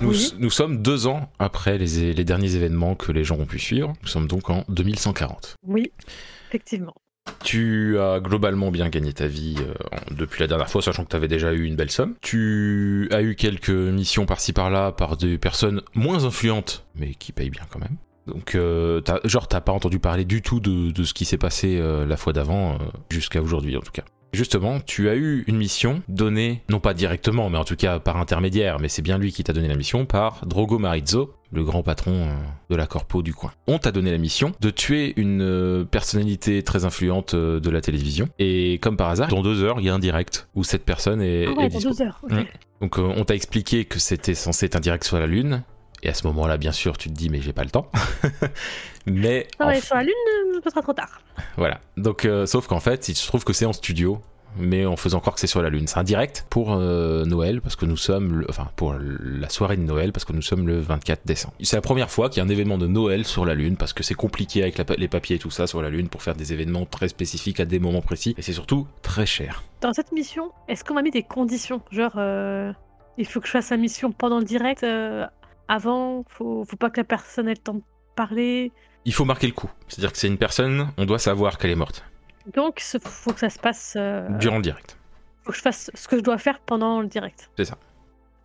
nous, nous sommes deux ans après les, les derniers événements que les gens ont pu suivre. Nous sommes donc en 2140. Oui, effectivement. Tu as globalement bien gagné ta vie euh, en- depuis la dernière fois, sachant que tu avais déjà eu une belle somme. Tu as eu quelques missions par-ci par-là par des personnes moins influentes, mais qui payent bien quand même. Donc, euh, t'as- genre, t'as pas entendu parler du tout de, de ce qui s'est passé euh, la fois d'avant, euh, jusqu'à aujourd'hui en tout cas. Justement, tu as eu une mission donnée, non pas directement, mais en tout cas par intermédiaire, mais c'est bien lui qui t'a donné la mission, par Drogo Marizzo, le grand patron euh, de la corpo du coin. On t'a donné la mission de tuer une euh, personnalité très influente euh, de la télévision, et comme par hasard, dans deux heures, il y a un direct où cette personne est, ah ouais, est dans dispo. deux heures. ok. Mm. Donc euh, on t'a expliqué que c'était censé être un direct sur la Lune, et à ce moment-là, bien sûr, tu te dis, mais j'ai pas le temps. mais... Non, en mais sur la lune, euh, ce sera trop tard. voilà. Donc, euh, sauf qu'en fait, il se trouve que c'est en studio, mais en faisant croire que c'est sur la Lune. C'est un direct pour euh, Noël, parce que nous sommes, le- enfin, pour la soirée de Noël, parce que nous sommes le 24 décembre. C'est la première fois qu'il y a un événement de Noël sur la Lune, parce que c'est compliqué avec la pa- les papiers et tout ça sur la Lune pour faire des événements très spécifiques à des moments précis, et c'est surtout très cher. Dans cette mission, est-ce qu'on m'a mis des conditions Genre, euh, il faut que je fasse la mission pendant le direct, euh, avant, faut, faut pas que la personne ait le temps de parler. Il faut marquer le coup. C'est-à-dire que c'est une personne, on doit savoir qu'elle est morte Donc, ce- faut que ça se passe. euh, durant le direct. faut que je fasse ce que je dois faire pendant le direct. C'est ça.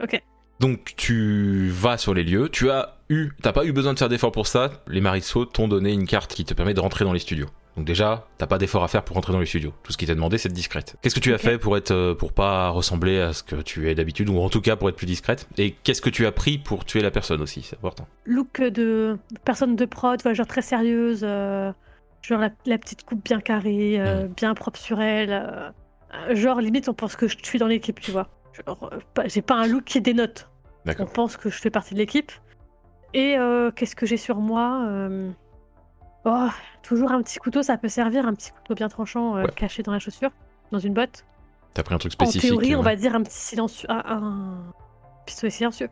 Ok. Donc tu vas sur les lieux, tu as eu, t'as pas eu besoin de faire d'efforts pour ça, les Marissos t'ont donné une carte qui te permet de rentrer dans les studios. Donc déjà, t'as pas d'effort à faire pour rentrer dans les studios. Tout ce qui t'est demandé, c'est de discrète. Qu'est-ce que tu as Ok. fait pour être, euh, pour pas ressembler à ce que tu es d'habitude, ou en tout cas pour être plus discrète Et qu'est-ce que tu as pris pour tuer la personne aussi C'est important. Look de personne de prod, voilà, genre très sérieuse, euh, genre la, la petite coupe bien carrée, euh, bien propre sur elle. euh, euh, genre, limite, on pense que je suis dans l'équipe, tu vois. Genre, euh, pas- j'ai pas un look qui dénote. on D'accord. pense que je fais partie de l'équipe. Et euh, qu'est-ce que j'ai sur moi Euh, oh, Toujours un petit couteau, ça peut servir, un petit couteau bien tranchant euh, Ouais. caché dans la chaussure, dans une botte. T'as pris un truc En spécifique. euh, théorie, on ouais. va dire un petit silencieux, un, un pistolet silencieux.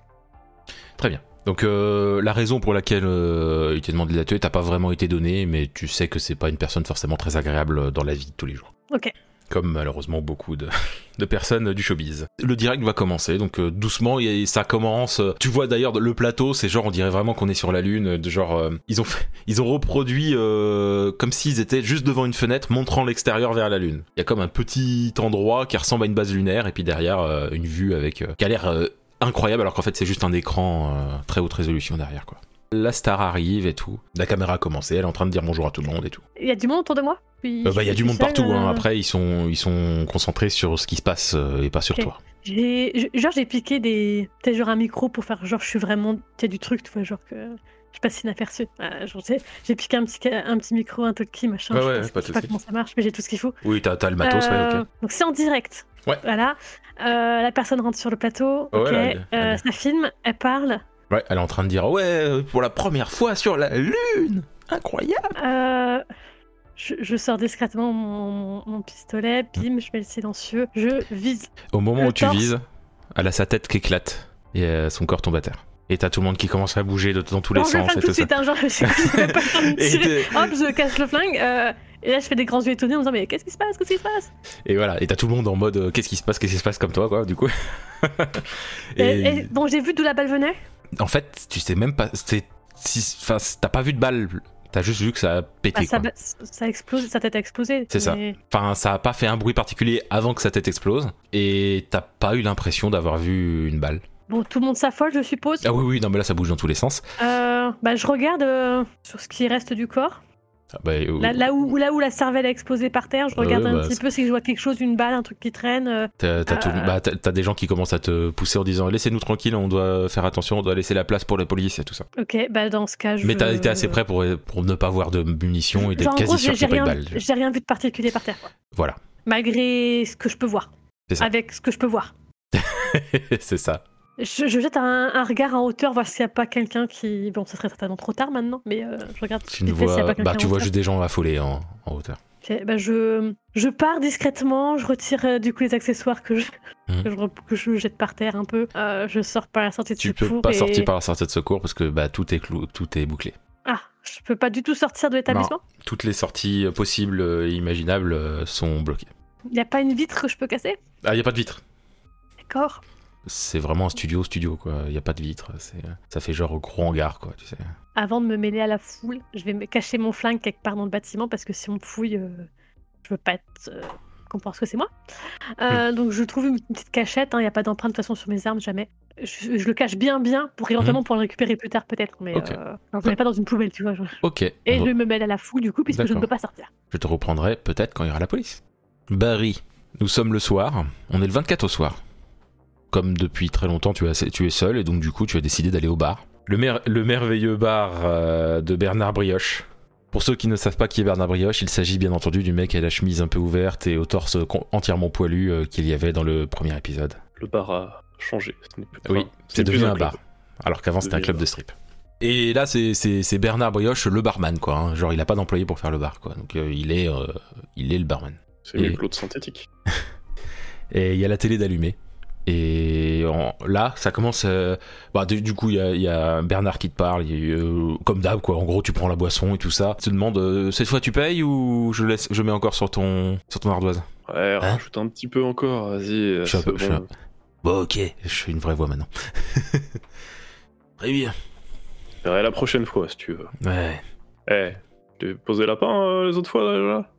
Très bien. Donc euh, la raison pour laquelle euh, il t'est demandé de la tuer, t'as pas vraiment été donnée, mais tu sais que c'est pas une personne forcément très agréable euh, dans la vie de tous les jours. Ok. Comme malheureusement beaucoup de, de personnes du showbiz. Le direct va commencer, donc euh, doucement, et ça commence. euh, Tu vois d'ailleurs le plateau, c'est genre on dirait vraiment qu'on est sur la lune, euh, de genre euh, ils ont fait- ils ont reproduit euh, comme s'ils étaient juste devant une fenêtre montrant l'extérieur vers la lune. Il y a comme un petit endroit qui ressemble à une base lunaire et puis derrière euh, une vue avec euh, qui a l'air euh, incroyable alors qu'en fait c'est juste un écran euh, très haute résolution derrière quoi. La star arrive et tout. La caméra a commencé, elle est en train de dire bonjour à tout le monde et tout. Il y a du monde autour de moi Puis Euh, je bah, il y a suis du monde seule, partout, hein. euh, après ils sont, ils sont concentrés sur ce qui se passe euh, et pas sur Ok. toi. j'ai- je- Genre, j'ai piqué des. Peut-être genre un micro pour faire genre je suis vraiment. Tu as du truc, tu vois, genre que. Je passe inaperçu. Euh, genre, j'ai- j'ai piqué un petit, ca- un petit micro, un talkie, machin. Ouais, je ouais, sais pas de je sais pas souci. comment ça marche, mais j'ai tout ce qu'il faut. Oui, t'as t'as le matos, ouais, Euh, ok. Donc c'est en direct. Ouais. Oh, Voilà. Euh, la personne rentre sur le plateau. Ouais, ok. là, elle- Euh, elle- ça filme. Elle parle. Ouais, elle est en train de dire ouais, euh, pour la première fois sur la lune Incroyable Euh, je, je sors discrètement mon, mon- mon pistolet. Bim. Je mets le silencieux. Je vise. Au moment Le où tu torse. vises, elle a sa tête qui éclate et euh, son corps tombe à terre. Et t'as tout le monde qui commence à bouger de- dans tous les Non, je le sens flingue et tout tout de ça. suite. hein, genre, je sais que je peux pas le faire me Et tirer. t'es- Hop, je casse le flingue. euh, et là, je fais des grands yeux étonnés en me disant mais qu'est-ce qui se passe Qu'est-ce qui se passe Et voilà, et t'as tout le monde en mode euh, qu'est-ce qui se passe, qu'est-ce qui se passe comme toi, quoi, du coup. Et, et et donc j'ai vu d'où la balle venait. Bah, en fait, tu sais même pas. c'est- si- Enfin, t'as pas vu de balle, t'as juste vu que ça a pété. Bah, ça, quoi. ça explose. Sa tête a explosé. C'est ça. mais- Enfin, ça a pas fait un bruit particulier avant que sa tête explose, et t'as pas eu l'impression d'avoir vu une balle. Bon, tout le monde s'affole, je suppose. Ah oui, oui, non, mais là ça bouge dans tous les sens. Euh, bah, je regarde euh, sur ce qui reste du corps. Ah, bah, euh, Là, là où, là où la cervelle a explosé par terre, je Ouais, regarde bah, un petit c'est- peu si je vois quelque chose, une balle, un truc qui traîne. euh, T'as t'as tout- Euh. bah, t'as- t'as des gens qui commencent à te pousser en disant laissez-nous tranquille, on doit faire attention, on doit laisser la place pour la police et tout ça. Ok, bah dans ce cas, je. Mais t'as été assez prêt pour, pour ne pas voir de munitions et Genre, d'être en quasi gros, sûr qu'il j'ai j'ai n'y a rien, pas eu de balle. j'ai rien vu de particulier par terre, quoi. Voilà, malgré ce que je peux voir. C'est ça. Avec ce que je peux voir. c'est ça. Je, je jette un, un regard en hauteur, voir s'il n'y a pas quelqu'un qui. Bon, ça serait certainement trop tard maintenant, mais euh, je regarde Tu ne vite fait s'il y a vois, pas quelqu'un bah, tu en vois hauteur. juste des gens affolés en, en hauteur. Ok, bah, je, je pars discrètement, je retire euh, du coup les accessoires que je, Mhm. que je, re- que je jette par terre un peu. Euh, je sors par la sortie de Tu secours. peux pas et- sortir par la sortie de secours parce que bah, tout, est clou, tout est bouclé. Ah, je peux pas du tout sortir de l'établissement Toutes les sorties euh, possibles et imaginables euh, sont bloquées. Il n'y a pas une vitre que je peux casser Ah, il n'y a pas de vitre. D'accord. c'est vraiment un studio, studio quoi. Il n'y a pas de vitre. c'est- euh, Ça fait genre gros hangar quoi, tu sais. Avant de me mêler à la foule, je vais me cacher mon flingue quelque part dans le bâtiment parce que si on me fouille, euh, je veux pas être, euh, qu'on pense que c'est moi. Hmm. Euh, Donc je trouve une petite cachette, il n'y a pas d'empreinte de toute façon sur mes armes, jamais. Je, je le cache bien, bien, pour éventuellement pour le récupérer plus tard peut-être, mais Hmm. Ok. euh, je le mets pas dans une poubelle, tu vois. je- Ok. Et on je va- me mêle à la foule du coup, puisque je ne D'accord. peux pas sortir. Je te reprendrai peut-être quand il y aura la police. Barry, nous sommes le soir. On est le 24 au soir. Comme depuis très longtemps, tu, as- tu es seul et donc du coup, tu as décidé d'aller au bar. Le, mer- le merveilleux bar euh, de Bernard Brioche. Pour ceux qui ne savent pas qui est Bernard Brioche, il s'agit bien entendu du mec à la chemise un peu ouverte et au torse con- entièrement poilu euh, qu'il y avait dans le premier épisode. Le bar a changé. Ce n'est plus- Oui, enfin, ce c'est n'est plus devenu un club. bar. Alors qu'avant, c'était un Devenu club un de strip. Et là, c'est- c'est c'est Bernard Brioche, le barman, quoi. hein. Genre, il n'a pas d'employé pour faire le bar, quoi. Donc, euh, il, est, euh, il est le barman. C'est Et- une l'autre synthétique. et il y a la télé d'allumée. Et en- là, ça commence. euh, bah, du du coup, il y a- il y, a Bernard qui te parle, il y a, euh, comme d'hab, quoi. En gros, tu prends la boisson et tout ça. Tu te demandes, euh, cette fois tu payes ou je laisse, je mets encore sur ton, sur ton ardoise Ouais, rajoute un petit peu encore, vas-y. euh, suis un c'est peu- Hein je suis bon. Bon, Bah, ok, je fais une vraie voix maintenant. Très bien. Verrai la prochaine fois, si tu veux. Ouais, Eh, tu posé la pain euh, les autres fois, déjà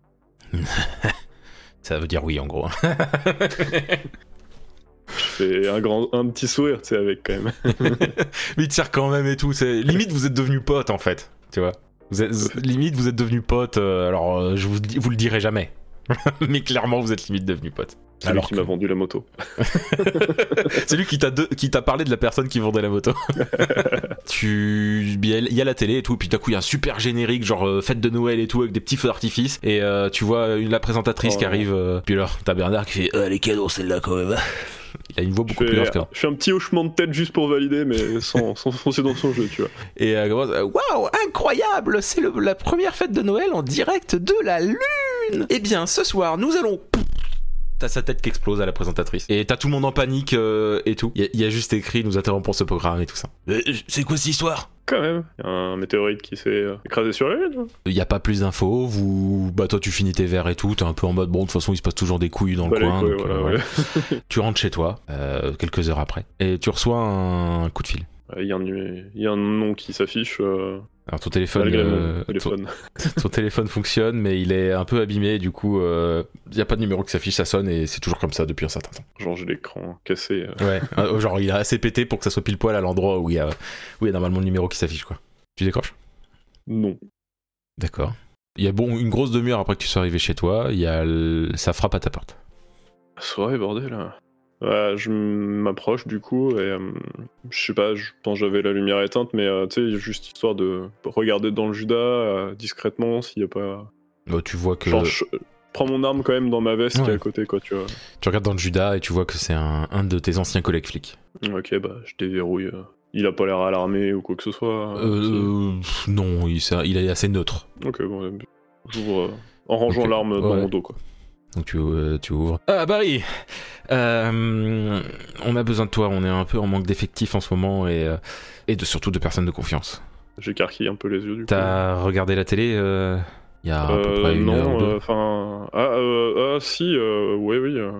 ça veut dire oui, en gros. Je fais un, grand, un petit sourire, tu sais, avec quand même. Mais il te sert quand même et tout. C'est limite vous êtes devenus potes en fait, tu vois. Vous êtes- limite vous êtes devenus potes. euh, alors euh, je vous, dis- vous le dirai jamais, mais clairement vous êtes limite devenus potes. Celui Alors qui que- m'a vendu la moto. C'est lui qui t'a de- qui t'a parlé de la personne qui vendait la moto. tu il y a- il y a la télé et tout, puis d'un coup il y a un super générique genre euh, fête de Noël et tout avec des petits feux d'artifice et euh, tu vois une la présentatrice Oh. qui arrive. euh, puis alors t'as Bernard qui fait euh, les cadeaux celle-là quand même. Il a une voix Je beaucoup plus fais, grave qu'avant. je fais un petit hochement de tête juste pour valider, mais sans, sans foncer dans son jeu, tu vois. Et euh, commence, euh, waouh, incroyable, c'est le- la première fête de Noël en direct de la lune. Eh bien, ce soir, nous allons. T'as sa tête qui explose à la présentatrice. Et t'as tout le monde en panique euh, et tout. Il y, a- il y a juste écrit nous interrompons ce programme et tout ça. Euh, c'est quoi cette histoire Quand même. Y a un météorite qui s'est euh, écrasé sur la lune. Il y a pas plus d'infos. Vous, bah toi tu finis tes verres et tout. T'es un peu en mode bon de toute façon il se passe toujours des couilles dans Bah, le les coin. couilles, donc, voilà, euh, ouais. voilà. Tu rentres chez toi euh, quelques heures après et tu reçois un coup de fil. Il y, a un numé- y a un nom qui s'affiche euh, Alors ton téléphone, malgré euh, mon ton- téléphone. Son téléphone fonctionne, mais il est un peu abîmé, du coup, il n'y a pas de numéro qui s'affiche, ça sonne, et c'est toujours comme ça depuis un certain temps. Genre j'ai l'écran cassé. euh. Ouais, euh, genre il a assez pété pour que ça soit pile poil à l'endroit où il y a, où il y a normalement le numéro qui s'affiche, quoi. Tu décroches Non. D'accord. Il y a bon une grosse demi-heure après que tu sois arrivé chez toi, il y a l- ça frappe à ta porte. La soirée, bordel. hein. Ouais, je m'approche du coup et euh, je sais pas, je pense que j'avais la lumière éteinte, mais euh, tu sais, juste histoire de regarder dans le Judas euh, discrètement s'il y a pas. Bah, tu vois que Genre, je je prends mon arme quand même dans ma veste qui est Ouais. à côté, quoi, tu vois. tu regardes dans le Judas et tu vois que c'est un, un de tes anciens collègues flics. Ok, bah je déverrouille. euh. Il a pas l'air alarmé ou quoi que ce soit. euh, Euh, pff, non, il, ça- il est assez neutre. c'est- Ok, bon, euh, j'ouvre euh, en rangeant Ok, l'arme dans ouais. mon dos, quoi. Donc tu, euh, tu ouvres. Ah Barry Euh, On a besoin de toi, on est un peu en manque d'effectifs en ce moment et, euh, et de, surtout de personnes de confiance. J'écarquille un peu les yeux du coup. T'as regardé la télé euh, il y a à peu Euh, près une non, heure ou deux euh, enfin. ah, euh, ah, si, euh, ouais, oui. euh,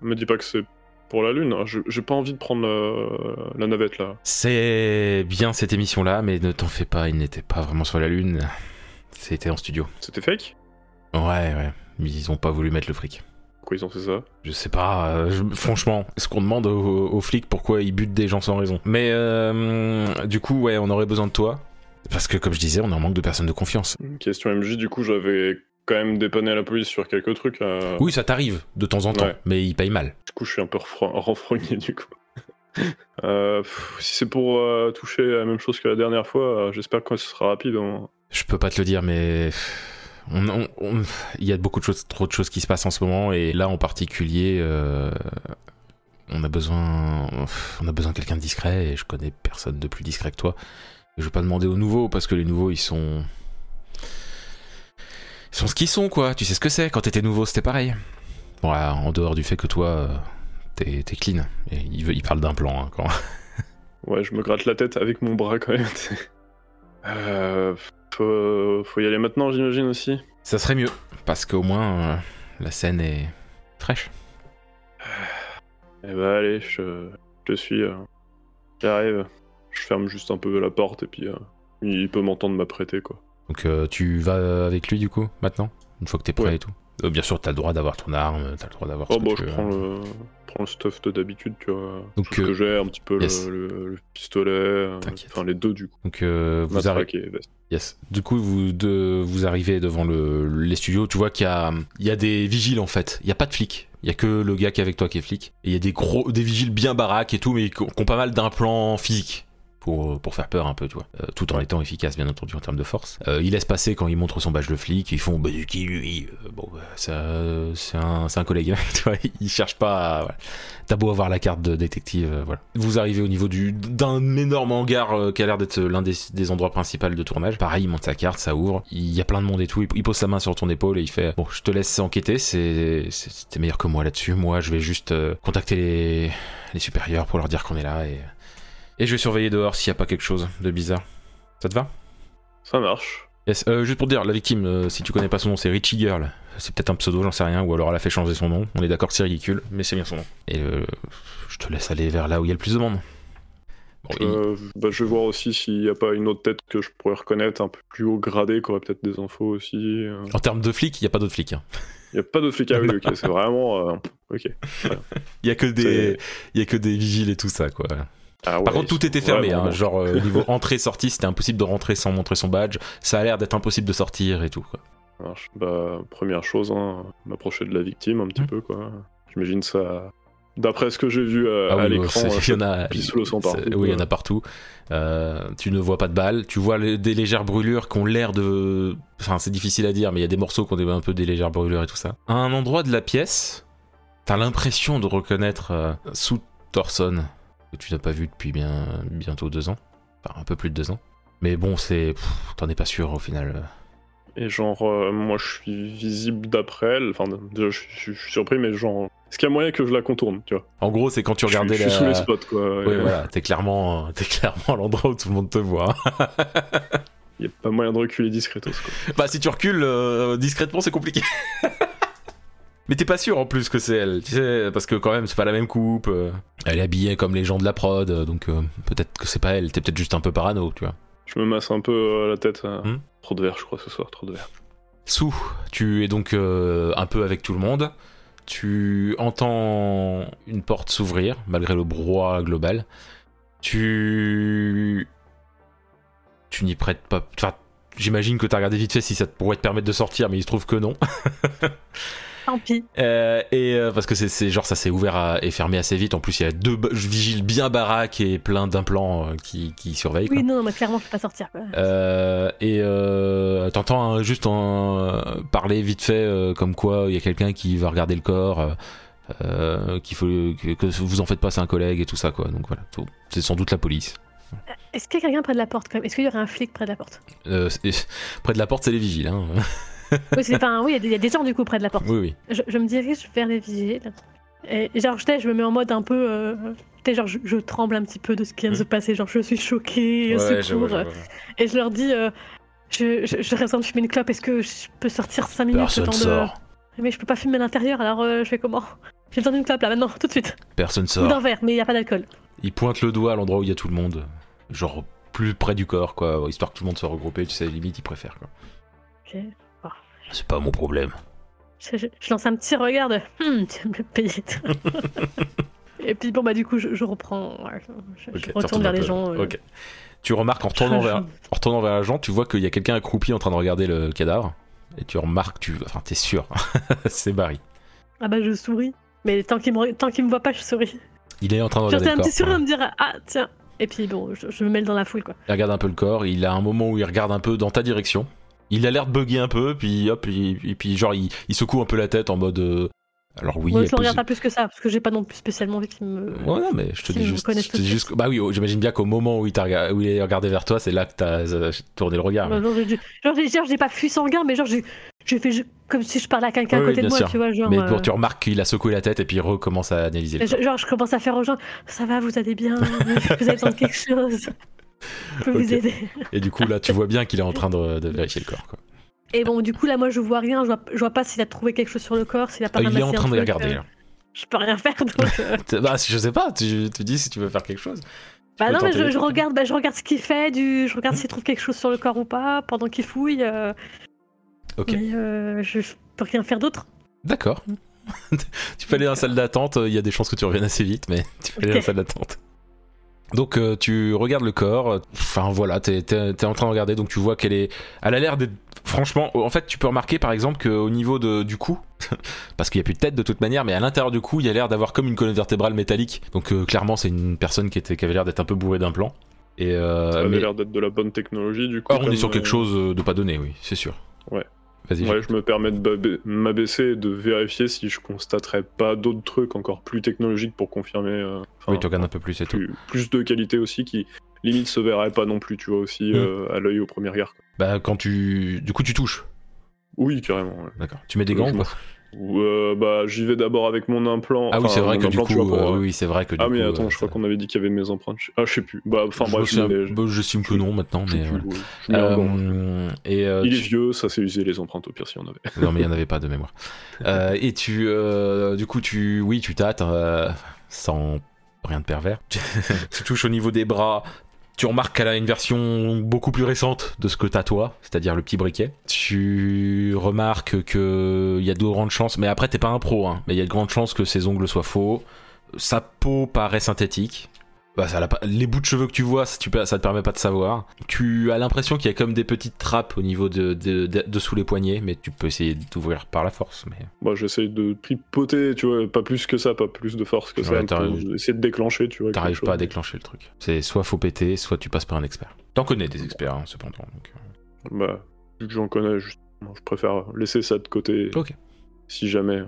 Me dis pas que c'est pour la Lune. hein, je- J'ai pas envie de prendre euh, la navette là. C'est bien cette émission-là, mais ne t'en fais pas, il n'était pas vraiment sur la Lune. C'était en studio. C'était fake Ouais, ouais. Ils ont pas voulu mettre le fric. Pourquoi ils ont fait ça Je sais pas, euh, je- franchement, ce qu'on demande aux, aux flics, pourquoi ils butent des gens sans raison. Mais euh, du coup, ouais, on aurait besoin de toi. Parce que, comme je disais, on est en manque de personnes de confiance. Question MJ, du coup, j'avais quand même dépanné la police sur quelques trucs. euh, Oui, ça t'arrive de temps en temps, Ouais. mais ils payent mal. Du coup, je suis un peu refro- renfrogné du coup. Euh, pff, si c'est pour euh, toucher la même chose que la dernière fois, euh, j'espère que ce sera rapide. hein. Je peux pas te le dire, mais on- on- on- il y a beaucoup de choses, trop de choses qui se passent en ce moment, et là en particulier, euh, on a besoin, on a besoin de quelqu'un de discret, et je connais personne de plus discret que toi. Je vais pas demander aux nouveaux parce que les nouveaux ils sont, ils sont ce qu'ils sont quoi. Tu sais ce que c'est. Quand t'étais nouveau, c'était pareil. Bon, ouais, en dehors du fait que toi, euh, t'es t'es clean. Et il, veut- il parle d'un plan hein, quand. Ouais, je me gratte la tête avec mon bras quand même. t'sais. Euh, faut, faut y aller maintenant, j'imagine aussi. Ça serait mieux, parce qu'au moins euh, la scène est fraîche. Eh bah allez, je, je te suis. euh, J'arrive. Je ferme juste un peu la porte et puis euh, il peut m'entendre m'apprêter quoi. Donc euh, tu vas avec lui du coup, maintenant Une fois que t'es prêt Ouais. et tout Euh, Bien sûr, t'as le droit d'avoir ton arme, t'as le droit d'avoir ce Oh que bah tu je veux. hein. prends le, prends le stuff de d'habitude, tu vois. Donc, Tout ce euh, que j'ai, un petit peu le- yes. le, le pistolet, euh, T'inquiète. enfin les deux du coup. Donc euh, vous, arri- Matraque et veste. Yes. Du coup, vous, deux- vous arrivez devant le- les studios, tu vois qu'il y a, il y a des vigiles en fait. Il n'y a pas de flics. Il y a que le gars qui est avec toi qui est flic. Et il y a des gros, des vigiles bien baraques et tout, mais qui ont qui ont pas mal d'implants physiques. Pour, pour faire peur un peu, tu vois. Euh, tout en étant efficace, bien entendu, en termes de force. Euh, il laisse passer quand il montre son badge de flic, ils font bah, c'est qui lui Euh, Bon, bah, ça, euh, c'est un, c'est un collègue, tu vois, il cherche pas à. voilà. T'as beau avoir la carte de détective, euh, voilà. Vous arrivez au niveau du d'un énorme hangar euh, qui a l'air d'être l'un des, des endroits principaux de tournage. Pareil, il monte sa carte, ça ouvre. Il y a plein de monde et tout. Il, il pose sa main sur ton épaule et il fait Bon, je te laisse enquêter, c'est c'est- t'es meilleur que moi là-dessus. Moi, je vais juste euh, contacter les, les supérieurs pour leur dire qu'on est là et, et je vais surveiller dehors s'il n'y a pas quelque chose de bizarre. Ça te va Ça marche. Yes, euh, juste pour te dire, la victime, euh, si tu connais pas son nom, c'est Richie Girl. C'est peut-être un pseudo, j'en sais rien, ou alors elle a fait changer son nom. On est d'accord que c'est ridicule, mais c'est bien son nom. Et euh, je te laisse aller vers là où il y a le plus de monde. Bon, il- Euh, bah, je vais voir aussi s'il n'y a pas une autre tête que je pourrais reconnaître, un peu plus haut gradé, qui aurait peut-être des infos aussi. Il En termes de flics, il n'y a pas d'autres flics. hein. n'y a pas d'autres flics. Ah oui, ok, c'est vraiment. euh, Ok. Il y a que C'est- des, il y a que des vigiles et tout ça, quoi. Ah Par ouais, contre, tout ils était sont fermé, vraiment hein, genre euh, niveau entrée-sortie, c'était impossible de rentrer sans montrer son badge. Ça a l'air d'être impossible de sortir et tout. Quoi. Ça marche. Bah, première chose, hein, m'approcher de la victime un petit Mm. peu, quoi. J'imagine ça. D'après ce que j'ai vu euh, Ah à oui, l'écran, c'est- euh, il y en a. pisse sous le sang c'est- partout, Oui, il y quoi. en a partout. Euh, tu ne vois pas de balles. Tu vois les- des légères brûlures qui ont l'air de. Enfin, c'est difficile à dire, mais il y a des morceaux qui ont des- un peu des légères brûlures et tout ça. À un endroit de la pièce, t'as l'impression de reconnaître euh, sous Thorson, que tu n'as pas vu depuis bien bientôt deux ans. Enfin, un peu plus de deux ans. Mais bon, c'est. pff, T'en es pas sûr au final. et genre, euh, moi je suis visible d'après elle. Enfin, déjà, je, suis- je suis surpris, mais genre, est-ce qu'il y a moyen que je la contourne, tu vois En gros, c'est quand tu Je suis- regardais je, la. suis sous les spots, quoi. Oui, Et, euh, voilà, t'es clairement, t'es clairement à l'endroit où tout le monde te voit. Il n'y a pas moyen de reculer discretos, quoi. Bah si tu recules euh, discrètement c'est compliqué. Mais t'es pas sûr en plus que c'est elle, tu sais, parce que quand même c'est pas la même coupe. euh. Elle est habillée comme les gens de la prod, euh, donc euh, peut-être que c'est pas elle, t'es peut-être juste un peu parano, tu vois. Je me masse un peu euh, la tête. euh, Mm. Trop de verre, je crois, ce soir, trop de verre. Sou, tu es donc euh, un peu avec tout le monde. Tu entends une porte s'ouvrir, malgré le brouhaha global. Tu. Tu n'y prêtes pas. Enfin, j'imagine que t'as regardé vite fait si ça te pourrait te permettre de sortir, mais il se trouve que non. Tant pis. Euh, et euh, parce que c'est- c'est genre ça s'est ouvert à- et fermé assez vite. En plus, il y a deux ba- vigiles bien baraques et plein d'implants euh, qui, qui surveillent. quoi. Oui, non, non, mais clairement, je peux pas sortir. Quoi. Euh, et euh, t'entends hein, juste en euh, parler vite fait euh, comme quoi il y a quelqu'un qui va regarder le corps, euh, euh, qu'il faut que, que vous en faites pas, c'est un collègue et tout ça quoi. Donc voilà, tout. c'est sans doute la police. Est-ce qu'il y a quelqu'un près de la porte quand même Est-ce qu'il y aurait un flic près de la porte Euh, c'est- près de la porte, c'est les vigiles. Hein. Oui, c'est- enfin, oui, il y a des- il y a des gens du coup près de la porte. oui, oui. Je, je me dirige vers les vigiles. Et genre, je, t'ai- je me mets en mode un peu. euh, t'es genre, je, je tremble un petit peu de ce Hmm. qui vient de se passer. Genre, je suis choquée, au secours. euh, Et je leur dis, euh, je, je, j'aurais besoin de fumer une clope. Est-ce que je peux sortir 5 minutes le Personne temps de- sort. Mais je peux pas fumer à l'intérieur, alors euh, je fais comment J'ai besoin d'une clope là maintenant, tout de suite. Personne Ou sort. d'un verre, mais il y a pas d'alcool. Il pointe le doigt à l'endroit où il y a tout le monde. Genre plus près du corps, quoi. Histoire que tout le monde soit regroupé, tu sais, limite, il préfère, quoi. Ok. C'est pas mon problème. Je, je- je lance un petit regard de Hum, tu vas me le payer. toi. Et puis bon, bah du coup, je, je reprends. ouais, je, je Ok, t'en retourne vers un les peu. gens. euh, Ok. Tu remarques en je- retournant, je- vers, en retournant vers la jambe, tu vois qu'il y a quelqu'un accroupi en train de regarder le cadavre. Et tu remarques, tu. Enfin, t'es sûr. C'est Barry. Ah bah je souris. Mais tant qu'il me, re- tant qu'il me voit pas, je souris. Il est en train de J'ai regarder un le corps. petit sourire me dire Ah tiens. Et puis bon, je, je me mêle dans la foule quoi. Il regarde un peu le corps. Il a un moment où il regarde un peu dans ta direction. Il a l'air de bugger un peu, puis hop, il- et puis genre, il, il secoue un peu la tête en mode. euh, Alors oui, Moi, elle je le peut- regarde pas plus que ça, parce que j'ai pas non plus spécialement envie qu'il me. Ouais, non, mais je te S'ils dis me juste. reconnaissent je te tout de dis suite. juste que- bah oui, oh, j'imagine bien qu'au moment où il, t'a rega- où il a regardé vers toi, c'est là que t'as euh, tourné le regard. mais- Genre, j'ai dû- genre, j'ai- genre, j'ai pas fui sanguin, mais genre, j'ai j'ai fait je- comme si je parlais à quelqu'un Oui, à côté oui, bien de moi, sûr. tu vois. Genre, Mais euh, bon, tu remarques qu'il a secoué la tête et puis il recommence à analyser. le je, genre, je commence à faire aux gens Ça va, vous allez bien Vous avez besoin de quelque chose Je peux Ok. vous aider corps. Et du coup, là, tu vois bien qu'il est en train de, de vérifier le corps. quoi. Et bon, du coup, là, moi, je vois rien. Je vois, je vois pas s'il a trouvé quelque chose sur le corps, s'il a pas Euh, il est ramassé en un train de truc, regarder. hein. euh, là. je peux rien faire. Donc, euh, Bah, je sais pas, tu te dis si tu veux faire quelque chose. bah peux non, mais tenter je, des je trucs. hein. regarde, bah, je regarde ce qu'il fait, du, je regarde s'il trouve quelque chose sur le corps ou pas pendant qu'il fouille. euh, Ok. Mais euh, je je peux rien faire d'autre. D'accord. tu peux aller dans la salle d'attente, euh, il y a des chances que tu reviennes assez vite, mais tu peux aller dans la Ok. salle d'attente. Donc euh, tu regardes le corps, euh, enfin voilà, t'es t'es- t'es en train de regarder, donc tu vois qu'elle est... Elle a l'air d'être... Franchement, en fait tu peux remarquer par exemple qu'au niveau de- du cou, parce qu'il n'y a plus de tête de toute manière, mais à l'intérieur du cou, il y a l'air d'avoir comme une colonne vertébrale métallique. Donc euh, clairement c'est une personne qui, était, qui avait l'air d'être un peu bourrée d'implants. Et euh, Ça avait mais- l'air d'être de la bonne technologie du coup. Or, on comme, est sur quelque euh, chose de pas donné, oui, c'est sûr. Ouais. Vas-y. Ouais, je me permets de bab- m'abaisser et de vérifier si je constaterais pas d'autres trucs encore plus technologiques pour confirmer. euh, enfin, oui, tu regardes un peu plus et tout. plus, plus de qualité aussi qui limite se verraient pas non plus, tu vois, aussi Mm. euh, à l'œil au premier regard. quoi. Bah quand tu... Du coup tu touches. Oui, carrément. ouais. D'accord. Tu mets des gants Euh, Je ou m'en pas Ou, euh, bah, j'y vais d'abord avec mon implant. Ah oui, enfin, c'est vrai mon que du implant, tu vois, coup. pour, euh, euh, oui, oui, c'est vrai que du Ah mais coup, attends, euh, je crois ça- qu'on avait dit qu'il y avait mes empreintes. Ah, je sais plus. Bah, enfin je bref, me souviens- je mets- je- bah, J'estime que non maintenant, je sais mais. plus, voilà. ouais. Je mets un gant. Euh, et euh, Il est tu- vieux, ça s'est usé les empreintes au pire si on avait. non mais il n'y en avait pas de mémoire. Euh, et tu, euh, du coup tu, oui tu tâtes euh, sans rien de pervers. tu tu touches au niveau des bras. Tu remarques qu'elle a une version beaucoup plus récente de ce que t'as toi, c'est-à-dire le petit briquet. Tu remarques que il y a de grandes chances, mais après t'es pas un pro, hein, mais il y a de grandes chances que ses ongles soient faux. Sa peau paraît synthétique. Bah, ça l'a pas- Les bouts de cheveux que tu vois, ça, tu peux- ça te permet pas de savoir. Tu as l'impression qu'il y a comme des petites trappes au niveau de, de- de- dessous les poignets, mais tu peux essayer d'ouvrir par la force. Mais... Moi, j'essaye de tripoter, tu vois, pas plus que ça, pas plus de force que Ouais, ça. t'arrives- pour Essayer de déclencher, tu vois. T'arrives quelque pas à chose. déclencher le truc. C'est soit faut péter, soit tu passes par un expert. T'en connais des experts, hein, cependant. donc, euh. Bah, vu que j'en connais, je... moi, je préfère laisser ça de côté. Ok. Si jamais. euh,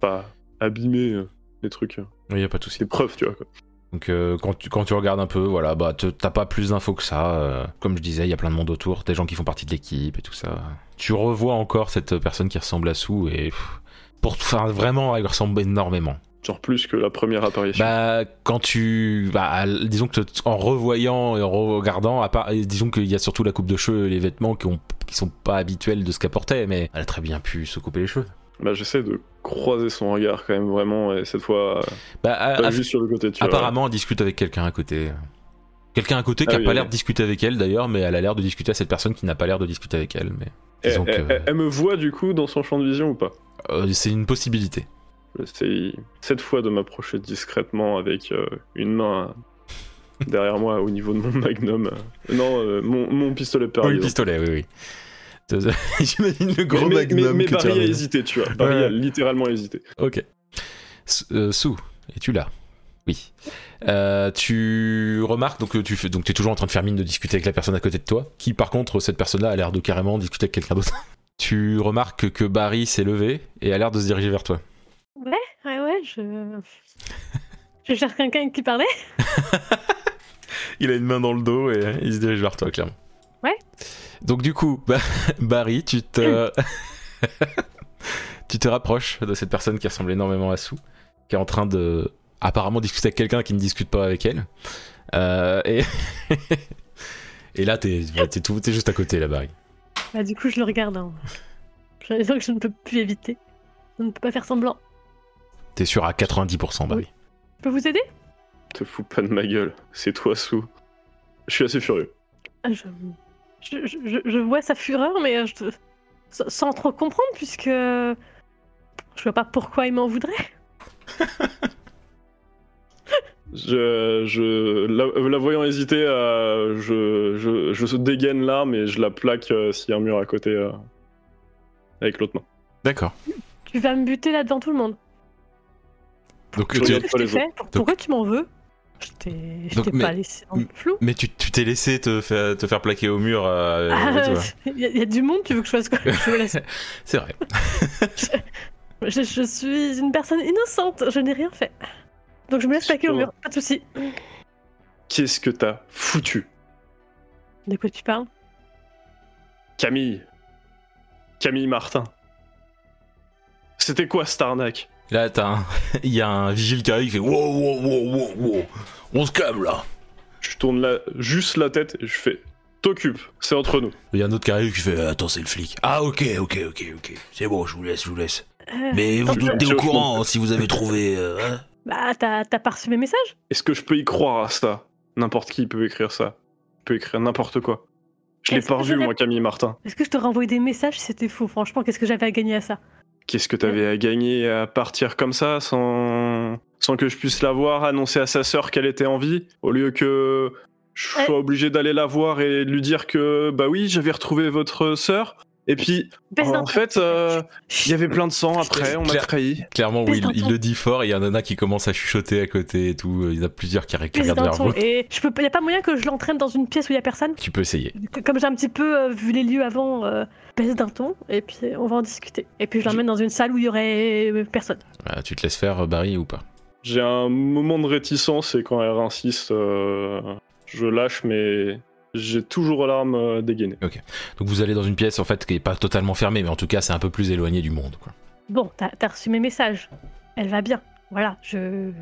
Pas abîmer euh, les trucs. euh, Oui, y a pas de souci. Des preuves, tu vois. quoi. Donc euh, quand, tu, quand tu regardes un peu, voilà, bah te- t'as pas plus d'infos que ça. euh, comme je disais, il y a plein de monde autour, des gens qui font partie de l'équipe et tout ça. Tu revois encore cette personne qui ressemble à Sou et pff, pour enfin, vraiment, elle ressemble énormément. Genre plus que la première apparition. Bah, quand tu. Bah, à- disons que te- en revoyant et en regardant, à part, et disons qu'il y a surtout la coupe de cheveux et les vêtements qui, ont, qui sont pas habituels de ce qu'elle portait, mais elle a très bien pu se couper les cheveux. Bah, j'essaie de croiser son regard quand même vraiment, et cette fois, euh, Bah, à- pas à- juste euh, sur le côté, tu vois. apparemment, elle discute avec quelqu'un à côté. Quelqu'un à côté qui Ah a oui, pas oui. l'air de discuter avec elle d'ailleurs, mais elle a l'air de discuter à cette personne qui n'a pas l'air de discuter avec elle. Mais Eh, disons eh, que eh, Elle me voit du coup dans son champ de vision ou pas euh, c'est une possibilité. J'essaye cette fois de m'approcher discrètement avec euh, une main euh, derrière moi au niveau de mon magnum. euh. Non, euh, mon, mon pistolet Oui, perdu. pistolet, oui, oui. J'imagine le gros mais, mais- magnum mais que tu Barry a as. hésité, tu vois. Barry Ouais. a littéralement hésité. Ok. S- euh, Sou, es-tu là Oui. Euh, tu remarques, donc euh, tu fais, donc es toujours en train de faire mine de discuter avec la personne à côté de toi, qui par contre, cette personne-là a l'air de carrément discuter avec quelqu'un d'autre. tu remarques que Barry s'est levé et a l'air de se diriger vers toi. Ouais, ouais, je. je cherche quelqu'un avec qui parlait. Il a une main dans le dos et il se dirige vers toi, clairement. Ouais. Donc du coup, bah, Barry, tu te... tu te rapproches de cette personne qui ressemble énormément à Sou, qui est en train de apparemment discuter avec quelqu'un qui ne discute pas avec elle. Euh, et... et là, t'es t'es tout- t'es juste à côté, là, Barry. Bah, du coup, je le regarde. Hein. J'ai l'impression que je ne peux plus éviter. Je ne peux pas faire semblant. T'es sûr à 90%, Barry. Je peux vous aider Te fous pas de ma gueule. C'est toi, Sou. Je suis assez furieux. Ah, je... Je, je- je- je vois sa fureur, mais euh, je... sans- sans trop comprendre, puisque. Je vois pas pourquoi il m'en voudrait. Je, je- la, la voyant hésiter, euh, je, je, je dégaine l'arme et je la plaque euh, s'il y a un mur à côté euh, avec l'autre main. D'accord. Tu vas me buter là devant tout le monde. Donc, Je tu- regarde Qu'est-ce pas que les je t'ai fait Pourquoi tu m'en veux Je t'ai je Donc, t'ai mais- Euh, pas laissé en flou. Mais tu tu t'es laissé te faire, te faire plaquer au mur. euh, Ah, tu vois. Il y, a- il y a du monde, tu veux que je fasse quoi je, me laisse- C'est vrai. je- je suis une personne innocente, je n'ai rien fait. Donc je me laisse plaquer au mur, pas de soucis. Qu'est-ce que t'as foutu De quoi tu parles Camille. Camille Martin. C'était quoi cette arnaque Là, t'as un- il y a un vigile qui arrive, il fait wow, wow, wow, wow, wow. on se calme là. Je tourne la, juste la tête et je fais T'occupe, c'est entre nous. Il y a un autre qui arrive qui fait attends, c'est le flic. Ah, ok, ok, ok, ok, c'est bon, je vous laisse, je vous laisse. Euh, Mais vous je vais doutez au faire un hein, courant si vous avez trouvé. euh, hein. Bah, t'as t'as pas reçu mes messages Est-ce que je peux y croire à ça N'importe qui peut écrire ça. Il peut écrire n'importe quoi. Je l'ai Est-ce pas que revu, c'est moi, Camille Martin. Est-ce que je t'aurais envoyé des messages si c'était faux Franchement, qu'est-ce que j'avais à gagner à ça Qu'est-ce que t'avais à gagner à partir comme ça sans, sans que je puisse la voir, annoncer à sa sœur qu'elle était en vie, au lieu que je Euh. sois obligé d'aller la voir et de lui dire que bah oui, j'avais retrouvé votre sœur. Et puis, Baisse d'un en ton. fait, euh, il y avait plein de sang après, on m'a Claire. trahi. Clairement, oui, il, Baisse d'un il ton. le dit fort, et il y en a qui commence à chuchoter à côté et tout. Il y en a plusieurs qui qui Baisse regardent d'un vers ton. vous. Et je peux, y a pas moyen que je l'entraîne dans une pièce où il y a personne Tu peux essayer. Comme j'ai un petit peu euh, vu les lieux avant, euh, baisse d'un ton et puis euh, on va en discuter. Et puis je l'emmène dans une salle où il y aurait euh, personne. Voilà, tu te laisses faire, euh, Barry, ou pas J'ai un moment de réticence et quand elle insiste, euh, je lâche, mais j'ai toujours l'arme euh, dégainée. Donc vous allez dans une pièce en fait qui est pas totalement fermée, mais en tout cas c'est un peu plus éloigné du monde. Quoi. Bon, t'as t'as reçu mes messages. Elle va bien. Voilà, je.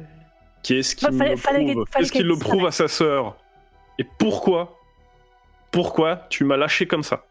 Qu'est-ce Fa- qu'il fallait- fallait le prouve qu'elle- fallait Qu'est-ce qu'il qu'elle le dise prouve à sa sœur Et pourquoi Pourquoi tu m'as lâché comme ça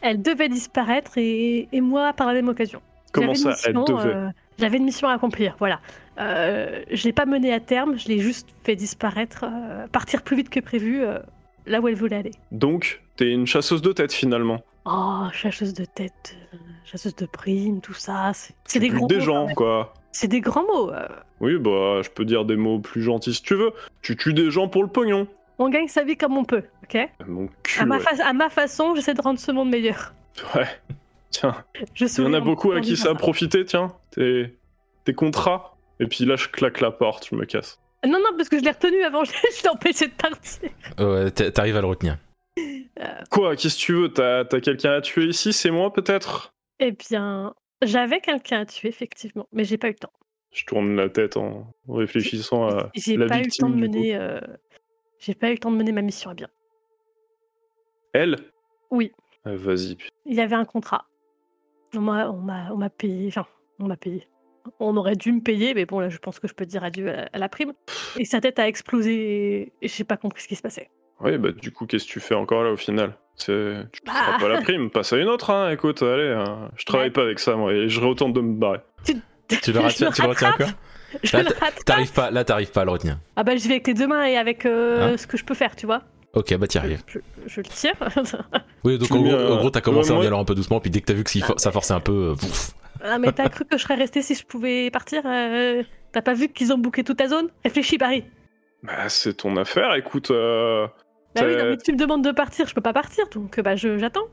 Elle devait disparaître et, et moi par la même occasion. Comment J'avais ça une Elle mission, devait. euh, J'avais une mission à accomplir, voilà. Euh, je l'ai pas menée à terme, je l'ai juste fait disparaître, euh, partir plus vite que prévu, euh, là où elle voulait aller. Donc, t'es une chasseuse de tête finalement. Oh, chasseuse de tête, euh, chasseuse de primes, tout ça, c'est c'est Tu des butes grands des mots, gens, hein. quoi. C'est des grands mots. euh. Oui, bah, je peux dire des mots plus gentils si tu veux. Tu tues des gens pour le pognon. on gagne sa vie comme on peut, ok Mon à, cul, ma ouais. fa- à ma façon, j'essaie de rendre ce monde meilleur. Ouais. Tiens, Je il y en souris a en- beaucoup en à qui disant ça a profité, tiens. Tes tes contrats. Et puis là, je claque la porte, je me casse. Ah, Non, non, parce que je l'ai retenu avant, je l'ai empêché de partir. Euh, t'a- T'arrives à le retenir. Quoi Qu'est-ce que tu veux T'as t'as quelqu'un à tuer ici C'est moi, peut-être Eh bien, j'avais quelqu'un à tuer, effectivement, mais j'ai pas eu le temps. Je tourne la tête en réfléchissant à J'ai la pas eu le victime, temps de du coup. mener. euh, J'ai pas eu le temps de mener ma mission à bien. Elle Oui. Euh, Vas-y, putain. Il y avait un contrat. On m'a, on m'a, on m'a payé. Enfin, on m'a payé. On aurait dû me payer, mais bon, là, je pense que je peux dire adieu à la, à la prime. Et sa tête a explosé. Et j'ai pas compris ce qui se passait. Oui, bah du coup, qu'est-ce que tu fais encore là au final C'est- Tu ne Bah. pas la prime, passe à une autre, hein, écoute, allez, hein. je travaille Ouais. pas avec ça moi, et je retente de me barrer. Tu le Bah, Je retiens, me tu le retiens rattrape. encore Je Là, le rattrape. T'arrives pas, là t'arrives pas à le retenir. Ah bah, je vais avec les deux mains et avec euh, Hein ce que je peux faire, tu vois. Ok, bah t'y arrives. Je, je le tire. Oui, donc Tu en mets gros, un- en gros, t'as commencé Ouais, en moi- y allant un peu doucement, puis dès que t'as vu que s'il for- ça forçait un peu, euh, pouf. ah, mais t'as cru que je serais restée si je pouvais partir euh, T'as pas vu qu'ils ont bouqué toute ta zone Réfléchis, Barry. Bah c'est ton affaire, écoute, euh, Bah oui, Euh, non, mais tu me demandes de partir, je peux pas partir, donc euh, bah je- j'attends.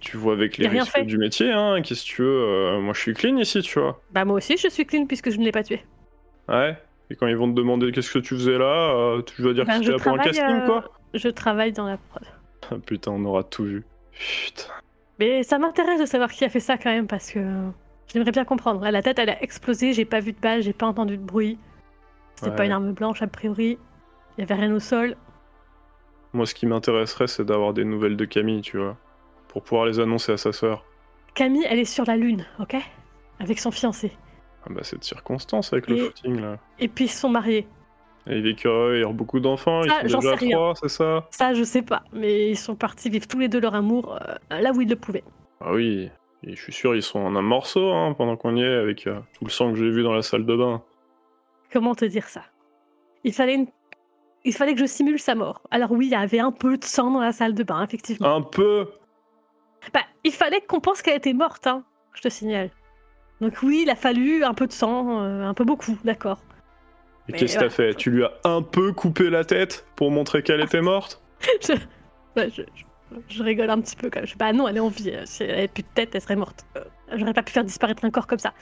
tu vois avec Y les a rien risques fait. du métier, hein, qu'est-ce que tu veux, euh, moi je suis clean ici, tu vois. Bah moi aussi je suis clean puisque je ne l'ai pas tué. Ouais, et quand ils vont te demander qu'est-ce que tu faisais là, euh, tu vas dire Ben, que je c'était pour un travaille, casting euh, quoi Je travaille dans la prod. Ah, Putain, on aura tout vu. Putain, Mais ça m'intéresse de savoir qui a fait ça quand même parce que euh, j'aimerais bien comprendre. Ah, La tête elle a explosé, j'ai pas vu de balle, j'ai pas entendu de bruit. C'était Ouais. pas une arme blanche a priori. Il y avait rien au sol. moi ce qui m'intéresserait c'est d'avoir des nouvelles de Camille, tu vois, pour pouvoir les annoncer à sa sœur. Camille elle est sur la lune, ok Avec son fiancé. Ah bah cette circonstance avec le Et- shooting là. Et puis ils se sont mariés. Et il est curieux, il y a beaucoup d'enfants, ils Ça, j'en sont déjà sais rien. trois, c'est ça Ça je sais pas, mais ils sont partis vivre tous les deux leur amour euh, là où ils le pouvaient. Ah oui, et je suis sûr, ils sont en un morceau hein, pendant qu'on y est, avec euh, tout le sang que j'ai vu dans la salle de bain. Comment te dire ça Il fallait une... Il fallait que je simule sa mort. Alors oui, il y avait un peu de sang dans la salle de bain, effectivement. Un peu Bah, il fallait qu'on pense qu'elle était morte, hein, je te signale. Donc oui, il a fallu un peu de sang, euh, un peu beaucoup, d'accord. Et Mais qu'est-ce que ouais. t'as fait Tu lui as un peu coupé la tête pour montrer qu'elle était morte Ouais, je, je- je rigole un petit peu quand même. Je- Bah non, elle est en vie. euh, Si elle avait plus de tête, elle serait morte. Euh, J'aurais pas pu faire disparaître un corps comme ça.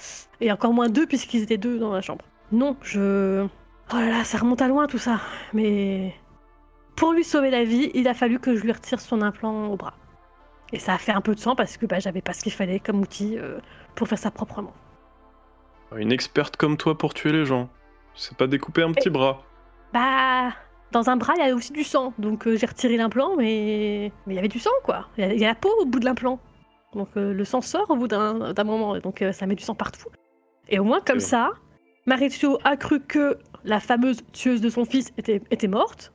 Et encore moins deux, puisqu'ils étaient deux dans la chambre. Non, je... Oh là là, ça remonte à loin tout ça. Mais... Pour lui sauver la vie, il a fallu que je lui retire son implant au bras. Et ça a fait un peu de sang parce que bah, j'avais pas ce qu'il fallait comme outil euh, pour faire ça proprement. Une experte comme toi pour tuer les gens. C'est pas découper un petit bras. Bah, dans un bras, il y avait aussi du sang. Donc euh, j'ai retiré l'implant, mais mais il y avait du sang, quoi. Il y a- il y, a la peau au bout de l'implant. Donc euh, le sang sort au bout d'un d'un moment, et donc euh, ça met du sang partout. Et au moins, comme C'est ça, Mauricio a cru que la fameuse tueuse de son fils était, était morte,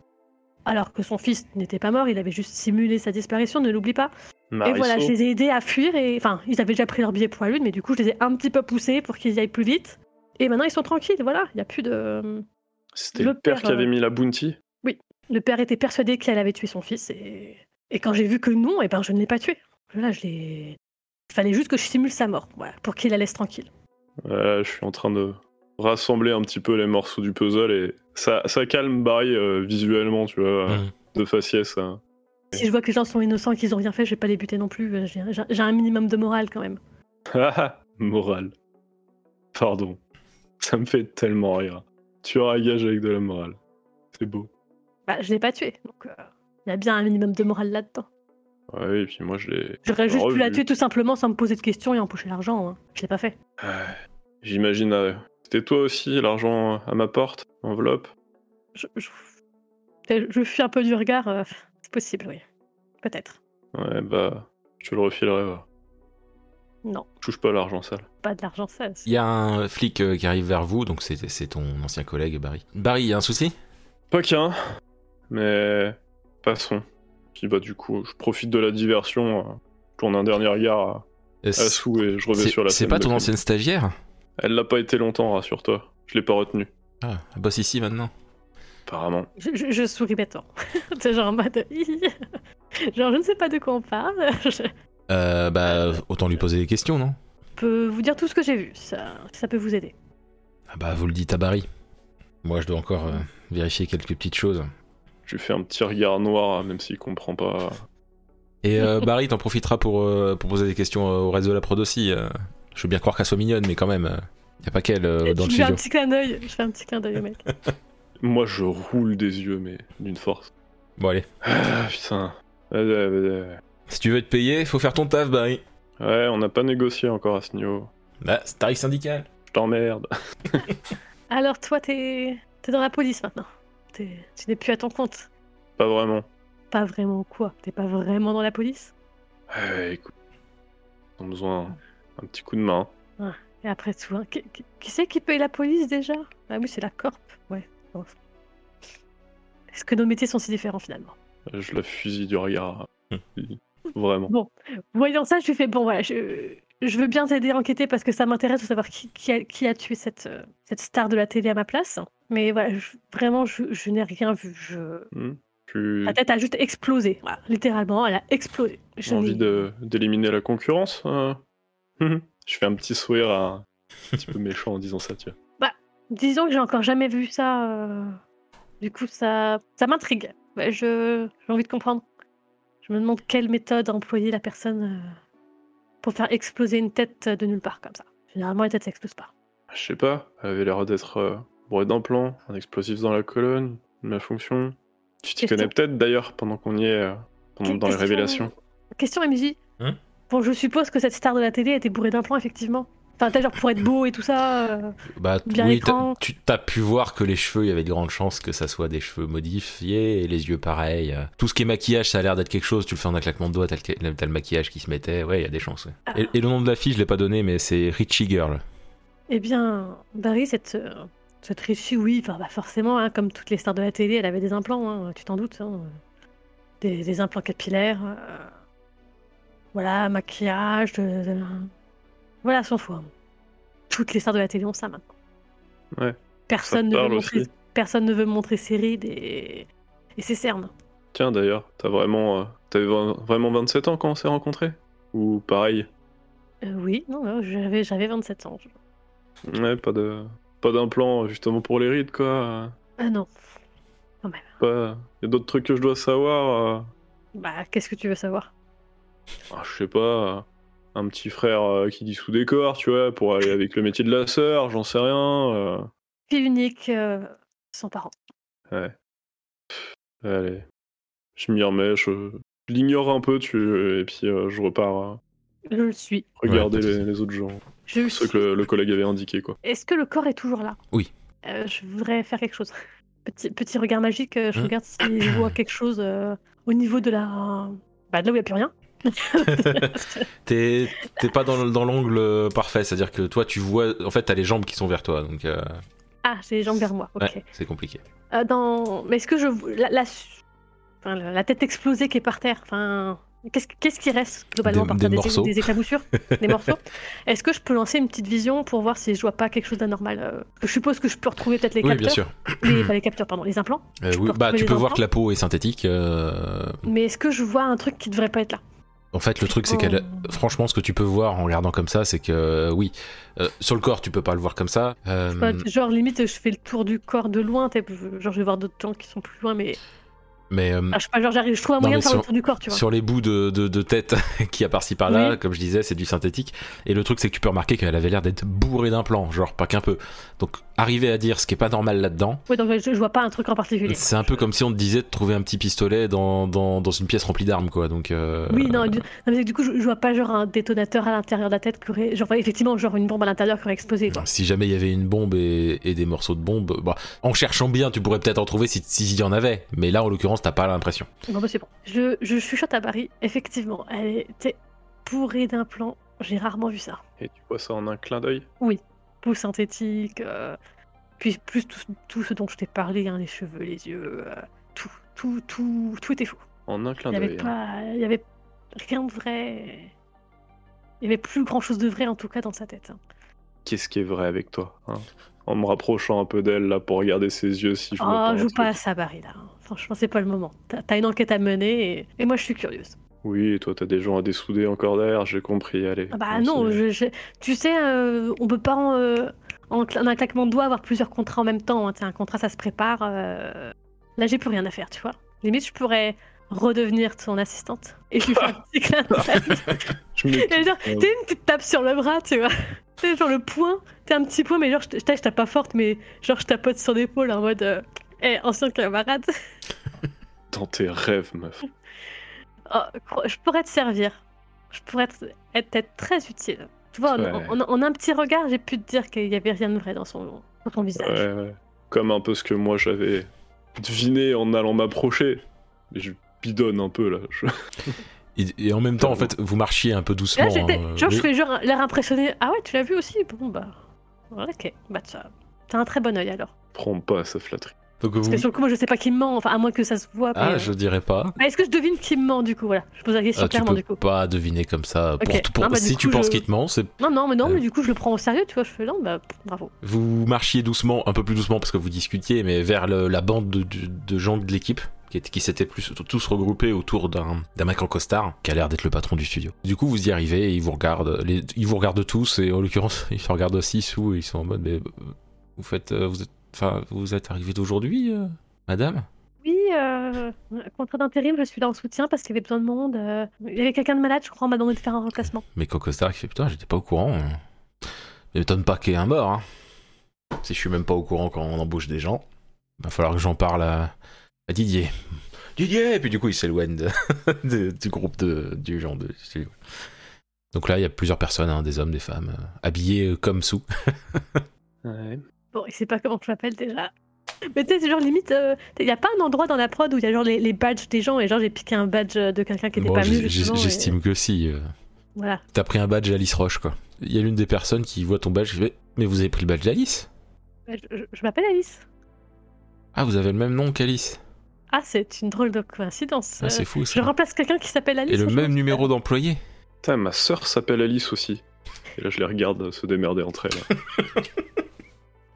alors que son fils n'était pas mort, il avait juste simulé sa disparition, ne l'oublie pas. Et Marisot. voilà, je les ai aidés à fuir. Et enfin, ils avaient déjà pris leur billet pour la lune, mais du coup, je les ai un petit peu poussés pour qu'ils y aillent plus vite. Et maintenant, ils sont tranquilles. Voilà, il n'y a plus de. C'était le le père père, qui avait euh, mis la bounty. Le père était persuadé qu'elle avait tué son fils. Et, et quand j'ai vu que non, et ben, je ne l'ai pas tué. Là, je l'ai. Il fallait juste que je simule sa mort, voilà, pour qu'il la laisse tranquille. Voilà, Euh, je suis en train de rassembler un petit peu les morceaux du puzzle et ça, ça calme Barry euh, visuellement, tu vois, Mhm. de faciès. hein. Si je vois que les gens sont innocents, qu'ils n'ont rien fait, je vais pas les buter non plus. euh, J'ai j'ai- j'ai un minimum de morale quand même. Ah, ah, morale. Pardon. Ça me fait tellement rire. Tu auras un gage avec de la morale. C'est beau. Bah, je l'ai pas tué, donc euh, il y a bien un minimum de morale là-dedans. Ouais, oui, et puis moi, je l'ai. J'aurais juste pu la Revu. tuer tout simplement sans me poser de questions et empocher l'argent. hein. Je l'ai pas fait. Ah, J'imagine. euh, C'était toi aussi, l'argent à ma porte, enveloppe. Je, je... je fuis un peu du regard. euh, C'est possible, oui. Peut-être. Ouais, bah, je te le refilerai. va. Non, Touche pas à l'argent sale. pas de l'argent sale. Il y a un flic euh, qui arrive vers vous, donc c'est c'est ton ancien collègue Barry. Barry, il y a un souci Pas qu'un, mais passons. Puis bah, du coup, je profite de la diversion, euh, je tourne un dernier regard à, Euh, à Sue et je reviens c'est- sur la C'est scène pas de ton crime. ancienne stagiaire Elle l'a pas été longtemps, rassure-toi. Je l'ai pas retenue, Ah, elle bosse ici maintenant. apparemment. Je, je- je souris bêtement. C'est genre en mode. Hi. genre, je ne sais pas de quoi on parle. Je Euh, bah, autant lui poser des questions, non peux vous dire tout ce que j'ai vu. Ça, ça peut vous aider. Ah bah, vous le dites à Barry. Moi, je dois encore euh, vérifier quelques petites choses. Je lui fais un petit regard noir, même s'il comprend pas. Et euh, Barry, t'en profiteras pour, euh, pour poser des questions euh, au reste de la prod aussi. euh. je veux bien croire qu'elle soit mignonne, mais quand même, il y a pas qu'elle euh, Et dans le je fais un studio. petit clin d'œil. Je fais un petit clin d'œil au mec. Moi, je roule des yeux, mais d'une force. Bon, allez. Ah, putain. Ouais, ouais, ouais, Si tu veux te payer, faut faire ton taf, Barry. ouais. Ouais, on n'a pas négocié encore à ce niveau. Bah, c'est tarif syndical. Je t'emmerde. Alors, toi, t'es es dans la police maintenant. T'es- Tu n'es plus à ton compte. Pas vraiment. Pas vraiment quoi T'es pas vraiment dans la police Ouais, ouais, Euh, écoute. Ils ont besoin d'un petit coup de main. Et après tout, hein, qui, qui- qui c'est qui paye la police déjà Ah oui, c'est la Corp. Ouais. bon. Est-ce que nos métiers sont si différents finalement Je la fusille du regard. Vraiment. Voyant ça, je lui fais bon, voilà, je, je veux bien t'aider à enquêter parce que ça m'intéresse de savoir qui, qui a, qui a tué cette, euh, cette star de la télé à ma place. Mais voilà, je- vraiment, je, je n'ai rien vu. Je... Hmm. Tu La tête a juste explosé. Voilà, littéralement, elle a explosé. Je as envie n'ai- de- d'éliminer la concurrence hein Je fais un petit sourire à- un petit peu méchant en disant ça, tu vois. Disons que j'ai encore jamais vu ça. euh, Du coup, ça, ça m'intrigue. Ouais, je, j'ai envie de comprendre. Je me demande quelle méthode a employée la personne euh, pour faire exploser une tête euh, de nulle part comme ça. Généralement, les têtes s'explosent pas. Je sais pas, elle avait l'air d'être euh, bourrée d'implants, un explosif dans la colonne, une malfonction. Tu t'y Question. connais peut-être d'ailleurs pendant qu'on y est, euh, pendant- dans les Question. révélations. Question MJ. Hein bon, je suppose que cette star de la télé était bourrée d'implants, effectivement. Enfin, t'as genre pour être beau et tout ça. euh, Bah t- Bien oui, écran. t'as- tu t'as pu voir que les cheveux, il y avait de grandes chances que ça soit des cheveux modifiés et les yeux pareils. euh. Tout ce qui est maquillage, ça a l'air d'être quelque chose. Tu le fais en un claquement de doigts, t'as le, t'as le maquillage qui se mettait. Ouais, il y a des chances. ouais. Ah. Et, et le nom de la fille, je l'ai pas donné, mais c'est Richie Girl. Eh bien, Barry, cette, euh, cette Richie, oui, enfin, bah, forcément, hein, comme toutes les stars de la télé, elle avait des implants, hein, tu t'en doutes. hein. des, des implants capillaires. euh, voilà, maquillage. de- de- Voilà, sans foi. Toutes les stars de la télé ont ça maintenant. Ouais. Ça Personne, te ne veut, parle montrer, aussi. personne ne veut montrer ses rides et, et ses cernes. Tiens d'ailleurs, t'as vraiment, euh, t'avais vra- vraiment 27 ans quand on s'est rencontrés Ou pareil Euh, oui, non, non, j'avais, j'avais 27 ans. je- Ouais, pas de, pas d'implant justement pour les rides quoi. euh, Ah non. Pas. Y a d'autres trucs que je dois savoir. euh. Bah, qu'est-ce que tu veux savoir Ah, je sais pas, euh, un petit frère euh, qui dissout des corps, tu vois, pour aller avec le métier de la sœur, j'en sais rien. euh. Fille unique, euh, sans parents. Allez, je m'y remets, je, je l'ignore un peu, tu... et puis euh, je repars euh, Je le suis. regarder Ouais, pas de les, les autres gens. Je le Ceux suis. que le, le collègue avait indiqué, quoi. Est-ce que le corps est toujours là Oui. Euh, je voudrais faire quelque chose. Petit, petit regard magique, euh, je Hmm. regarde si je vois quelque chose euh, au niveau de la. Bah, de là où il n'y a plus rien. T'es t'es pas dans, le- dans l'angle euh, parfait, c'est-à-dire que toi, tu vois. En fait, t'as les jambes qui sont vers toi, donc euh, Ah, j'ai les jambes vers moi. Ok. ouais, c'est compliqué. Euh, dans... Mais est-ce que je. La, la... enfin, la- la tête explosée qui est par terre, enfin, Qu'est-ce qu'est-ce qui reste globalement Des- par des terre morceaux. éclaboussures, des morceaux. Est-ce que je peux lancer une petite vision pour voir si je vois pas quelque chose d'anormal euh, parce que Je suppose que je peux retrouver peut-être les Oui, bien capteurs, sûr. les, pas les capteurs, pardon, les implants. Euh, Je oui, peux bah, retrouver tu les peux voir enfants que la peau est synthétique. euh, Mais est-ce que je vois un truc qui devrait pas être là En fait, le truc, c'est qu'elle. Oh. Franchement, ce que tu peux voir en regardant comme ça, c'est que euh, oui, euh, sur le corps, tu peux pas le voir comme ça. euh, Enfin, Genre limite, je fais le tour du corps de loin, t'es- genre je vais voir d'autres gens qui sont plus loin, mais mais euh, Ah, je sais pas, genre j'arrive, je trouve un Non, moyen mais de faire sur- le tour du corps, tu vois. sur les bouts de, de- de tête qui a par-ci par-là, Oui. comme je disais, c'est du synthétique. Et le truc, c'est que tu peux remarquer qu'elle avait l'air d'être bourrée d'implants, genre pas qu'un peu. Donc, arriver à dire ce qui est pas normal là-dedans, Oui, donc je, je vois pas un truc en particulier. c'est un peu comme si on te disait de trouver un petit pistolet dans, dans, dans une pièce remplie d'armes, quoi. Donc, euh, Oui, non, du, non, mais du coup, je, je vois pas genre un détonateur à l'intérieur de la tête qui aurait. Genre, enfin, effectivement, genre une bombe à l'intérieur qui aurait explosé, quoi. Si jamais il y avait une bombe et, et des morceaux de bombe, bah, en cherchant bien, tu pourrais peut-être en trouver si- s'il y en avait. Mais là, en l'occurrence, t'as pas l'impression. Non, bah c'est bon. Je, je chuchote à Barry, effectivement, elle était bourrée d'implants, j'ai rarement vu ça. Et tu vois ça en un clin d'œil Peau synthétique, euh, puis plus tout, tout ce dont je t'ai parlé, hein, les cheveux, les yeux, euh, tout, tout, tout, tout était faux. En un clin Il n'y avait, d'œil. hein. pas... il y avait rien de vrai. Il n'y avait plus grand chose de vrai, en tout cas, dans sa tête. hein. Qu'est-ce qui est vrai avec toi hein En me rapprochant un peu d'elle là pour regarder ses yeux si je me Ah, parle un joue truc. pas à ça, Barry, là. Franchement, c'est pas le moment. T'as t'as une enquête à mener et, et moi, je suis curieuse. Oui, et toi t'as des gens à dessouder encore derrière, j'ai compris, allez. Ah bah on non, se- je, je- tu sais, euh, on peut pas en, euh, en cla- en un claquement de doigts avoir plusieurs contrats en même temps. hein. Tu sais, Un contrat, ça se prépare. euh. Là, j'ai plus rien à faire, tu vois. Limite, je pourrais redevenir ton assistante et je lui fais un petit clin d'œil. Je me- Et genre, t'es une petite tape sur le bras, tu vois. T'es genre le point, t'es un petit point, mais genre, je t- je tape, je tape pas forte, mais genre, je tapote sur l'épaule en mode, euh, Eh, ancien camarade, Dans tes rêves, meuf. oh, cro- je pourrais te servir. Je pourrais te- être, être très utile. Tu vois, en- Ouais. en, en un petit regard, j'ai pu te dire qu'il y avait rien de vrai dans son, dans son visage. Ouais, ouais. Comme un peu ce que moi j'avais deviné en allant m'approcher. Mais je bidonne un peu là. Je- Et, et en même temps, en fait, vous marchiez un peu Et doucement. Là, j'étais, hein, genre, mais- je fais genre l'air impressionné. Ah ouais, tu l'as vu aussi Bon, bah, voilà, ok, bah, ça- t'as un très bon œil alors. Prends pas sa flatterie. Donc Parce vous- que sur le coup, moi, je sais pas qui me ment, enfin, à moins que ça se voit. mais, Ah, euh, je dirais pas. Ah, Est-ce que je devine qui me ment du coup Voilà, je pose la question Ah, tu clairement peux du coup. pas deviner comme ça. Pour- Ok. pour- Non, bah, du si tu coup, penses je- qu'il te ment, c'est Non, non, mais non, Euh. mais du coup, je le prends au sérieux, tu vois. Je fais non, bah pff, bravo. vous marchiez doucement, un peu plus doucement parce que vous discutiez, mais vers le- la bande de, de- de gens de l'équipe qui, étaient- qui s'étaient plus tous regroupés autour d'un d'un mec en costard qui a l'air d'être le patron du studio. Du coup, vous y arrivez, et ils vous regardent, les- ils vous regardent tous et en l'occurrence, ils se regardent aussi ou ils sont en mode mais, euh, vous faites, euh, vous êtes, enfin, vous êtes arrivé d'aujourd'hui, euh, madame. Oui, euh, contrat d'intérim, je suis là en soutien parce qu'il y avait besoin de monde. euh, il y avait quelqu'un de malade, je crois, on m'a demandé de faire un remplacement. Mais Coco Star qui fait putain, j'étais pas au courant. euh. Ça m'étonne pas qu'il y ait un mort. Hein. Si je suis même pas au courant quand on embauche des gens, va falloir que j'en parle à, à Didier. Didier Et puis du coup, il s'éloigne de- de- du groupe de, du genre de studio. Donc là, il y a plusieurs personnes, hein, des hommes, des femmes, euh, habillés euh, comme sous. Ouais. Bon, il sait pas comment je m'appelle déjà. Mais tu sais, c'est genre limite, euh, il y a pas un endroit dans la prod où il y a genre les, les badges des gens et genre j'ai piqué un badge euh, de quelqu'un qui était Bon, pas j'ai- venu. j'ai- justement, et- j'estime que si. euh, Voilà. T'as pris un badge Alice Roche, quoi. Il y a l'une des personnes qui voit ton badge, qui fait Mais vous avez pris le badge d'Alice Je, je- je m'appelle Alice. Ah, vous avez le même nom qu'Alice. Ah, c'est une drôle de coïncidence. Ah, Euh, c'est fou ça. je remplace quelqu'un qui s'appelle Alice. Et le aujourd'hui. même numéro d'employé. Putain, ma sœur s'appelle Alice aussi. Et là, je les regarde euh, se démerder entre elles.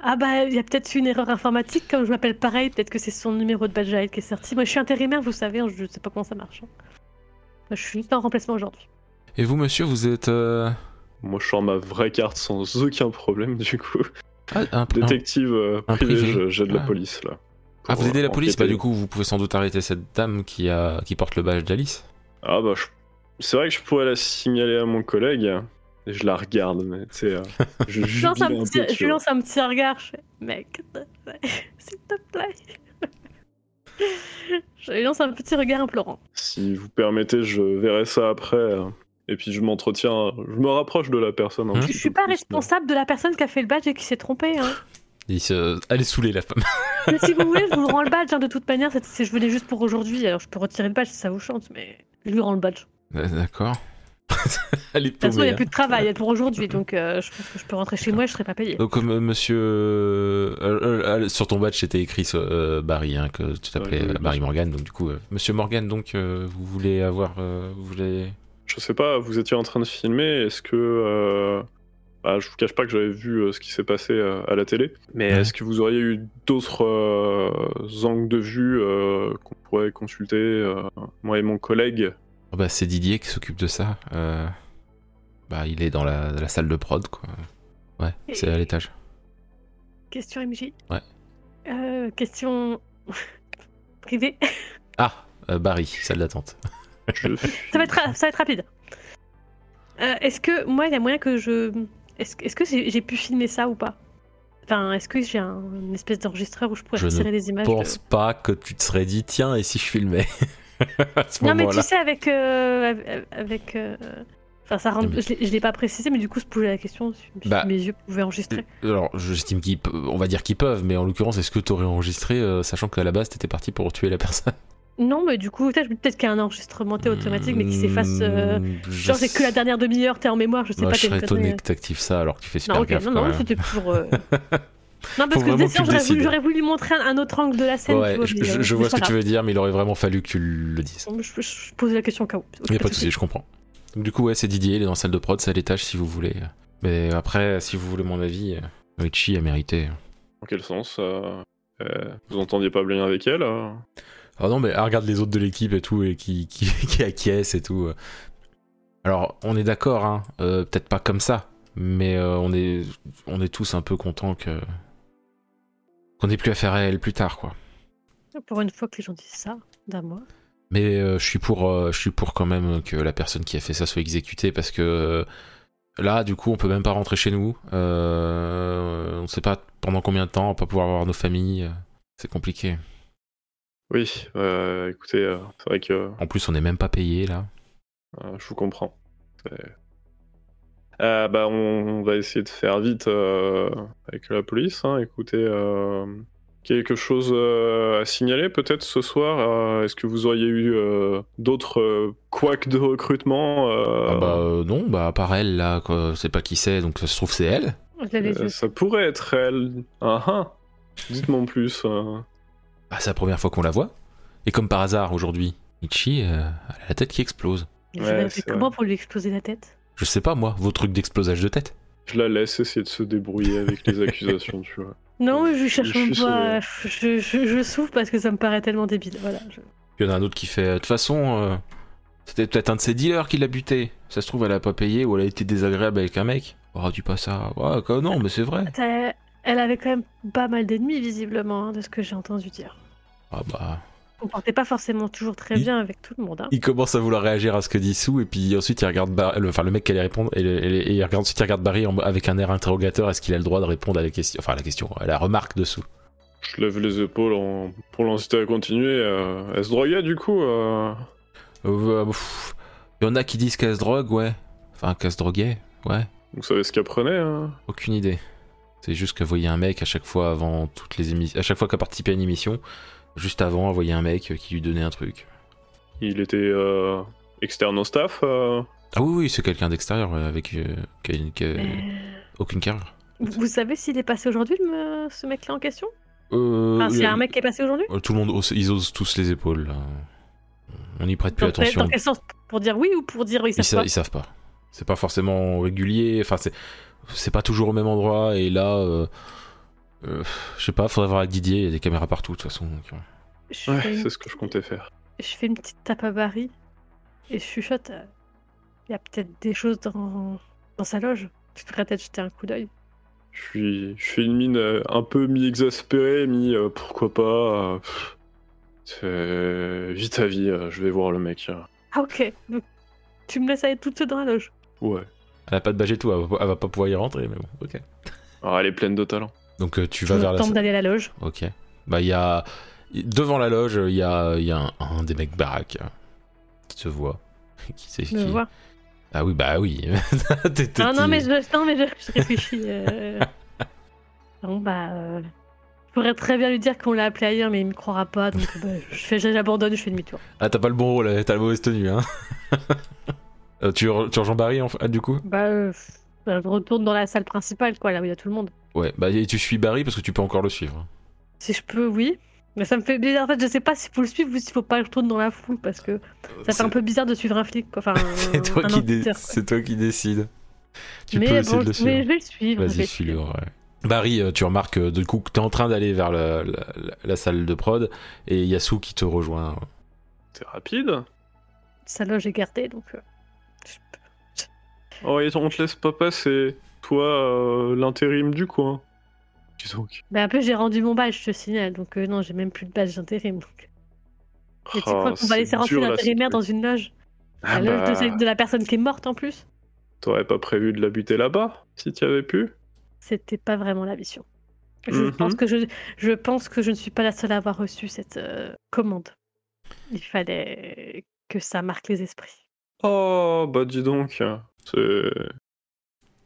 Ah bah il y a peut-être une erreur informatique, comme je m'appelle pareil, peut-être que c'est son numéro de badge à elle qui est sorti. Moi je suis intérimaire, vous savez, hein, je sais pas comment ça marche. hein. Moi, je suis juste en remplacement aujourd'hui. Et vous, monsieur, vous êtes. euh, Moi, je sors ma vraie carte sans aucun problème, du coup. Ah, un- un- Détective euh, Un privé, privé. je- j'ai de la Ah. police là. Ah, Pour, vous aidez euh, la police enquêter. Bah, du coup, vous pouvez sans doute arrêter cette dame qui, a... qui porte le badge d'Alice. Ah, bah, je- c'est vrai que je pourrais la signaler à mon collègue. Et je la regarde, mais tu sais, euh, je Je lance jubile un un petit, peu. tu je lui vois. lance un petit regard, je fais, mec, s'il te plaît. je lui lance un petit regard implorant. Si vous permettez, je verrai ça après. euh, Et puis je m'entretiens, je me rapproche de la personne. un Hein petit Je peu suis pas plus, mais- responsable de la personne qui a fait le badge et qui s'est trompée. Hein. Il se- Elle est saoulée, la femme. Mais si vous voulez, je vous rends le badge. hein, de toute manière, c'est- c'est- je venais juste pour aujourd'hui, alors je peux retirer le badge si ça vous chante, mais je lui rends le badge. Euh, D'accord. Elle est De toute façon, il n'y paumée, a hein. plus de travail elle, pour aujourd'hui, donc euh, je pense que je peux rentrer chez moi, je serai pas Oh. payée. Donc, comme euh, monsieur. euh, euh, euh, sur ton badge, c'était écrit euh, Barry, hein, que tu t'appelais Ouais, euh, oui, Barry Morgan. Donc, du coup, euh, monsieur Morgan, donc, euh, vous voulez avoir. euh, vous voulez. Je sais pas, vous étiez en train de filmer, est-ce que. euh, bah, je vous cache pas que j'avais vu euh, ce qui s'est passé euh, à la télé, mais Ouais. est-ce que vous auriez eu d'autres euh, angles de vue euh, qu'on pourrait consulter, euh, moi et mon collègue Ah bah, c'est Didier qui s'occupe de ça. euh, bah, il est dans la, la salle de prod, quoi. Ouais, c'est à l'étage. Question MJ. Ouais. Euh, question privée. Ah, euh, Barry, salle d'attente. Je- ça, va être, ra- ça va être rapide. Euh, est-ce que moi, il y a moyen que je. Est-ce, est-ce que j'ai, j'ai pu filmer ça ou pas Enfin, est-ce que j'ai un, une espèce d'enregistreur où je pourrais Je ne retirer des images de- Pense pas que tu te serais dit, tiens, et si je filmais À ce Non, mais moment-là. tu sais, avec. euh, av- avec. euh, Enfin, ça rentre. Non, mais- Je, l'ai, je l'ai pas précisé, mais du coup, se poser la question si, si Bah. mes yeux pouvaient enregistrer. Alors, j'estime qu'ils pe- on va dire qu'ils peuvent, mais en l'occurrence, est-ce que t'aurais enregistré, euh, sachant qu'à la base, t'étais parti pour tuer la personne Non, mais du coup, peut-être, peut-être qu'il y a un enregistrement t'es automatique, mais qui s'efface. euh, Mmh, je Genre, c'est que la sais- dernière demi-heure, t'es en mémoire, je sais Moi, pas, je t'es serais une étonné connerie. que t'actives ça alors que tu fais super Non, ok, gaffe. non, quand non, même. c'était pour. euh, Non, parce Faut que vraiment que tu sinon, j'aurais voulu, décides. j'aurais voulu lui montrer un, un autre angle de la scène. Ouais, tu vois, je, mais, je- euh, je mais vois ce c'est que tu pas veux dire, mais il aurait vraiment fallu que tu le dises. grave. Je, je- je pose la question au cas où. Il a pas de souci, je comprends. Donc, du coup, ouais, c'est Didier, il est dans la salle de prod, c'est à l'étage si vous voulez. Mais après, si vous voulez mon avis, euh, Richie a mérité. Dans quel sens euh, euh, Vous entendiez pas bien avec elle euh Ah non, mais ah, regarde les autres de l'équipe et tout, et qui, qui, qui acquiescent et tout. euh. Alors, on est d'accord, hein, euh, peut-être pas comme ça, mais euh, on, est, on est tous un peu contents que. qu'on ait plus affaire à elle plus tard, quoi. Pour une fois que les gens disent ça, d'un moi. Mais euh, je suis pour, euh, je suis pour quand même que la personne qui a fait ça soit exécutée parce que euh, là, du coup, on peut même pas rentrer chez nous. Euh, on ne sait pas pendant combien de temps on va pas pouvoir voir nos familles. euh, C'est compliqué. Oui, euh, écoutez, euh, c'est vrai que En plus, on n'est même pas payé là. euh, je vous comprends. C'est- Euh, bah, on, on va essayer de faire vite euh, avec la police. hein. Écoutez, euh, quelque chose euh, à signaler peut-être ce soir euh, Est-ce que vous auriez eu euh, d'autres euh, couacs de recrutement euh, Ah bah euh, non, bah à part elle là, quoi, c'est pas qui c'est, donc ça se trouve c'est elle. Je l'avais euh, dit. Ça pourrait être elle. Ah, ah. Dites-moi en plus. euh. Bah, c'est la première fois qu'on la voit. Et comme par hasard aujourd'hui, Ichi, euh, elle a la tête qui explose. Je ouais, l'avais c'est fait comment pour lui exploser la tête Je sais pas moi, vos trucs d'explosage de tête. Je la laisse essayer de se débrouiller avec les accusations, tu vois. Non, Euh, je je- cherche je même suis pas. Je, je, je souffre parce que ça me paraît tellement débile. Voilà. je- Il y en a un autre qui fait De toute façon, euh, c'était peut-être un de ses dealers qui l'a buté. Ça se trouve, elle a pas payé ou elle a été désagréable avec un mec. Oh, dis pas ça. Ouais, quoi, non, mais c'est vrai. T'as- Elle avait quand même pas mal d'ennemis, visiblement, hein, de ce que j'ai entendu dire. Ah bah. On portait pas forcément toujours très Il- bien avec tout le monde. hein. Il commence à vouloir réagir à ce que dit Sue et puis ensuite il regarde Bar- le, enfin, le mec qui allait répondre et, le- et le- et il regarde, ensuite il regarde Barry en- avec un air interrogateur. Est-ce qu'il a le droit de répondre à la question Enfin, à la question, à la remarque de Sue. Je lève les épaules en- pour l'inciter à continuer. euh. Elle se droguait du coup euh. Euh, pff, Il y en a qui disent qu'elle se drogue, ouais. Enfin, qu'elle se droguait, ouais. Vous savez ce qu'elle prenait hein Aucune idée. C'est juste que voyait un mec à chaque fois avant toutes les émissions, à chaque fois qu'elle participait à une émission, juste avant, elle voyait un mec qui lui donnait un truc. Il était euh, externe au staff. euh. Ah oui, oui, c'est quelqu'un d'extérieur euh, avec euh, qui a une- qui a Mais- Euh, aucune carrière. Vous vous savez s'il est passé aujourd'hui, le- ce mec-là en question Euh, Enfin, s'il y a euh, Ah, un mec qui est passé aujourd'hui euh, Tout le monde, hausse- ils osent tous les épaules. là. On n'y prête plus dans, quel- attention. dans quel sens Pour dire oui ou pour dire oui, ça Ils, sa- ils savent pas. C'est pas forcément régulier. Enfin, c'est c'est pas toujours au même endroit. Et là, euh, euh, je sais pas. Faudrait voir avec Didier. Il y a des caméras partout de toute façon. donc, euh. Je, Ouais, fais une, c'est ce que je comptais faire. je fais une petite tape à Barry et je chuchote. euh, Il y a peut-être des choses dans, dans sa loge. Tu pourrais peut-être jeter un coup d'œil. Je suis, je suis une mine euh, un peu mi-exaspérée, mi euh, pourquoi pas. euh, pff. C'est- Vite à vie, euh, je vais voir le mec. euh. Ah, ok. Donc, tu me laisses aller toute seule dans la loge. Ouais. Elle a pas de badge et tout. Elle va, elle va pas pouvoir y rentrer. Mais bon, ok. Alors, elle est pleine de talent. Donc euh, tu Je vas vers me la tente d'aller à la loge. Ok. Bah, il y a. Devant la loge, il y a, il y a un, un des mecs baraques hein, qui te voit. qui, c'est- Je me qui- vois. Ah, Ah oui, bah oui. T'es- t'es- Non, non, mais t'es- je, non, mais je, je réfléchis. euh. bon, bah. euh, Je pourrais très bien lui dire qu'on l'a appelé ailleurs, mais il me croira pas. euh, Donc, bah, je fais, j'abandonne, je fais demi-tour. Ah, t'as pas le bon rôle, t'as la mauvaise tenue, hein. Euh, tu, re- tu rejoins Barry en f- ah, du coup Bah, euh, bah, je retourne dans la salle principale, quoi, là où il y a tout le monde. Ouais, bah et tu suis Barry parce que tu peux encore le suivre. Si je peux, oui. Mais ça me fait bizarre. En fait, je sais pas s'il faut le suivre ou s'il faut pas que je tourne dans la foule parce que ça fait un peu bizarre de suivre un flic. Quoi. Enfin, C'est toi, un qui dé- enquêteur, quoi. c'est toi qui décides. Tu mais peux essayer bon, de le je- mais suivre. je vais le suivre. je vais Vas-y, le suis-le. suivre. ouais. Barry, euh, tu remarques euh, du coup que t'es en train d'aller vers la, la- la- la salle de prod et Yasu qui te rejoint. C'est rapide. Sa loge est gardée, donc. euh, je peux- Oh, et on te laisse pas passer. Toi, euh, l'intérim du coin. Dis donc. Bah, un peu, j'ai rendu mon badge, je te signale. Donc, euh, non, j'ai même plus de badge d'intérim. Donc... Oh, Et tu Ah, crois qu'on va c'est laisser rentrer dur, la l'intérimaire dans sécurité. une loge La Ah loge de, bah, celle- de la personne qui est morte en plus T'aurais pas prévu de la buter là-bas, si t'y avais pu C'était pas vraiment la mission. Je, Mhm. pense que je, je pense que je ne suis pas la seule à avoir reçu cette euh, commande. Il fallait que ça marque les esprits. Oh, bah dis donc. C'est...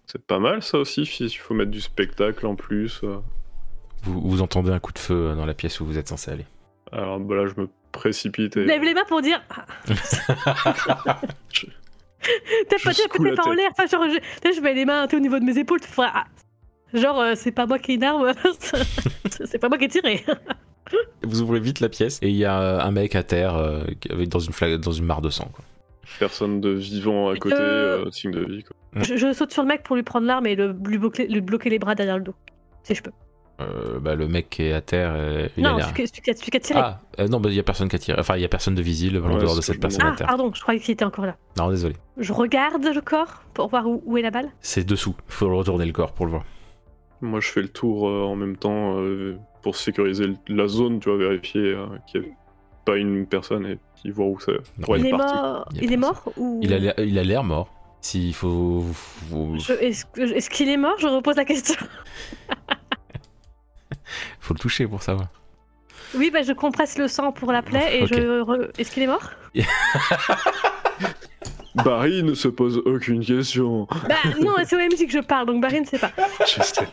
C'est pas mal ça aussi, il faut mettre du spectacle en plus. euh. Vous, vous entendez un coup de feu euh, dans la pièce où vous êtes censé aller. Alors bah là, je me précipite. Et... Lève les mains pour dire. Ah. Je- T'as pas secoue la peut-être en tête. l'air. Enfin, genre, je, tu sais, je mets les mains tu sais, au niveau de mes épaules. tu fais, ah. Genre, euh, c'est pas moi qui ai une arme. c'est pas moi qui ai tiré. Vous ouvrez vite la pièce et il y a euh, un mec à terre euh, avec, dans, une fla- dans une mare de sang. Quoi. Personne de vivant à côté, Euh. euh, signe de vie. Quoi. je, je saute sur le mec pour lui prendre l'arme et le, lui bloquer, lui bloquer les bras derrière le dos. Si je peux. Euh, bah, le mec qui est à terre, euh, il a non, l'air- celui qui- celui qui a- celui qui a tiré. Ah, euh, non, bah, il y a personne qui a tiré. Enfin, il y a personne de visible en Ouais, dehors c'est de ce cette que je personne Ah, à terre. pardon, je croyais qu'il était encore là. Non, désolé. Je regarde le corps pour voir où, où est la balle. C'est dessous. Faut le retourner le corps pour le voir. Moi, je fais le tour euh, en même temps euh, pour sécuriser le- la zone, tu vois, vérifier euh, qu'il n'y a pas une personne et qu'il voit où c'est. Non, Ouais, il, il est est parti. mort. Il est Il est parti. mort ou Il a l'air- il a l'air mort. S'il faut. faut- Je- Est-ce que- est-ce qu'il est mort Je repose la question. faut le toucher pour savoir. Oui, bah je compresse le sang pour la plaie et Ok. je. re- Est-ce qu'il est mort Barry ne se pose aucune question. Bah non, c'est OMG que je parle, donc Barry ne sait pas. Euh, Je sais.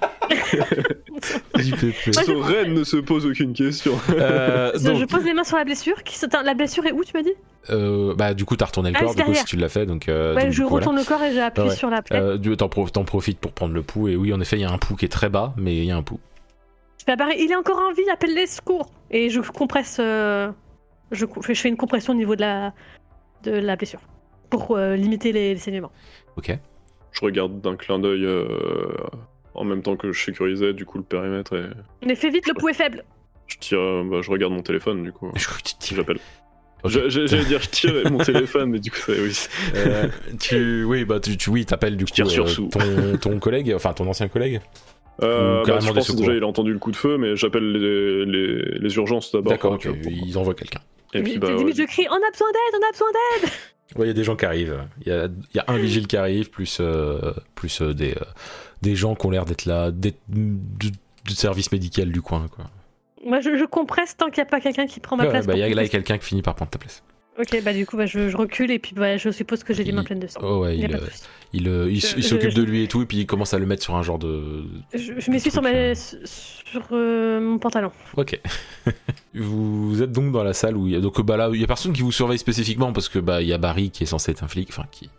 JPP. Ouais, je- Soren ne se pose aucune question. Euh, Je- Je donc, pose les mains sur la blessure. Qui... s'éteint- La blessure est où, tu m'as dit euh, bah, du coup, t'as retourné le Ah, corps, c'est du coup, derrière. si tu l'as fait, donc. euh, Ouais, donc, je du coup, voilà. retourne le corps et j'appuie Ouais. sur la plaie. Euh, du- t'en, prof- t'en profites pour prendre le pouls, et oui, en effet, il y a un pouls qui est très bas, mais il y a un pouls. Je fais à Barry, il est encore en vie, appelle les secours Et je compresse. euh, Je, cou- je fais une compression au niveau de la, de la blessure pour euh, limiter les, les saignements. Ok. Je regarde d'un clin d'œil euh, en même temps que je sécurisais du coup le périmètre et Mais fais vite, le pouls est faible. je tire. euh, bah, je regarde mon téléphone du coup. Je crois que tu tires. J'appelle. Ok. Je- je- J'allais dire je tire mon téléphone, mais du coup, ça, oui. Euh, tu, oui, bah, tu, tu- oui, t'appelles du coup tire sur euh, sous. ton, ton collègue, enfin ton ancien collègue. Ou Euh, bah, carrément je des pense que secours. déjà il a entendu le coup de feu, mais j'appelle les, les- les urgences d'abord. D'accord, hein, ok, tu vois, pour- ils envoient quelqu'un. Et puis, Mais- bah, ouais, limite, je crie On a besoin d'aide, on a besoin d'aide Ouais, il y a des gens qui arrivent. Il y a, il y a un Hmm. vigile qui arrive, plus, euh, plus euh, des, euh, des gens qui ont l'air d'être là, des- du, du service médical du coin, quoi. Moi, je, je compresse tant qu'il n'y a pas quelqu'un qui prend ma Ouais, place. bah, pour il y a là compresser. quelqu'un qui finit par prendre ta place. Ok, bah du coup, bah, je, je recule et puis bah, je suppose que j'ai les mains Il- pleines de sang. Oh, ouais, Il y a il, pas euh, de souci. il, euh, il s- Je- il je- s'occupe je- de lui et tout, et puis il commence à le mettre sur un genre de. Je, je m'essuie truc, sur, ma- euh. sur euh, mon pantalon. Ok. vous êtes donc dans la salle où il y a donc bah là il y a personne qui vous surveille spécifiquement parce que bah il y a Barry qui est censé être un flic, enfin qui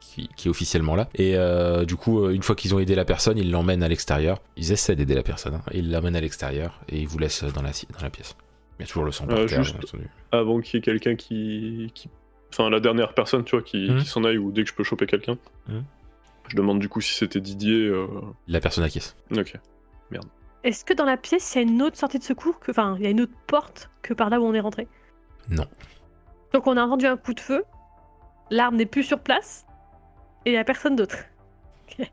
qui, qui est officiellement là. Et euh, du coup, euh, une fois qu'ils ont aidé la personne, ils l'emmènent à l'extérieur. Ils essaient d'aider la personne. hein. Ils l'emmènent à l'extérieur et ils vous laissent dans la, dans la pièce. Il y a toujours le sang par Euh, terre, juste- bien entendu. avant qu'il y ait quelqu'un qui, qui- Enfin, la dernière personne, tu vois, qui, Mhm. qui s'en aille ou dès que je peux choper quelqu'un. Mhm. Je demande du coup si c'était Didier. euh, La personne à qui est- Ok. Est-ce que dans la pièce, il y a une autre sortie de secours que... Enfin, il y a une autre porte que par là où on est rentré Non. Donc on a rendu un coup de feu, l'arme n'est plus sur place, et il n'y a personne d'autre. Ok.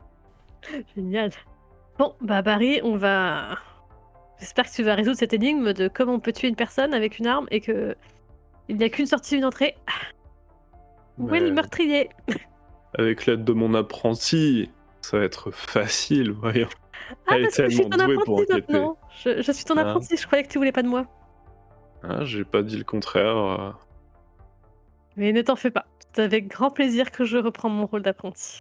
Génial. Bon, bah Barry, on va... J'espère que tu vas résoudre cette énigme de comment on peut tuer une personne avec une arme et que... Il n'y a qu'une sortie, une entrée. Ah, Où est Mais le meurtrier Avec l'aide de mon apprenti, ça va être facile, voyons. Ah, Elle est parce que je suis ton tellement douée pour apprenti enquêter. maintenant. Je, je suis ton Ah. apprenti, je croyais que tu voulais pas de moi. Hein, J'ai pas dit le contraire. euh. Mais ne t'en fais pas. C'est avec grand plaisir que je reprends mon rôle d'apprenti.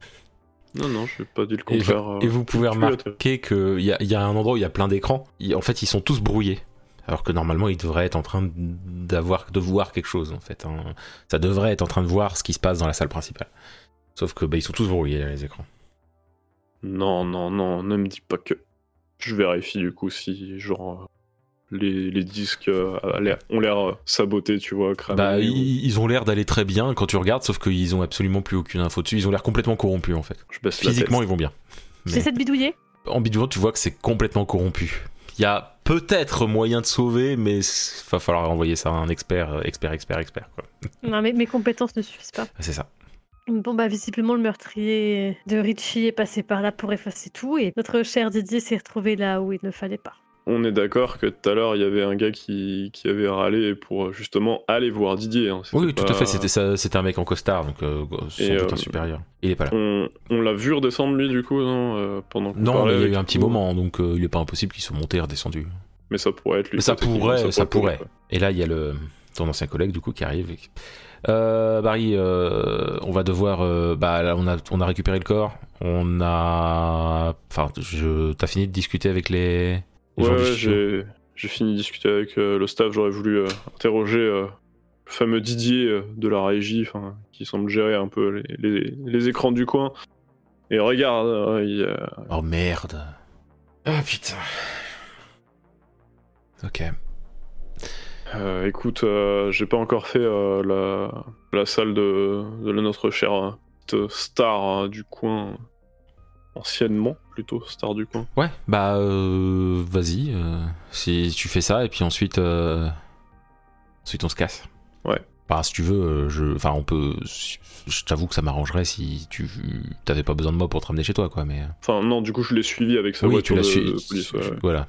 Non, non, j'ai pas dit le Et, contraire. vous- euh. et vous pouvez tu veux la remarquer qu'il y, a- il y a un endroit où il y a plein d'écrans. Il- En fait, ils sont tous brouillés. Alors que normalement, ils devraient être en train d'avoir, de voir quelque chose, en fait. hein. Ça devrait être en train de voir ce qui se passe dans la salle principale. Sauf que bah, ils sont tous brouillés là, les écrans. Non, non, non, ne me dis pas que. Je vérifie du coup si, genre, euh, les, les disques euh, a l'air- ont l'air euh, sabotés, tu vois, cramés. bah, ou- ils, ils ont l'air d'aller très bien quand tu regardes, sauf qu'ils ont absolument plus aucune info dessus. Ils ont l'air complètement corrompus en fait. Je baisse la Physiquement, tête. ils vont bien. Mais- J'essaie de bidouiller. En bidouillant, tu vois que c'est complètement corrompu. Il y a peut-être moyen de sauver, mais il va falloir envoyer ça à un expert, euh, expert, expert, expert. quoi. Non, mais mes compétences ne suffisent pas. C'est ça. Bon, bah, visiblement, le meurtrier de Richie est passé par là pour effacer tout, et notre cher Didier s'est retrouvé là où il ne fallait pas. On est d'accord que tout à l'heure, il y avait un gars qui, qui avait râlé pour euh, justement aller voir Didier. hein, c'était Oui, oui, tout pas- à fait. C'était ça- c'était un mec en costard, donc euh, sans Euh, Et, doute un euh, supérieur. Il est pas là. On, on l'a vu redescendre lui, du coup, non euh, pendant qu'on Non, mais il parlait y a avec eu un petit vous. moment, donc euh, il est pas impossible qu'ils soient montés et redescendus. Mais ça pourrait être lui. Mais ça techniquement, pourrait, ça pourrait, pourrait. Et là, il y a le, ton ancien collègue, du coup, qui arrive. et qui- Euh, Barry, euh, on va devoir. euh, bah, là, on a, on a récupéré le corps. On a. Enfin, je- t'as fini de discuter avec les. les Ouais, gens du ouais, studio. j'ai j'ai fini de discuter avec euh, le staff. J'aurais voulu euh, interroger euh, le fameux Didier euh, de la régie, 'fin, qui semble gérer un peu les, les- les écrans du coin. Et regarde, euh, il y a- Oh merde. Ah putain. Ok. euh, écoute, euh, j'ai pas encore fait euh, la, la salle de, de notre chère euh, petite star euh, du coin, anciennement plutôt star du coin. Ouais, bah euh, vas-y. euh, si tu fais ça et puis ensuite, euh, ensuite on se casse. Ouais. Bah si tu veux, euh, je, enfin on peut. si- Je t'avoue que ça m'arrangerait si tu t'avais pas besoin de moi pour te ramener chez toi, quoi. Mais euh, Enfin, non, du coup, je l'ai suivi avec sa oui, tu voiture l'as de- su. de police, ouais, ouais. Voilà.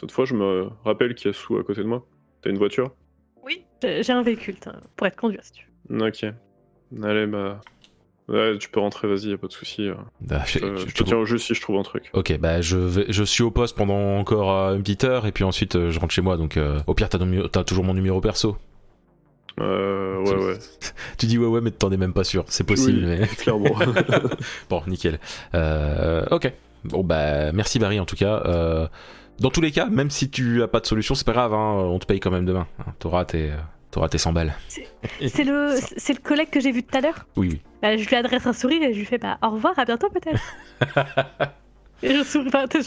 Cette fois, je me rappelle qu'il y a Sou à côté de moi. T'as une voiture Oui, j'ai j'ai un véhicule t'as- pour être conduit, si tu veux. Ok. Allez, bah. Ouais, tu peux rentrer, vas-y, y a pas de soucis. euh. Bah, je- Euh, je- je je- te tiens au jeu si je trouve un truc. Ok, bah je vais, je suis au poste pendant encore euh, une petite heure et puis ensuite euh, je rentre chez moi. Donc euh, au pire t'as, ton numéro- t'as toujours mon numéro perso. Euh, ouais, ouais. Tu dis ouais ouais mais t'en es même pas sûr. C'est possible. Oui, mais... Clairement. Bon, nickel. Euh, ok. Bon, bah, merci Barry en tout cas. Euh, dans tous les cas, même si tu as pas de solution, c'est pas grave, hein, on te paye quand même demain. hein. T'auras tes, euh, t'auras tes 100 balles. C'est le, c'est le collègue que j'ai vu tout à l'heure. Oui, oui. Bah, je lui adresse un sourire et je lui fais bah, au revoir, à bientôt peut-être. et je souris pas. Je...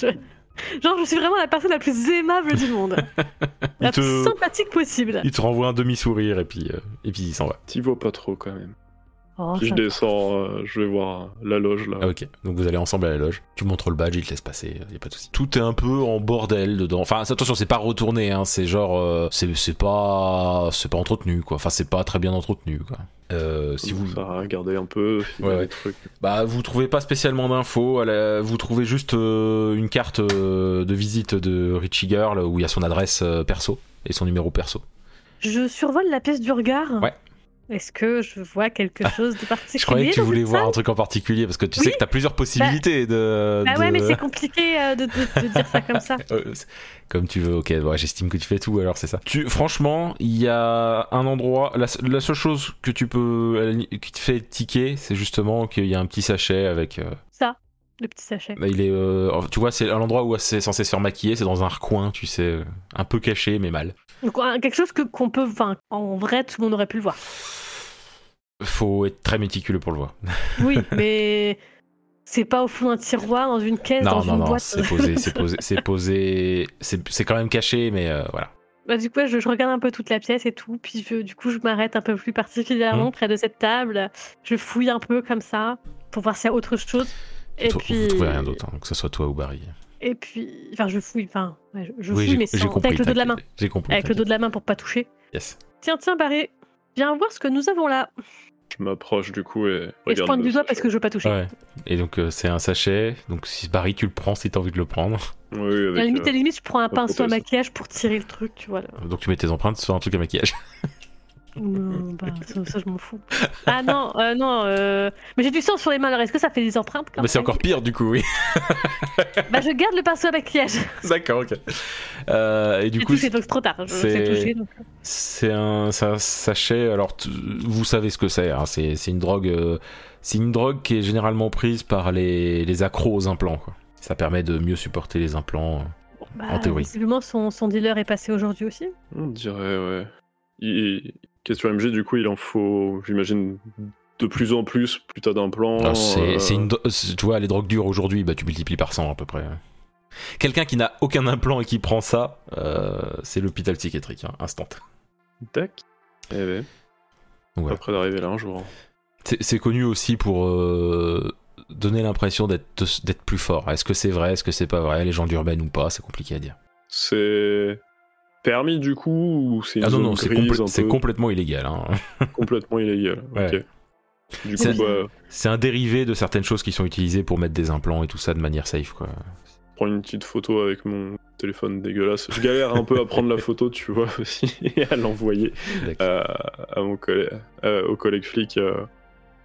Genre, je suis vraiment la personne la plus aimable du monde. la Il te- plus sympathique possible. Il te renvoie un demi-sourire et puis, euh, et puis il s'en va. T'y vois pas trop quand même. Oh, Si je ça- descends, euh, je vais voir la loge là. Ah, ok, donc vous allez ensemble à la loge. Tu montres le badge, il te laisse passer, euh, y a pas de souci. Tout est un peu en bordel dedans. Enfin, attention, c'est pas retourné, hein, c'est genre, euh, c'est c'est pas, c'est pas entretenu quoi. Enfin, c'est pas très bien entretenu quoi. Euh, si vous, Ça, regardez un peu s'il y a Ouais, des ouais. trucs. Bah, vous trouvez pas spécialement d'infos. à la- Vous trouvez juste euh, une carte euh, de visite de Richie Girl où il y a son adresse euh, perso et son numéro perso. Je survole la pièce du regard. Ouais. Ah. Est-ce que je vois quelque chose de particulier Je croyais que tu dans voulais cette voir un truc en particulier parce que tu sais Oui. que t'as plusieurs possibilités de. Bah de- ouais, mais c'est compliqué euh, de, de- de dire ça comme ça. Euh, c'est- Comme tu veux, ok, ouais, j'estime que tu fais tout, alors c'est ça. Tu, franchement, il y a un endroit, la, se- la seule chose que tu peux, à la li- qui te fait tiquer, c'est justement qu'il y a un petit sachet avec, euh, Ça, le petit sachet. Bah, il est, euh, tu vois, c'est à l'endroit où c'est censé se faire maquiller, c'est dans un recoin, tu sais, euh, un peu caché, mais mal. Donc, un- quelque chose que qu'on peut. Enfin, en vrai, tout le monde aurait pu le voir. Faut être très méticuleux pour le voir. Oui, mais c'est pas au fond d'un tiroir, dans une caisse, dans non, une non, non, boîte. c'est posé, c'est posé, c'est posé, c'est c'est quand même caché, mais euh, voilà. Bah, du coup, ouais, je, je regarde un peu toute la pièce et tout, puis je- du coup, je m'arrête un peu plus particulièrement Mmh. près de cette table. Je fouille un peu comme ça pour voir s'il y a autre chose. Et Vous- puis, Vous trouvez rien d'autre, hein, que ce soit toi ou Barry. Et puis, enfin, je fouille, enfin, ouais, je, je Oui, fouille, j'ai- mais j'ai sans- compris, avec le dos de la main. t'inquiète, J'ai compris. Avec le dos de la main pour pas toucher. t'inquiète. Yes. Tiens, tiens, Barré, viens voir ce que nous avons là. Je m'approche du coup et. Et je regarde pointe le du doigt parce que sachet. je veux pas toucher. Ouais. Et donc euh, c'est un sachet. Donc si Barry tu le prends si t'as envie de le prendre. à Oui, la avec. euh, limite, à la limite, je prends un la pinceau à prothèse. maquillage pour tirer le truc, tu vois. Là. euh, Donc tu mets tes empreintes sur un truc à maquillage. Non, bah, ça, ça, je m'en fous. Ah non, euh, non, euh, mais j'ai du sang sur les mains, alors est-ce que ça fait des empreintes quand Mais c'est même encore pire du coup, oui. Bah, je garde le pinceau à maquillage. D'accord, ok. Euh, et du Du coup, coup, c'est donc trop tard. Je c'est- sais toucher. Donc... C'est un, c'est un sachet. Alors, tu- vous savez ce que c'est. hein, c'est c'est une drogue. euh, c'est une drogue qui est généralement prise par les, les accros aux implants. quoi. Ça permet de mieux supporter les implants. Bon, bah, En théorie. Visiblement, son, son dealer est passé aujourd'hui aussi. euh, On dirait, ouais. Il- Question MG, du coup, il en faut, j'imagine, de plus en plus, plus t'as d'implants. Alors, Ah, c'est euh, c'est une dro- c'est- tu vois, les drogues dures aujourd'hui, bah, tu multiplies par 100 à peu près. Quelqu'un qui n'a aucun implant et qui prend ça, euh, c'est l'hôpital psychiatrique, hein, instant. Tac. Eh ouais. Voilà. Après d'arriver là un jour. hein. C'est c'est connu aussi pour euh, donner l'impression d'être d'être plus fort. Est-ce que c'est vrai, est-ce que c'est pas vrai, les gens urbaine ou pas, c'est compliqué à dire. C'est permis du coup ou c'est une Ah non, zone non, c'est grise complè- un c'est peu complètement illégal. hein. complètement illégal. Ouais. Ok. Du C'est- coup, bah, C'est un dérivé de certaines choses qui sont utilisées pour mettre des implants et tout ça de manière safe, quoi. prends une petite photo avec mon téléphone dégueulasse. Je galère un peu à prendre la photo, tu vois, aussi, et à l'envoyer euh, à mon collègue, euh, au collègue flic. euh,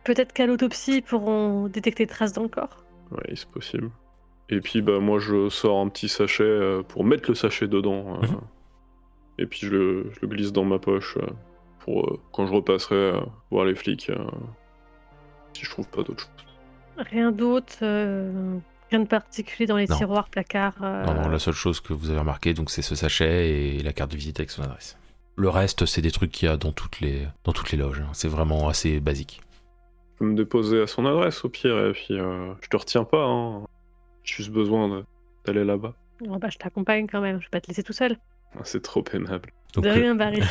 Peut-être qu'à l'autopsie, ils pourront détecter des traces dans le corps. Ouais, c'est possible. Et puis bah moi je sors un petit sachet euh, pour mettre le sachet dedans. euh, Mhm. Et puis je le, je le glisse dans ma poche euh, pour euh, quand je repasserai euh, voir les flics euh, si je trouve pas d'autre chose. Rien d'autre, euh, rien de particulier dans les Non. tiroirs, placards. euh, Non, non, la seule chose que vous avez remarqué, donc, c'est ce sachet et la carte de visite avec son adresse. Le reste, c'est des trucs qu'il y a dans toutes les, dans toutes les loges. hein. C'est vraiment assez basique. Je peux me déposer à son adresse au pire et puis euh, je te retiens pas. Hein. J'ai juste besoin de- d'aller là-bas. bon, bah, je t'accompagne quand même, je vais pas te laisser tout seul. Ah, C'est trop aimable. Donc, de euh, rien, Barry.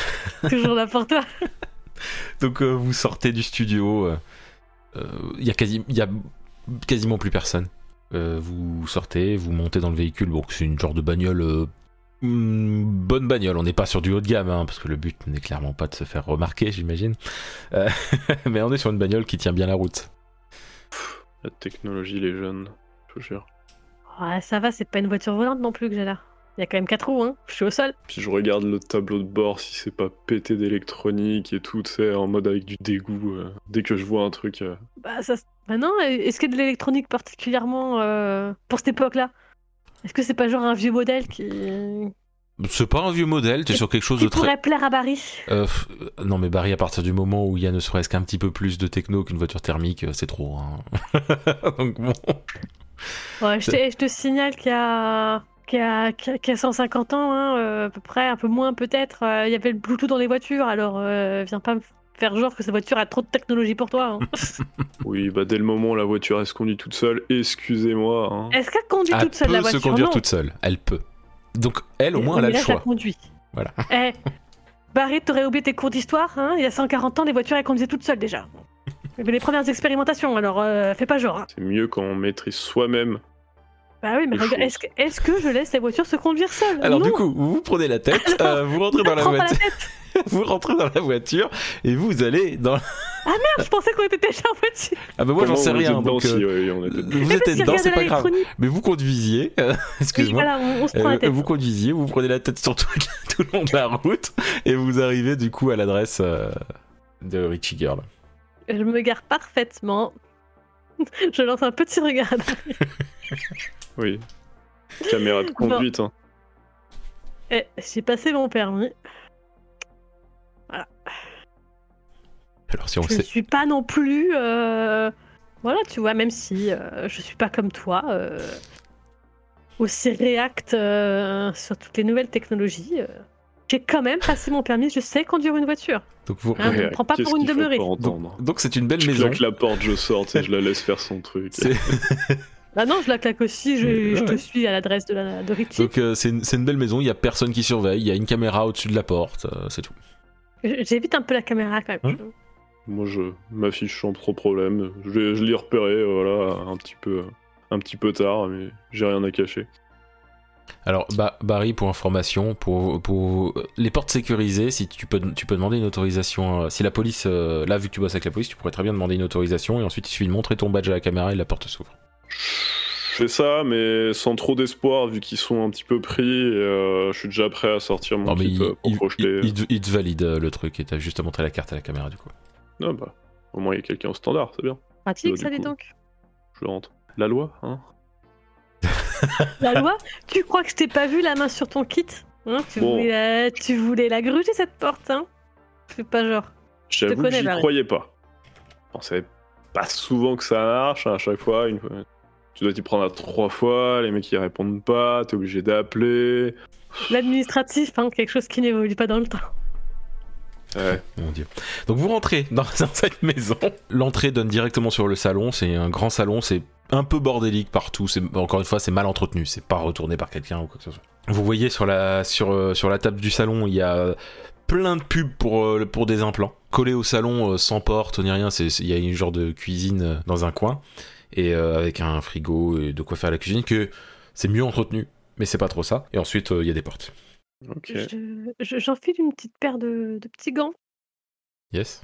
Toujours là pour toi. donc, euh, vous sortez du studio. euh, euh, Il y, a quasi- il y a quasiment plus personne. Euh, vous sortez, vous montez dans le véhicule. Bon, c'est une genre de bagnole. euh, hmm, bonne bagnole. On n'est pas sur du haut de gamme, hein, parce que le but n'est clairement pas de se faire remarquer, j'imagine. Euh, mais on est sur une bagnole qui tient bien la route. La technologie, les jeunes, je vous jure. Ouais, ça va, c'est pas une voiture volante non plus que j'ai là. Il y a quand même quatre roues, hein. Je suis au sol. Puis je regarde le tableau de bord si c'est pas pété d'électronique et tout, tu sais, en mode avec du dégoût. euh, dès que je vois un truc. euh, Bah, ça... s- bah non, est-ce qu'il y a de l'électronique particulièrement euh, pour cette époque-là Est-ce que c'est pas genre un vieux modèle qui, C'est pas un vieux modèle, t'es sur quelque chose qui de très. pourrait plaire à Barry Euh, pff, euh, non mais Barry, à partir du moment où il y a ne serait-ce qu'un petit peu plus de techno qu'une voiture thermique, euh, c'est trop. hein. Donc bon. Ouais, je, te, je te signale qu'il y a, qu'il y a, qu'il y a 150 ans, hein, euh, à peu près, un peu moins peut-être, euh, il y avait le Bluetooth dans les voitures, alors euh, viens pas me faire genre que cette voiture a trop de technologie pour toi. hein. Oui, bah dès le moment où la voiture elle se conduit toute seule, excusez-moi. hein. Est-ce qu'elle conduit elle toute seule peut la se voiture conduire Non. toute seule, elle peut. Donc elle, au moins, elle a Mais le là, je la choix. conduis. Voilà. Eh, Barry, t'aurais oublié tes cours d'histoire, hein il y a 140 ans, les voitures, elles conduisaient toutes seules déjà. Il y avait les premières expérimentations, alors euh, fais pas genre. hein. C'est mieux quand on maîtrise soi-même. Bah oui, mais Les regarde, choses. est-ce que, est-ce que je laisse la voiture se conduire seule Alors Non, du coup, vous prenez la tête, euh, vous rentrez dans la prends pas la voiture, tête. vous rentrez dans la voiture et vous allez dans. Je pensais qu'on était déjà en voiture. Ah bah moi j'en Comment sais on rien. était dedans, Donc si, euh, ouais, on était dedans. vous êtes Parce qu'il dedans, regarde c'est de pas grave. l'électronique. Mais vous conduisiez, euh, Oui, excuse-moi. voilà, on, on se prend la Euh, tête. vous conduisiez, vous prenez la tête sur tout, tout le long de la route et vous arrivez du coup à l'adresse euh, de Richie Girl. Je me gare parfaitement. je lance un petit regard. Oui. Caméra de conduite. hein. Eh, j'ai passé mon permis. Alors si on le je ne sait, suis pas non plus. euh, Voilà, tu vois, même si euh, je suis pas comme toi, euh, aussi réacte euh, sur toutes les nouvelles technologies, euh, j'ai quand même passé mon permis, je sais conduire une voiture. donc vous Ah, on Ouais, prend pas qu'est-ce pour une qu'il faut demeurée. pas entendre Donc c'est une belle Je maison. claque la porte, je sors, tu sais, je la laisse faire son truc. C'est- Ah non, je la claque aussi, je, je Ouais. te suis à l'adresse de, la, de Richie. Donc euh, c'est une, c'est une belle maison, il y a personne qui surveille, il y a une caméra au-dessus de la porte, euh, c'est tout. Je- J'évite un peu la caméra quand Hein même. Moi, je m'affiche sans trop problème. Je, l'ai- je l'ai repéré, euh, voilà, un petit peu, un petit peu tard, mais j'ai rien à cacher. Alors bah, Barry, pour information, pour, pour les portes sécurisées, si tu peux, tu peux demander une autorisation, euh, si la police, euh, là vu que tu bosses avec la police, tu pourrais très bien demander une autorisation et ensuite il suffit de montrer ton badge à la caméra et la porte s'ouvre. Je fais ça, mais sans trop d'espoir, vu qu'ils sont un petit peu pris. et, euh, je suis déjà prêt à sortir mon Non mais kit il, euh, pour il- projeter. il- il te- il te valide euh, le truc et t'as juste à montrer la carte à la caméra du coup. Ah bah, au moins, il y a quelqu'un au standard, c'est bien. Pratique, Bah, Du ça, dis coup. donc. Je le rentre. La loi, hein La loi Tu crois que je t'ai pas vu la main sur ton kit hein tu, Bon. voulais la... tu voulais la gruger cette porte, hein Fais pas genre. J'avoue que connais, j'y Barry. croyais pas. Je pensais pas souvent que ça marche, hein, à chaque fois, une fois. Tu dois t'y prendre à trois fois, les mecs ils répondent pas, t'es obligé d'appeler. L'administratif, hein, quelque chose qui n'évolue pas dans le temps. Ouais. Mon Dieu. Donc vous rentrez dans, dans cette maison. L'entrée donne directement sur le salon. C'est un grand salon. C'est un peu bordélique partout. C'est encore une fois, c'est mal entretenu. C'est pas retourné par quelqu'un ou quoi que ce soit. Vous voyez sur la sur euh, sur la table du salon, il y a plein de pubs pour euh, le- pour des implants collés au salon euh, sans porte ni rien. C'est c'est- il y a une genre de cuisine euh, dans un coin et euh, avec un frigo et de quoi faire la cuisine que c'est mieux entretenu. Mais c'est pas trop ça. Et ensuite, euh, il y a des portes. Ok. Je- je- J'enfile une petite paire de, de petits gants. Yes.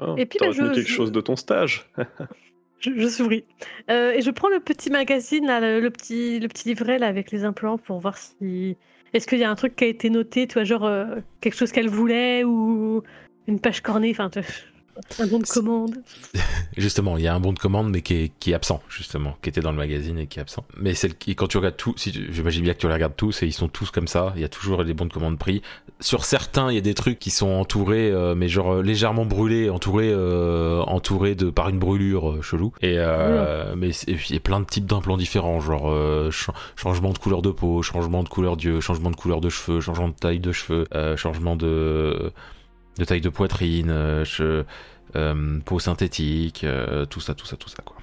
Ah, Et puis, T'as bah, retenu je- quelque je- chose de ton stage Je, je souris. Euh, et je prends le petit magazine, là, le, le petit, le petit livret là, avec les implants pour voir si. Est-ce qu'il y a un truc qui a été noté, tu vois, genre euh, quelque chose qu'elle voulait ou une page cornée, enfin, tu- un bon de C'est- commande. Justement, il y a un bon de commande, mais qui est, qui est absent, justement, qui était dans le magazine et qui est absent. Mais celle qui, quand tu regardes tout, si tu- j'imagine bien que tu les regardes tous et ils sont tous comme ça. Il y a toujours des bons de commande pris. Sur certains, il y a des trucs qui sont entourés, euh, mais genre euh, légèrement brûlés, entourés, euh, entourés de par une brûlure euh, chelou. Et euh, mais c'est- et puis, il y a plein de types d'implants différents, genre euh, cha- changement de couleur de peau, changement de couleur d'yeux, changement de couleur de cheveux, changement de taille de cheveux, euh, changement de de taille de poitrine, euh, che- euh, peau synthétique, euh, tout ça, tout ça, tout ça, quoi.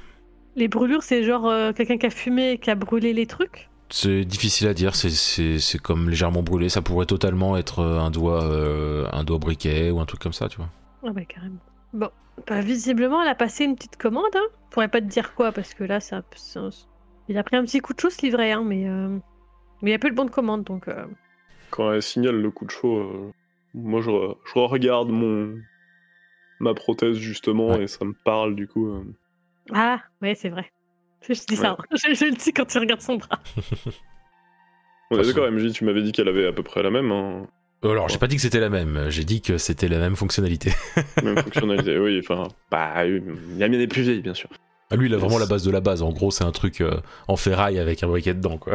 Les brûlures, c'est genre euh, quelqu'un qui a fumé et qui a brûlé les trucs. C'est difficile à dire, c'est- c'est c'est comme légèrement brûlé, ça pourrait totalement être euh, un doigt, euh, un doigt briquet ou un truc comme ça, tu vois. Ah bah carrément. Bon, bah, visiblement, elle a passé une petite commande. Hein. Je pourrais pas te dire quoi parce que là, ça, il a pris un petit coup de chaud ce livret, hein, mais euh, mais il y a peu le bon de commande, donc. euh, Quand elle signale le coup de chaud, euh, moi je, re- je regarde mon ma prothèse justement Ouais. et ça me parle du coup. euh. Ah, ouais, c'est vrai. Je je dis ça, hein. je, je le dis quand tu regardes son bras. On est Façon- d'accord, MJ, tu m'avais dit qu'elle avait à peu près la même, hein, Euh, Alors, j'ai pas dit que c'était la même, j'ai dit que c'était la même fonctionnalité. même fonctionnalité. Oui, enfin, bah, oui, la mienne est plus vieille bien sûr. Ah, Lui, il a vraiment la base de la base, en gros, c'est un truc euh, en ferraille avec un briquet dedans, quoi.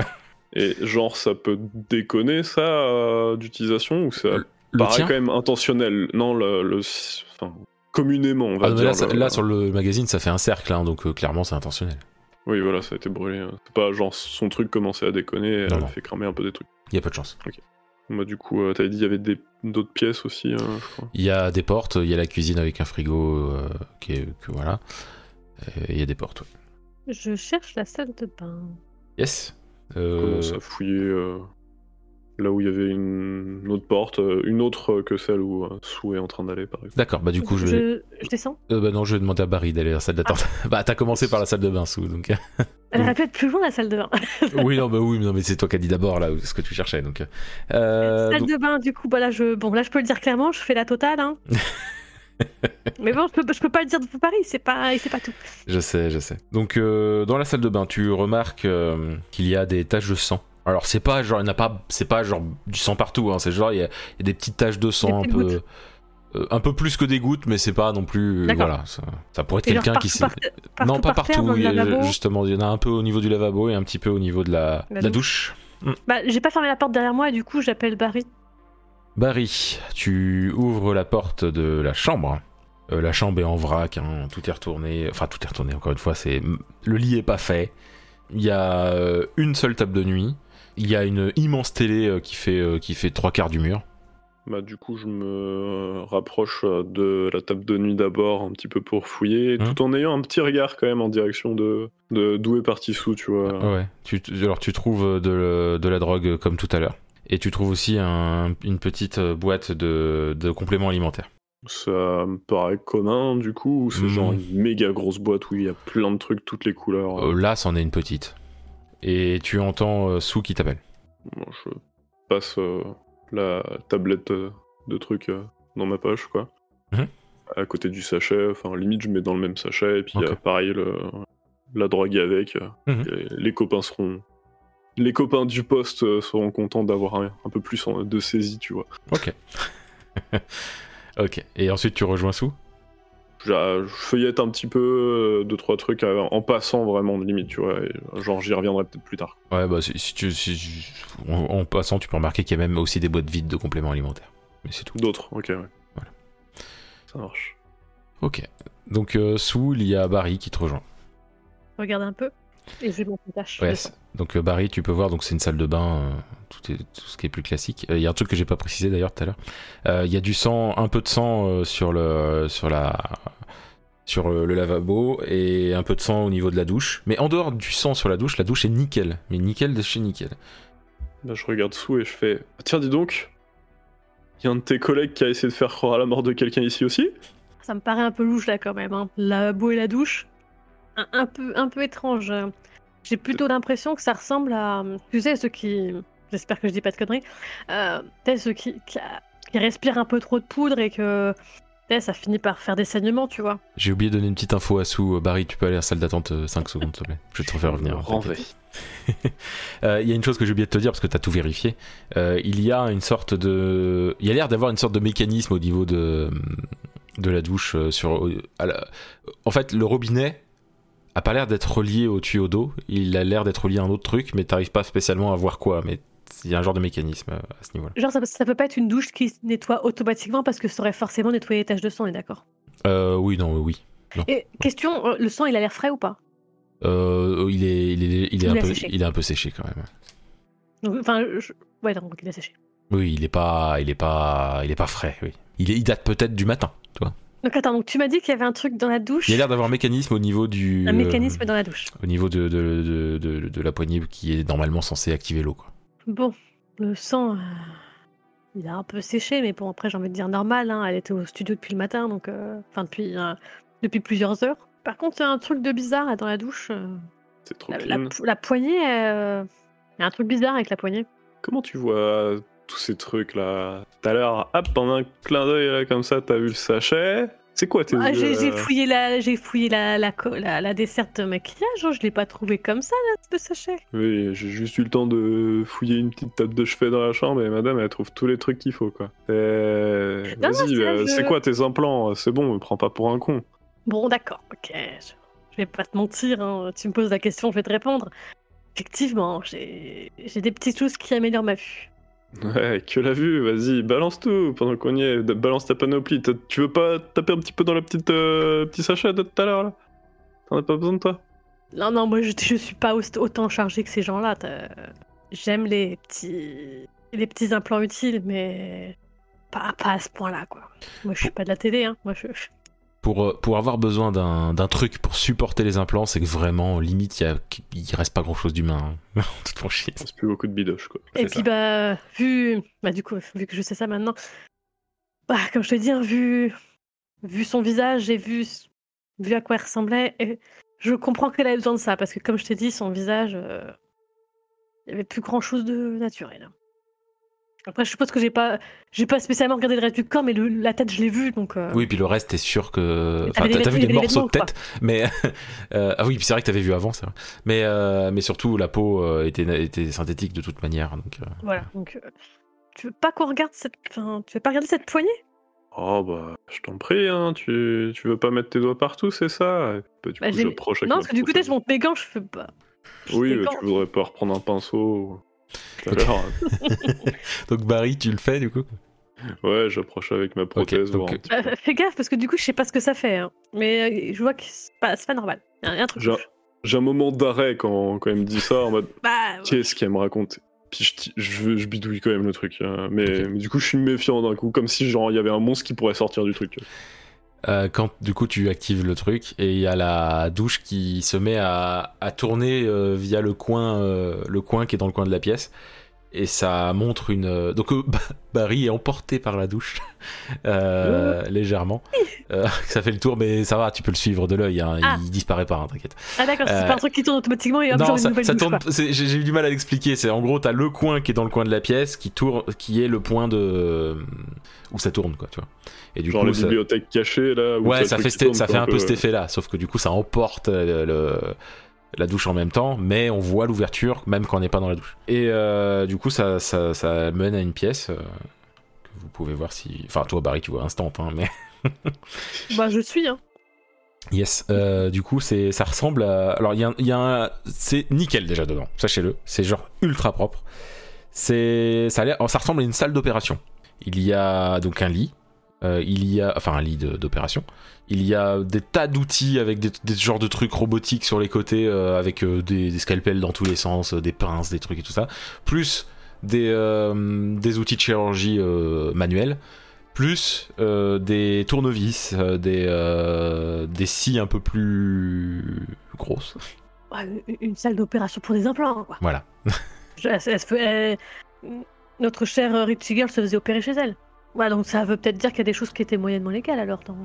Et genre, ça peut déconner ça euh, d'utilisation ou ça Le Le paraît tien quand même intentionnel Non, le, le- enfin, communément on va Ah, non, mais dire. là, ça- le- là, sur le magazine, ça fait un cercle, hein, donc euh, clairement, c'est intentionnel. Oui, voilà, ça a été brûlé. hein. C'est pas genre son truc commençait à déconner, et Non, elle non. fait cramer un peu des trucs. Il y a pas de chance. Moi, du coup, euh, t'avais dit il y avait des- d'autres pièces aussi, euh, je crois. Il y a des portes, il y a la cuisine avec un frigo, euh, qui est, que voilà. Et Il y a des portes, ouais. Je cherche la salle de bain. Yes. On Euh, commence à fouiller euh, là où il y avait une, une autre porte, euh, une autre euh, que celle où euh, Sue est en train d'aller, par exemple. D'accord, bah du coup je vais... je, je Ah. descends. Euh, bah non, je vais demander à Barry d'aller à la salle d'attente. bah t'as commencé par la salle de bain, Sou, donc... euh. Elle Oui. aurait pu être plus loin, la salle de bain. oui, non, bah oui, non, mais c'est toi qui as dit d'abord, là, ce que tu cherchais, donc... euh, salle donc- de bain, du coup, bah là, je, bon, là, je peux le dire clairement, je fais la totale. hein. Mais bon, je peux, je peux pas le dire de Paris, c'est pas, c'est pas tout. Je sais, je sais. Donc euh, dans la salle de bain, tu remarques euh, qu'il y a des taches de sang. Alors c'est pas genre, il n'y en a pas, c'est pas genre du sang partout, hein, c'est genre il y, a il y a des petites taches de sang un Des petites peu... euh, un peu plus que des gouttes, mais c'est pas non plus... euh, D'accord. Voilà, ça, ça pourrait être Et genre quelqu'un qui partout s'est... par- partout non, pas par partout, euh, terre, dans le il y a- lavabo. justement, il y en a un peu au niveau du lavabo et un petit peu au niveau de la, La de la douche. Bah, j'ai pas fermé la porte derrière moi et du coup, j'appelle Barry. Barry, tu ouvres la porte de la chambre. Euh, la chambre est en vrac, hein, tout est retourné. Enfin, tout est retourné, encore une fois, c'est le lit est pas fait. Il y a euh, une seule table de nuit. Il y a une immense télé euh, qui, fait, euh, qui fait trois quarts du mur. Bah, du coup, je me rapproche euh, de la table de nuit d'abord, un petit peu pour fouiller, Mhm. tout en ayant un petit regard quand même en direction de de- d'où est parti Sue, tu vois. Ah, Ouais. Tu, tu- alors, tu trouves de, de la drogue euh, comme tout à l'heure. Et tu trouves aussi un- une petite euh, boîte de, de compléments alimentaires. Ça me paraît commun, du coup, ou c'est Mhm. genre une méga grosse boîte où il y a plein de trucs, toutes les couleurs. Euh, là, c'en est une petite. Et tu entends euh, Sou qui t'appelle. Bon, je passe euh, la tablette euh, de trucs euh, dans ma poche, quoi. Mhm. À côté du sachet, enfin, limite, je mets dans le même sachet, et puis Ok. euh, pareil, le- la drogue avec. euh, Mhm. et les copains seront. Les copains du poste euh, seront contents d'avoir un, un peu plus en- de saisie, tu vois. Ok. ok. Et ensuite, tu rejoins Sou euh, Je, je feuillette un petit peu, euh, deux, trois trucs euh, en passant vraiment de limite, tu vois. et, euh, genre, j'y reviendrai peut-être plus tard. Ouais, bah, si, si tu, si- si- en, en passant, tu peux remarquer qu'il y a même aussi des boîtes vides de compléments alimentaires. Mais c'est tout. D'autres, ok, ouais. Voilà. Ça marche. Ok. Donc, euh, sous, il y a Barry qui te rejoint. Regarde un peu. Et je lui montre une tâche. Ouais, c'est- donc euh, Barry, tu peux voir, donc c'est une salle de bain, euh, tout, est- tout ce qui est plus classique. Euh, Il y a un truc que j'ai pas précisé d'ailleurs tout à l'heure. Euh, Il y a du sang, un peu de sang euh, sur le sur la sur euh, le, le lavabo et un peu de sang au niveau de la douche. Mais en dehors du sang sur la douche, la douche est nickel, mais nickel de chez nickel. Là, Bah, je regarde sous et je fais Ah, Tiens, dis donc, il y a un de tes collègues qui a essayé de faire croire à la mort de quelqu'un ici aussi Ça me paraît un peu louche là quand même. Hein. La boue et la douche, un, un peu, un peu étrange. J'ai plutôt l'impression que ça ressemble à, tu sais, ceux qui, j'espère que je dis pas de conneries, euh, tu sais, ceux qui, qui, qui respirent un peu trop de poudre et que tu sais, ça finit par faire des saignements, tu vois. J'ai oublié de donner une petite info à Sou. Euh, Barry, tu peux aller à la salle d'attente 5 secondes, s'il te plaît. Je vais te refaire revenir. Renveille. t'inquiète. Euh, Il y a une chose que j'ai oublié de te dire parce que t'as tout vérifié. Euh, il y a une sorte de, il y a l'air d'avoir une sorte de mécanisme au niveau de de la douche euh, sur. à la- En fait, le robinet a pas l'air d'être relié au tuyau d'eau. Il a l'air d'être relié à un autre truc, mais t'arrives pas spécialement à voir quoi. Mais il y a un genre de mécanisme euh, à ce niveau-là. Genre, ça, ça peut pas être une douche qui se nettoie automatiquement parce que ça aurait forcément nettoyé les taches de sang, on est d'accord. Euh, oui, non, oui. Et question, euh, le sang, il a l'air frais ou pas Euh, il est, il est, il est Il un a peu, séché. il est un peu séché quand même. Donc, Enfin, je- ouais, donc il a séché. Oui, il est pas, il est pas, il est pas frais. Oui, il, est, il date peut-être du matin. Tu vois. Donc attends, donc tu m'as dit qu'il y avait un truc dans la douche, Il y a l'air d'avoir un mécanisme au niveau du. euh, un mécanisme dans la douche. au niveau de, de, de, de- de la poignée qui est normalement censée activer l'eau. quoi. Bon, le sang, euh, il a un peu séché, mais bon, après, j'ai envie de dire normal. hein, elle était au studio depuis le matin, donc. euh, Enfin, depuis, euh, depuis plusieurs heures. Par contre, il y a un truc de bizarre là, dans la douche. euh, C'est trop la, la clean. po- la poignée. euh, Il y a un truc bizarre avec la poignée. Comment tu vois tous ces trucs là Tout à l'heure, hop, pendant un clin d'œil là comme ça, t'as vu le sachet. C'est quoi tes Ah, yeux, j'ai là j'ai fouillé, la, j'ai fouillé la, la, co- la, la desserte de maquillage, hein, je l'ai pas trouvé comme ça, là, ce sachet. Oui, j'ai juste eu le temps de fouiller une petite table de chevet dans la chambre et madame elle trouve tous les trucs qu'il faut quoi. Euh, Non, non, Vas-y, c'est euh, vrai, c'est je- quoi tes implants C'est bon, me prends pas pour un con. Bon, d'accord, ok. Je, je vais pas te mentir, hein, tu me poses la question, je vais te répondre. Effectivement, j'ai j'ai des petites choses qui améliorent ma vue. Ouais, que la vue, vas-y, balance tout pendant qu'on y est, balance ta panoplie. T'as- Tu veux pas taper un petit peu dans la petite euh, petit sachet de tout à l'heure là T'en as pas besoin de toi Non, non, moi je, je suis pas aust- autant chargée que ces gens-là. t'as- J'aime les petits, les petits implants utiles, mais pas, pas à ce point-là, quoi. Moi je suis pas de la télé, hein. Moi je. je- Pour, euh, pour avoir besoin d'un d'un truc pour supporter les implants, c'est que vraiment, limite, il y a- il reste pas grand-chose d'humain. hein. En toute franchise. C'est plus beaucoup de bidoche quoi. Et C'est puis bah vu, bah du coup vu que je sais ça maintenant, bah comme je te dis, hein, vu, vu son visage et vu, s- vu à quoi il ressemblait, et je comprends qu'elle avait besoin de ça parce que comme je t'ai dit, son visage, euh, il y avait plus grand chose de naturel. Après, je suppose que j'ai pas, j'ai pas spécialement regardé le reste du corps, mais le- la tête, je l'ai vue, donc. euh, Oui, puis le reste, t'es sûr que. Mais Enfin, t'avais t'as t'as vu des les- les morceaux de vêtements, tête, mais. euh, ah oui, puis c'est vrai que t'avais vu avant, c'est vrai. Mais, euh, mais surtout, la peau euh, était, était synthétique de toute manière. Donc, euh, Voilà. Donc, euh, tu veux pas qu'on regarde cette, enfin, tu veux pas regarder cette poignée Oh bah, je t'en prie, hein, tu, tu veux pas mettre tes doigts partout, c'est ça Bah, Du coup, Bah, j'ai- j'approche avec Non, ma parce que du coup, tronçonneuse. peut-être je monte mes gants, je fais pas. mes Oui, euh, gants. tu voudrais pas reprendre un pinceau ou- tout à Ok. l'heure. donc Barry, tu le fais du coup Ouais, j'approche avec ma prothèse. donc, voir un petit Euh, peu. fais gaffe parce que du coup je sais pas ce que ça fait. hein. Mais euh, je vois que c'est pas, c'est pas normal. Il y a un truc. Genre- J'ai un moment d'arrêt quand, quand il me dit ça, en mode Bah, ouais. qu'est-ce qu'elle me raconte Puis je, ti- je- je bidouille quand même le truc. hein, mais, Ok. mais du coup, je suis méfiant d'un coup, comme si genre il y avait un monstre qui pourrait sortir du truc. Euh, quand du coup tu actives le truc et il y a la douche qui se met à, à tourner euh, via le coin, euh, le coin qui est dans le coin de la pièce et ça montre une euh, donc euh, Ba- Barry est emporté par la douche euh, légèrement Euh, ça fait le tour mais ça va tu peux le suivre de l'œil hein, Ah. il disparaît pas hein, t'inquiète Ah d'accord, c'est euh, pas un truc qui tourne automatiquement et hop, non genre ça, une nouvelle ça douche, tourne quoi. c'est- j'ai j'ai eu du mal à l'expliquer c'est en gros t'as le coin qui est dans le coin de la pièce qui tourne qui est le point de euh, où ça tourne quoi tu vois et du genre coup les ça- bibliothèques cachées là. où t'as Ouais, le ça truc fait, qui cet- tourne, ça c'est fait un peu cet euh, effet-là, sauf que du coup ça emporte euh, le- la douche en même temps, mais on voit l'ouverture même quand on n'est pas dans la douche. Et euh, du coup ça, ça, ça mène à une pièce euh, que vous pouvez voir si... Enfin toi Barry tu vois instant, hein, mais... Bah je suis. Hein. Yes, euh, du coup c'est ça ressemble à... Alors il y a, un- il y a un... C'est nickel déjà dedans, sachez-le, c'est genre ultra propre. oh, C'est... Ça, a l'air- ça ressemble à une salle d'opération. Il y a donc un lit, euh, il y a, enfin un lit de- d'opération, il y a des tas d'outils avec des, des genres de trucs robotiques sur les côtés, euh, avec euh, des, des scalpels dans tous les sens, euh, des pinces, des trucs et tout ça, plus des, euh, des outils de chirurgie euh, manuelle, plus euh, des tournevis, euh, des, euh, des scies un peu plus grosses. Ouais, une- Bah, une salle d'opération pour des implants, hein, quoi. Voilà. Je- elle se- elle se fait- elle- notre chère euh, Richie Girl se faisait opérer chez elle. Ouais, donc ça veut peut-être dire qu'il y a des choses qui étaient moyennement légales alors dans.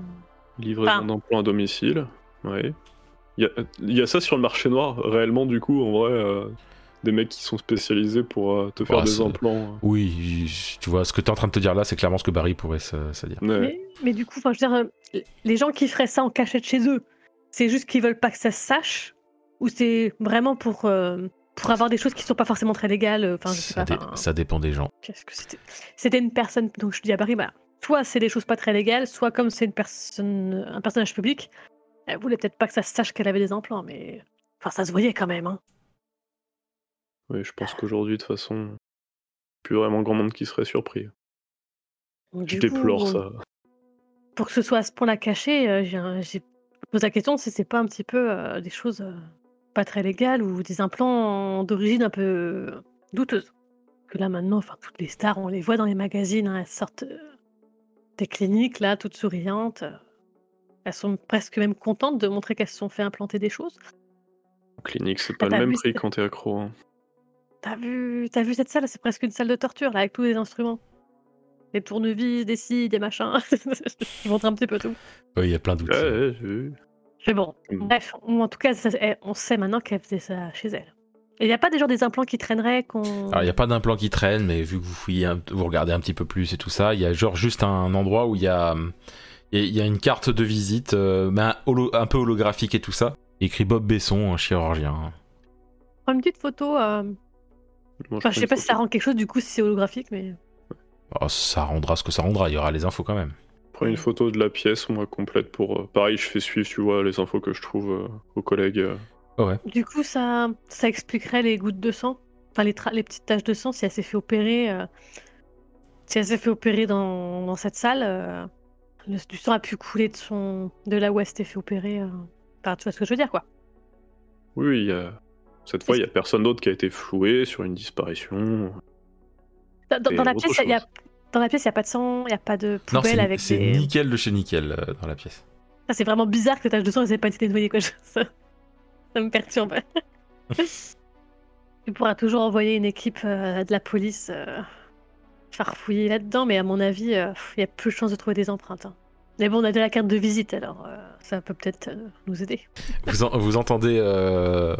Livraison Enfin. d'emploi à domicile. Ouais. Il y a, il y a ça sur le marché noir, réellement, du coup, en vrai. euh, Des mecs qui sont spécialisés pour euh, te faire Ouais, des c'est- implants. Oui, je- tu vois, ce que t'es en train de te dire là, c'est clairement ce que Barry pourrait se, se dire. euh. Ouais. Mais, mais du coup, enfin, je veux dire, euh, les gens qui feraient ça en cachette chez eux, c'est juste qu'ils veulent pas que ça se sache ou c'est vraiment pour euh, pour avoir des choses qui sont pas forcément très légales. euh, Enfin, je sais ça, pas. dé- enfin, ça dépend des gens. qu'est-ce que c'était C'était une personne. Donc je dis à Barry, bah, soit c'est des choses pas très légales, soit comme c'est une personne, un personnage public, elle voulait peut-être pas que ça se sache qu'elle avait des implants, mais enfin ça se voyait quand même. Hein. Oui, je pense qu'aujourd'hui, de toute façon, plus vraiment grand monde qui serait surpris. Donc, Je du déplore coup, ça. Pour que ce soit à ce point-là caché, euh, j'ai un- j'ai posé la question si c'est pas un petit peu euh, des choses euh, pas très légales ou des implants d'origine un peu douteuse. Que là maintenant, enfin toutes les stars, on les voit dans les magazines, hein, elles sortent euh, des cliniques là, toutes souriantes. euh, Elles sont presque même contentes de montrer qu'elles se sont fait implanter des choses. En clinique, c'est pas Ah, le t'as même vu, prix c'est- quand t'es accro. hein. T'as vu, t'as vu cette salle C'est presque une salle de torture, là, avec tous les instruments. Des tournevis, des scies, des machins. Je montre un petit peu tout. Oui, il y a plein d'outils. Ouais, ouais, j'ai vu. Mais bon, Mm. bref, ou en tout cas, ça- eh, on sait maintenant qu'elle faisait ça chez elle. Et il n'y a pas des gens des implants qui traîneraient, qu'on... Alors, il n'y a pas d'implant qui traîne, mais vu que vous fouillez, un- vous regardez un petit peu plus et tout ça, il y a genre juste un endroit où il y a, hum, il y a- il y a une carte de visite, euh, mais un, holo- un peu holographique et tout ça. Écrit Bob Besson, un chirurgien. Prends une petite photo. euh, Enfin, Moi, je prends sais une pas si ça photo- rend quelque chose, du coup, si c'est holographique, mais... Oh, ça rendra ce que ça rendra, il y aura les infos quand même. Prends une photo de la pièce, moi, complète pour. euh, Pareil, je fais suivre, tu vois, les infos que je trouve euh, aux collègues. euh. Du coup, ça, ça expliquerait les gouttes de sang, enfin les, tra- les petites taches de sang si elle s'est fait opérer, euh, si elle s'est fait opérer dans, dans cette salle, euh, le- du sang a pu couler de son, de là où elle s'était fait opérer. euh. Enfin, tu vois ce que je veux dire, quoi. Oui, oui, il y a- cette fois, il y a personne d'autre qui a été floué sur une disparition. Dans, dans- Et dans la autre pièce, il y a, dans la pièce, il y a pas de sang, il y a pas de Non, poubelle c'est avec c'est des. nickel de chez nickel euh, dans la pièce. Ça, c'est vraiment bizarre que les taches de sang, elles aient pas été nettoyées, quoi. Ça, ça me perturbe. Tu pourras toujours envoyer une équipe euh, de la police euh, faire fouiller là-dedans, mais à mon avis, euh, pff, il y a peu de chances de trouver des empreintes. hein. Mais bon, on a de la carte de visite, alors euh, ça peut peut-être euh, nous aider. Vous, en- vous entendez euh,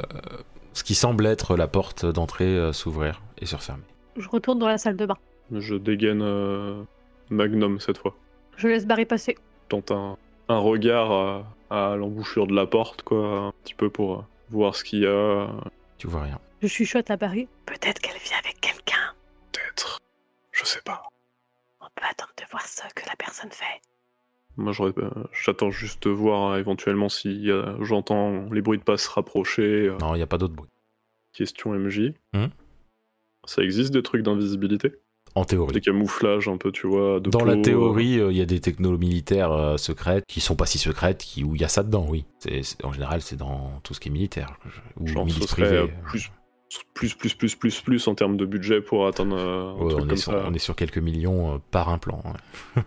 ce qui semble être la porte d'entrée euh, s'ouvrir et se refermer. Je retourne dans la salle de bain. Je dégaine euh, Magnum cette fois. Je laisse Barry passer. tente un, un regard euh, à l'embouchure de la porte, quoi, un petit peu pour euh, voir ce qu'il y a. Tu vois rien. Je chuchote à Barry. Peut-être qu'elle vit avec quelqu'un. Peut-être. Je sais pas. On peut attendre de voir ce que la personne fait. Moi, j'aurais- euh, j'attends juste de voir euh, éventuellement si euh, j'entends les bruits de pas se rapprocher. euh, Non, il n'y a pas d'autre bruit. question MJ. Hmm. Ça existe des trucs d'invisibilité En théorie. Des camouflages un peu, tu vois. de Dans la peau, théorie, euh, il y a des technos militaires euh, secrètes qui sont pas si secrètes, qui, où il y a ça dedans, oui. C'est- c'est- en général, c'est dans tout ce qui est militaire que je- ou Genre, milice ce serait, privée. hein. euh, plus- euh, Plus, plus, plus, plus, plus en termes de budget pour atteindre euh, un Ouais, truc on, est comme sur, ça. on est sur quelques millions euh, par implant. ouais.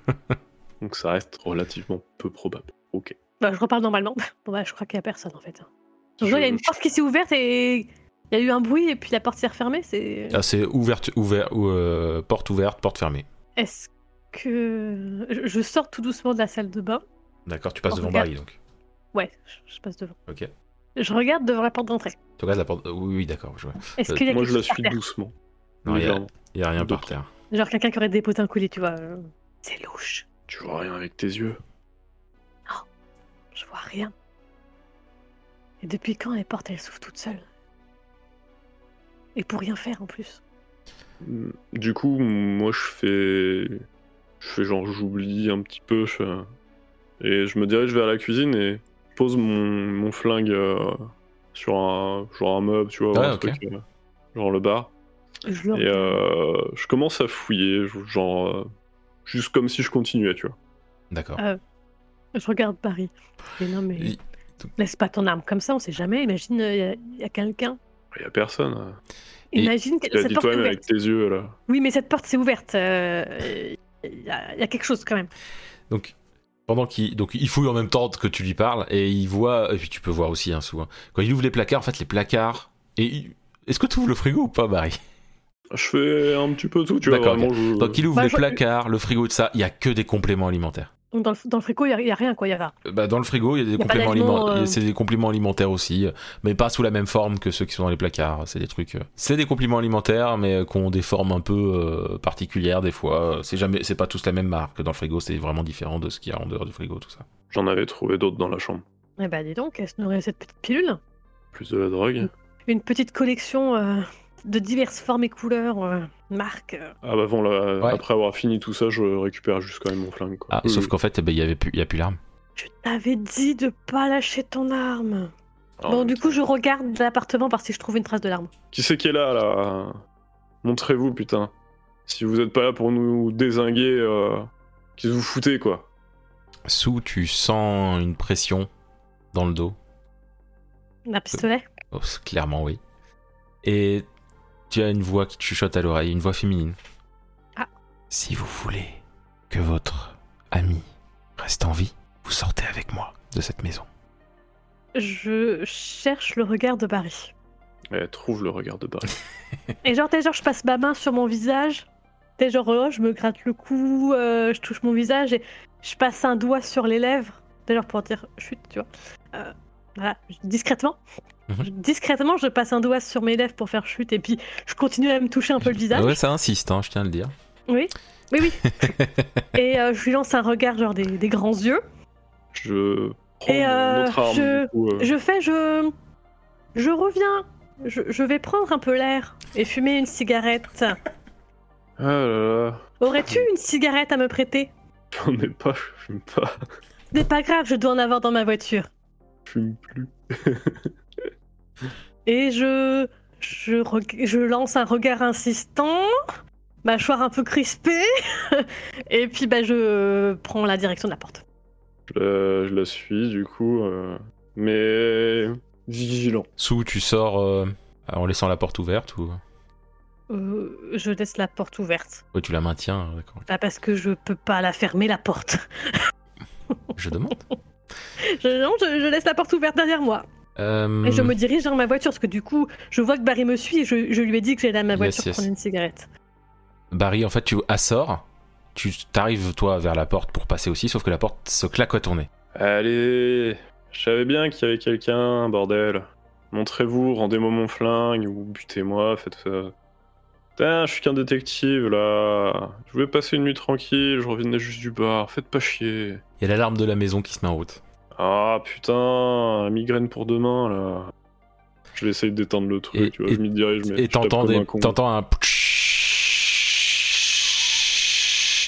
Donc ça reste relativement peu probable. Ok. Bah, je reparle normalement. Bon, bah, je crois qu'il y a personne en fait. Donc, Je- genre, il y a une porte qui s'est ouverte et il y a eu un bruit et puis la porte s'est refermée. C'est. Ah, c'est ouverte, ouvert, ou, euh, porte ouverte, porte fermée. Est-ce que je, je sors tout doucement de la salle de bain D'accord, tu passes On devant regarde. Barry donc. Ouais, je, je passe devant. Ok. Je regarde devant la porte d'entrée. Tu regardes la porte. euh, Oui, oui, d'accord. je vois. Est-ce Euh, qu'il y a Bah, Moi, je quelque la chose par suis terre doucement. Non, il y, a- légèrement. il y a rien par D'autres. terre. Genre quelqu'un qui aurait déposé un colis, tu vois. euh. C'est louche. Tu vois rien avec tes yeux. Je vois rien. Et depuis quand les portes elles s'ouvrent toutes seules Et pour rien faire en plus. Mm, Du coup, moi je fais. Je fais genre j'oublie un petit peu. je- Et je me dirige vers la cuisine et je pose mon, mon flingue euh, sur un, genre un meuble, tu vois, Ah, un ok. truc, euh, genre le bar. Je le euh, Et euh, je commence à fouiller, je- genre. euh, juste comme si je continuais, tu vois. D'accord. Euh, Je regarde Barry. Je dis, non, mais Il- laisse pas ton arme comme ça, on sait jamais. Imagine, il y a- il y a, quelqu'un. Il y a personne. Et- Imagine que Tu l'as cette dit porte est toi-même ouverte. avec tes yeux là. Oui, mais cette porte, c'est ouverte. euh, Il y, a il y a quelque chose quand même. Donc, pendant qu'il donc il fouille en même temps que tu lui parles et il voit et puis tu peux voir aussi hein, souvent quand il ouvre les placards en fait les placards et il- est-ce que tu ouvres le frigo ou pas Barry Je fais un petit peu tout, tu vois. D'accord, Vraiment, je... Donc il ouvre Bah, les je- placards, le frigo de ça, il y a que des compléments alimentaires. Donc dans le, dans le frigo, il n'y a, rien, quoi. Il y a pas. Euh, Bah, dans le frigo, il y a des Y a pas compléments d'aliments, alimentaires, euh. c'est des compléments alimentaires aussi, euh, mais pas sous la même forme que ceux qui sont dans les placards, c'est des trucs euh, c'est des compléments alimentaires mais euh, qui ont des formes un peu euh, particulières des fois, euh, c'est jamais c'est pas tous la même marque dans le frigo, c'est vraiment différent de ce qu'il y a en dehors du frigo tout ça. J'en avais trouvé d'autres dans la chambre. Eh ben, dis donc, elle se nourrit de cette petite pilule. Plus de la drogue. Une petite collection euh, de diverses formes et couleurs, euh, marques. euh. Ah bah bon, là, Ouais. après avoir fini tout ça, je récupère juste quand même mon flingue. Quoi. Ah, Oui, sauf oui. qu'en fait eh ben, il y avait plus il y a plus l'arme. Je t'avais dit de pas lâcher ton arme. Ah, bon, mais du attends. coup, je regarde l'appartement voir si je trouve une trace de l'arme. Qui c'est qui est là, là Montrez-vous, putain. Si vous êtes pas là pour nous désinguer, euh... qu'ils vous foutez, quoi. Sous, tu sens une pression dans le dos. Un pistolet Oh, c- clairement, oui. Et tu as une voix qui te chuchote à l'oreille, une voix féminine. Ah. Si vous voulez que votre ami reste en vie, vous sortez avec moi de cette maison. Je cherche le regard de Barry. Elle Eh, trouve le regard de Barry. Et genre, t'es genre, je passe ma main sur mon visage. T'es genre, oh, je me gratte le cou, euh, je touche mon visage et je passe un doigt sur les lèvres. D'ailleurs, pour dire chut, tu vois. Euh, voilà, je- discrètement. Mhm. Je- discrètement, je passe un doigt sur mes lèvres pour faire chute et puis je continue à me toucher un peu le visage. Ah ouais, ça insiste, hein, je tiens à le dire. Oui, oui, oui. et euh, je lui lance un regard, genre des, des grands yeux. Je prends Et, euh, mon autre arme, je- du coup, euh, Je fais, je. Je reviens. Je, je vais prendre un peu l'air et fumer une cigarette. Ah là là, Aurais-tu une cigarette à me prêter j'en ai pas, je fume pas, C'est pas grave, je dois en avoir dans ma voiture. je fume plus. Et je. Je, reg- je lance un regard insistant, mâchoire un peu crispée, et puis bah, je prends la direction de la porte. Je la, je la suis, du coup, euh, mais vigilant. Sous, tu sors euh, en laissant la porte ouverte ou Euh, je laisse la porte ouverte, Ouais, tu la maintiens, euh, d'accord. Bah, parce que je peux pas la fermer, la porte. Je demande. Je- non, je, je laisse la porte ouverte derrière moi. Euh, Et je me dirige vers ma voiture, parce que du coup, je vois que Barry me suit, et je, je lui ai dit que j'allais à ma Yes, voiture yes. prendre une cigarette. Barry, en fait, tu assors, tu t'arrives toi vers la porte pour passer aussi, sauf que la porte se claque à ton nez. Allez, je savais bien qu'il y avait quelqu'un, bordel. Montrez-vous, rendez-moi mon flingue, ou butez-moi, faites ça. Putain, je suis qu'un détective, là. Je voulais passer une nuit tranquille, je revenais juste du bar, faites pas chier. Il y a l'alarme de la maison qui se met en route. Ah putain, migraine pour demain, là. Je vais essayer de détendre le truc, Et- tu vois, et- je m'y dirige, mais et je tape t'entends comme des- un con. t'entends un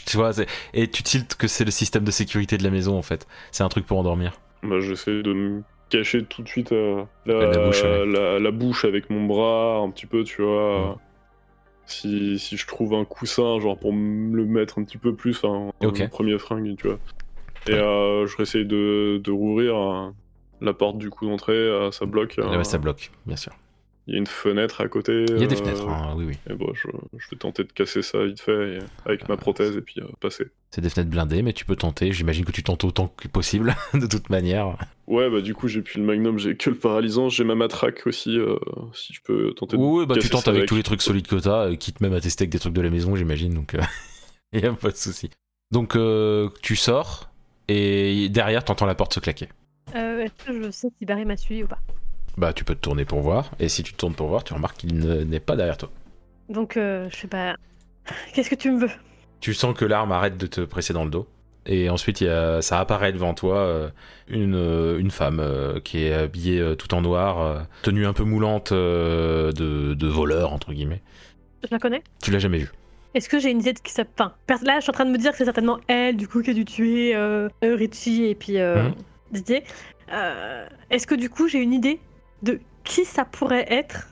tu vois c'est- et tu tiltes que c'est le système de sécurité de la maison en fait c'est un truc pour endormir Bah, j'essaie de me cacher tout de suite euh, la, La bouche, ouais. la- la bouche avec mon bras, un petit peu, tu vois. Si, si je trouve un coussin, genre pour me le mettre un petit peu plus, hein, en- Ok. en premier fringue, tu vois. Et Ouais. euh, je réessaye de, de rouvrir euh, la porte du coup d'entrée, euh, ça bloque. Ah euh, Il ouais, ça bloque bien sûr y a une fenêtre à côté. il y a des euh, fenêtres hein, oui oui Et bon, je, je vais tenter de casser ça vite fait et- avec Euh, ma prothèse et puis euh, passer. c'est des fenêtres blindées mais tu peux tenter j'imagine que tu tentes autant que possible de toute manière Ouais, bah du coup, j'ai plus le magnum, j'ai que le paralysant, j'ai ma matraque aussi, euh, si je peux tenter de oui oui, bah tu casser tentes ça avec avec. tous les trucs solides que t'as euh, quitte même à tester avec des trucs de la maison j'imagine donc euh, il y a pas de souci donc euh, tu sors et derrière t'entends la porte se claquer Euh, Est-ce que je sais si Barry m'a suivi ou pas bah tu peux te tourner pour voir et si tu te tournes pour voir tu remarques qu'il ne- n'est pas derrière toi Donc, euh, je sais pas. Qu'est-ce que tu me veux Tu sens que l'arme arrête de te presser dans le dos. Et ensuite, il y a- ça apparaît devant toi, euh, une, euh, une femme euh, qui est habillée euh, tout en noir, euh, tenue un peu moulante euh, de, de voleur, entre guillemets. Je la connais Tu l'as jamais vue. Est-ce que j'ai une idée de qui ça enfin, per- Là, je suis en train de me dire que c'est certainement elle, du coup, qui a dû tuer euh, euh, Richie et puis euh, Mhm. Didier. Euh, Est-ce que, du coup, j'ai une idée de qui ça pourrait être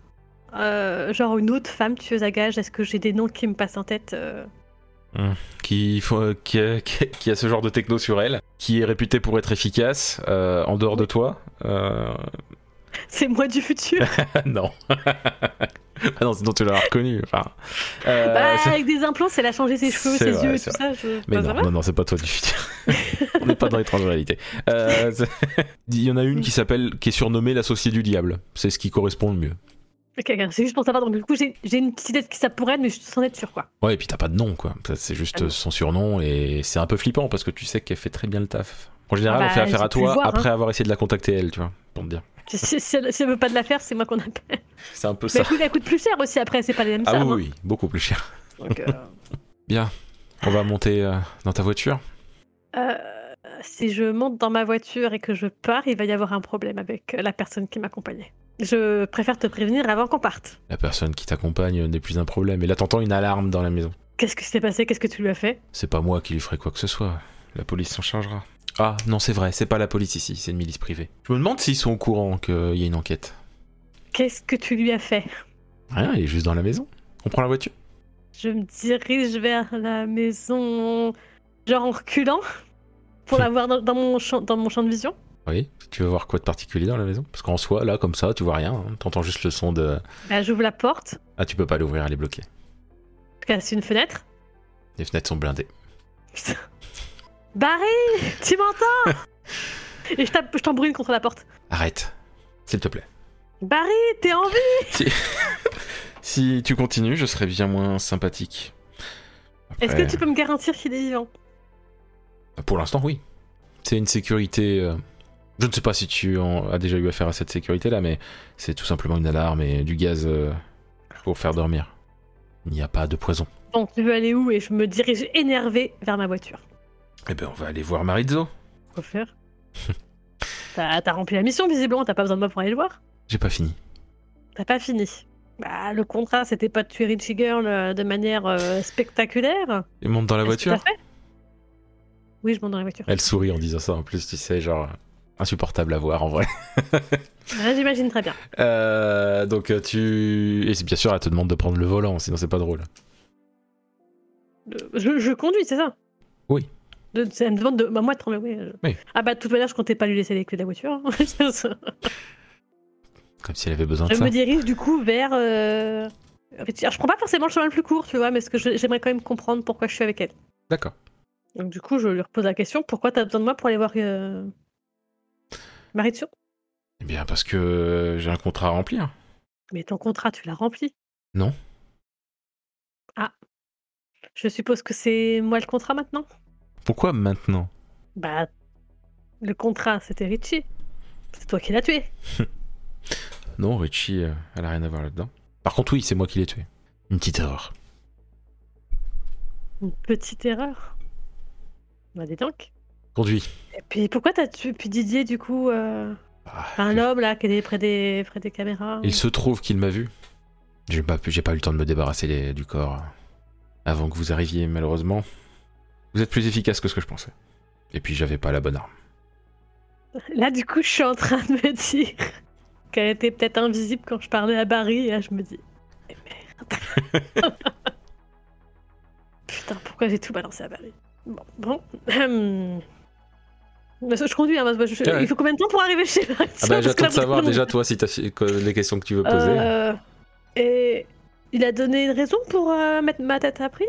Euh, Genre une autre femme tueuse à gages Est-ce que j'ai des noms qui me passent en tête euh qui, faut- qui, a, qui a- qui a ce genre de techno sur elle, qui est réputée pour être efficace euh, en dehors de toi. Euh, C'est moi du futur. non. Ah non, sinon tu l'auras reconnu. Enfin, euh, Bah, c'est- avec des implants, c'est la changer ses cheveux, c'est ses vrai, yeux et c'est tout ça. je- Mais bah, non, ça va. non, non, c'est pas toi du futur. On n'est pas dans les transvérités. Euh, c'est- Il y en a une qui s'appelle, qui est surnommée l'associée du diable. C'est ce qui correspond le mieux. Ok, ok, c'est juste pour savoir. Donc, du coup, j'ai j'ai une petite idée de qui ça pourrait être, mais je suis sans être sûre, quoi. Ouais, et puis t'as pas de nom, quoi. Ça, C'est juste Ah non. son surnom et c'est un peu flippant parce que tu sais qu'elle fait très bien le taf. En général, Ah on bah, fait affaire j'ai à pu le toi voir, hein. après avoir essayé de la contacter elle, tu vois, pour te dire. Si, si- si elle, si elle veut pas de la faire, c'est moi qu'on appelle. C'est un peu Mais ça. elle coûte, elle coûte plus cher aussi après, c'est pas les mêmes Ah oui, sommes, oui, oui, beaucoup plus cher. hein. Donc, euh, On va monter euh, dans ta voiture. euh, si je monte dans ma voiture et que je pars, il va y avoir un problème avec euh, la personne qui m'accompagnait. Je préfère te prévenir avant qu'on parte. La personne qui t'accompagne n'est plus un problème. Et là, t'entends une alarme dans la maison. Qu'est-ce qui s'est passé Qu'est-ce que tu lui as fait C'est pas moi qui lui ferai quoi que ce soit. La police s'en chargera. Ah non, c'est vrai, c'est pas la police ici, c'est une milice privée. Je me demande s'ils sont au courant qu'il y a une enquête. Qu'est-ce que tu lui as fait Rien, il est juste dans la maison. On prend la voiture Je me dirige vers la maison, genre en reculant, pour la voir dans, dans mon, champ, dans mon champ de vision. Oui. Tu veux voir quoi de particulier dans la maison Parce qu'en soi, là, comme ça, tu vois rien. hein. T'entends juste le son de. Bah, J'ouvre la porte, Ah, tu peux pas l'ouvrir, elle est bloquée. je casse une fenêtre. Les fenêtres sont blindées. Putain. Barry, tu m'entends Et je, tape, je tambourine contre la porte. Arrête, s'il te plaît. Barry, t'es en vie Si tu continues, je serai bien moins sympathique. Après- euh, Est-ce que tu peux me garantir qu'il est vivant Pour l'instant, oui. C'est une sécurité. euh, Je ne sais pas si tu en as déjà eu affaire à cette sécurité-là, mais c'est tout simplement une alarme et du gaz euh, pour faire dormir. Il n'y a pas de poison. Bon, tu veux aller où Et je me dirige énervée vers ma voiture. Eh ben, on va aller voir Marizzo. Quoi faire T'as t'as rempli la mission, visiblement, t'as pas besoin de moi pour aller le voir. J'ai pas fini. T'as pas fini. Bah, le contrat, c'était pas de tuer Richie Girl euh, de manière euh, spectaculaire. Et monte dans la Est-ce que voiture. t'as fait Oui, je monte dans la voiture. Elle sourit en disant ça. En plus, tu sais, genre insupportable à voir en vrai. Là, j'imagine très bien. Euh, donc euh, tu et c'est- bien sûr, elle te demande de prendre le volant, sinon c'est pas drôle. Euh, Je, je conduis, c'est ça Oui. De- c'est- elle me demande de. Bah, moi de prendre le- Oui, je- Oui. Ah, bah, de toute manière, je comptais pas lui laisser les clés de la voiture. hein. je Comme si elle avait besoin de ça. me dirige du coup vers. euh, Richie. Alors, je prends pas forcément le chemin le plus court, tu vois, mais ce que je- j'aimerais quand même comprendre pourquoi je suis avec elle. D'accord. Donc, du coup, je lui repose la question pourquoi t'as besoin de moi pour aller voir. Euh... Maritsu Eh bien, parce que euh, j'ai un contrat à remplir. Mais ton contrat, tu l'as rempli Non. Ah. Je suppose que c'est moi le contrat maintenant Pourquoi maintenant Bah, le contrat, c'était Richie. C'est toi qui l'as tué. Non, Richie, euh, elle a rien à voir là-dedans. Par contre, oui, c'est moi qui l'ai tué. Une petite erreur. Une petite erreur. Bah, dis donc. Conduis. Et puis, pourquoi t'as tué puis Didier, du coup euh, Ah, Un homme, là, qui est près des, près des caméras il se trouve qu'il m'a vu. J'ai pas, pu- j'ai pas eu le temps de me débarrasser les- du corps euh, avant que vous arriviez, malheureusement. Vous êtes plus efficace que ce que je pensais. Et puis, j'avais pas la bonne arme. Là, du coup, je suis en train de me dire qu'elle était peut-être invisible quand je parlais à Barry, et là, je me dis... Eh merde. Putain, pourquoi j'ai tout balancé à Barry Bon, bon. hum. Mais ça, Je conduis, hein, parce que je- Ah ouais. il faut combien de temps pour arriver chez Barry Ah bah, Parce que j'attends là, de savoir vraiment, déjà, toi, si t'as que- les questions que tu veux poser. euh, Et il a donné une raison pour euh, mettre ma tête à prix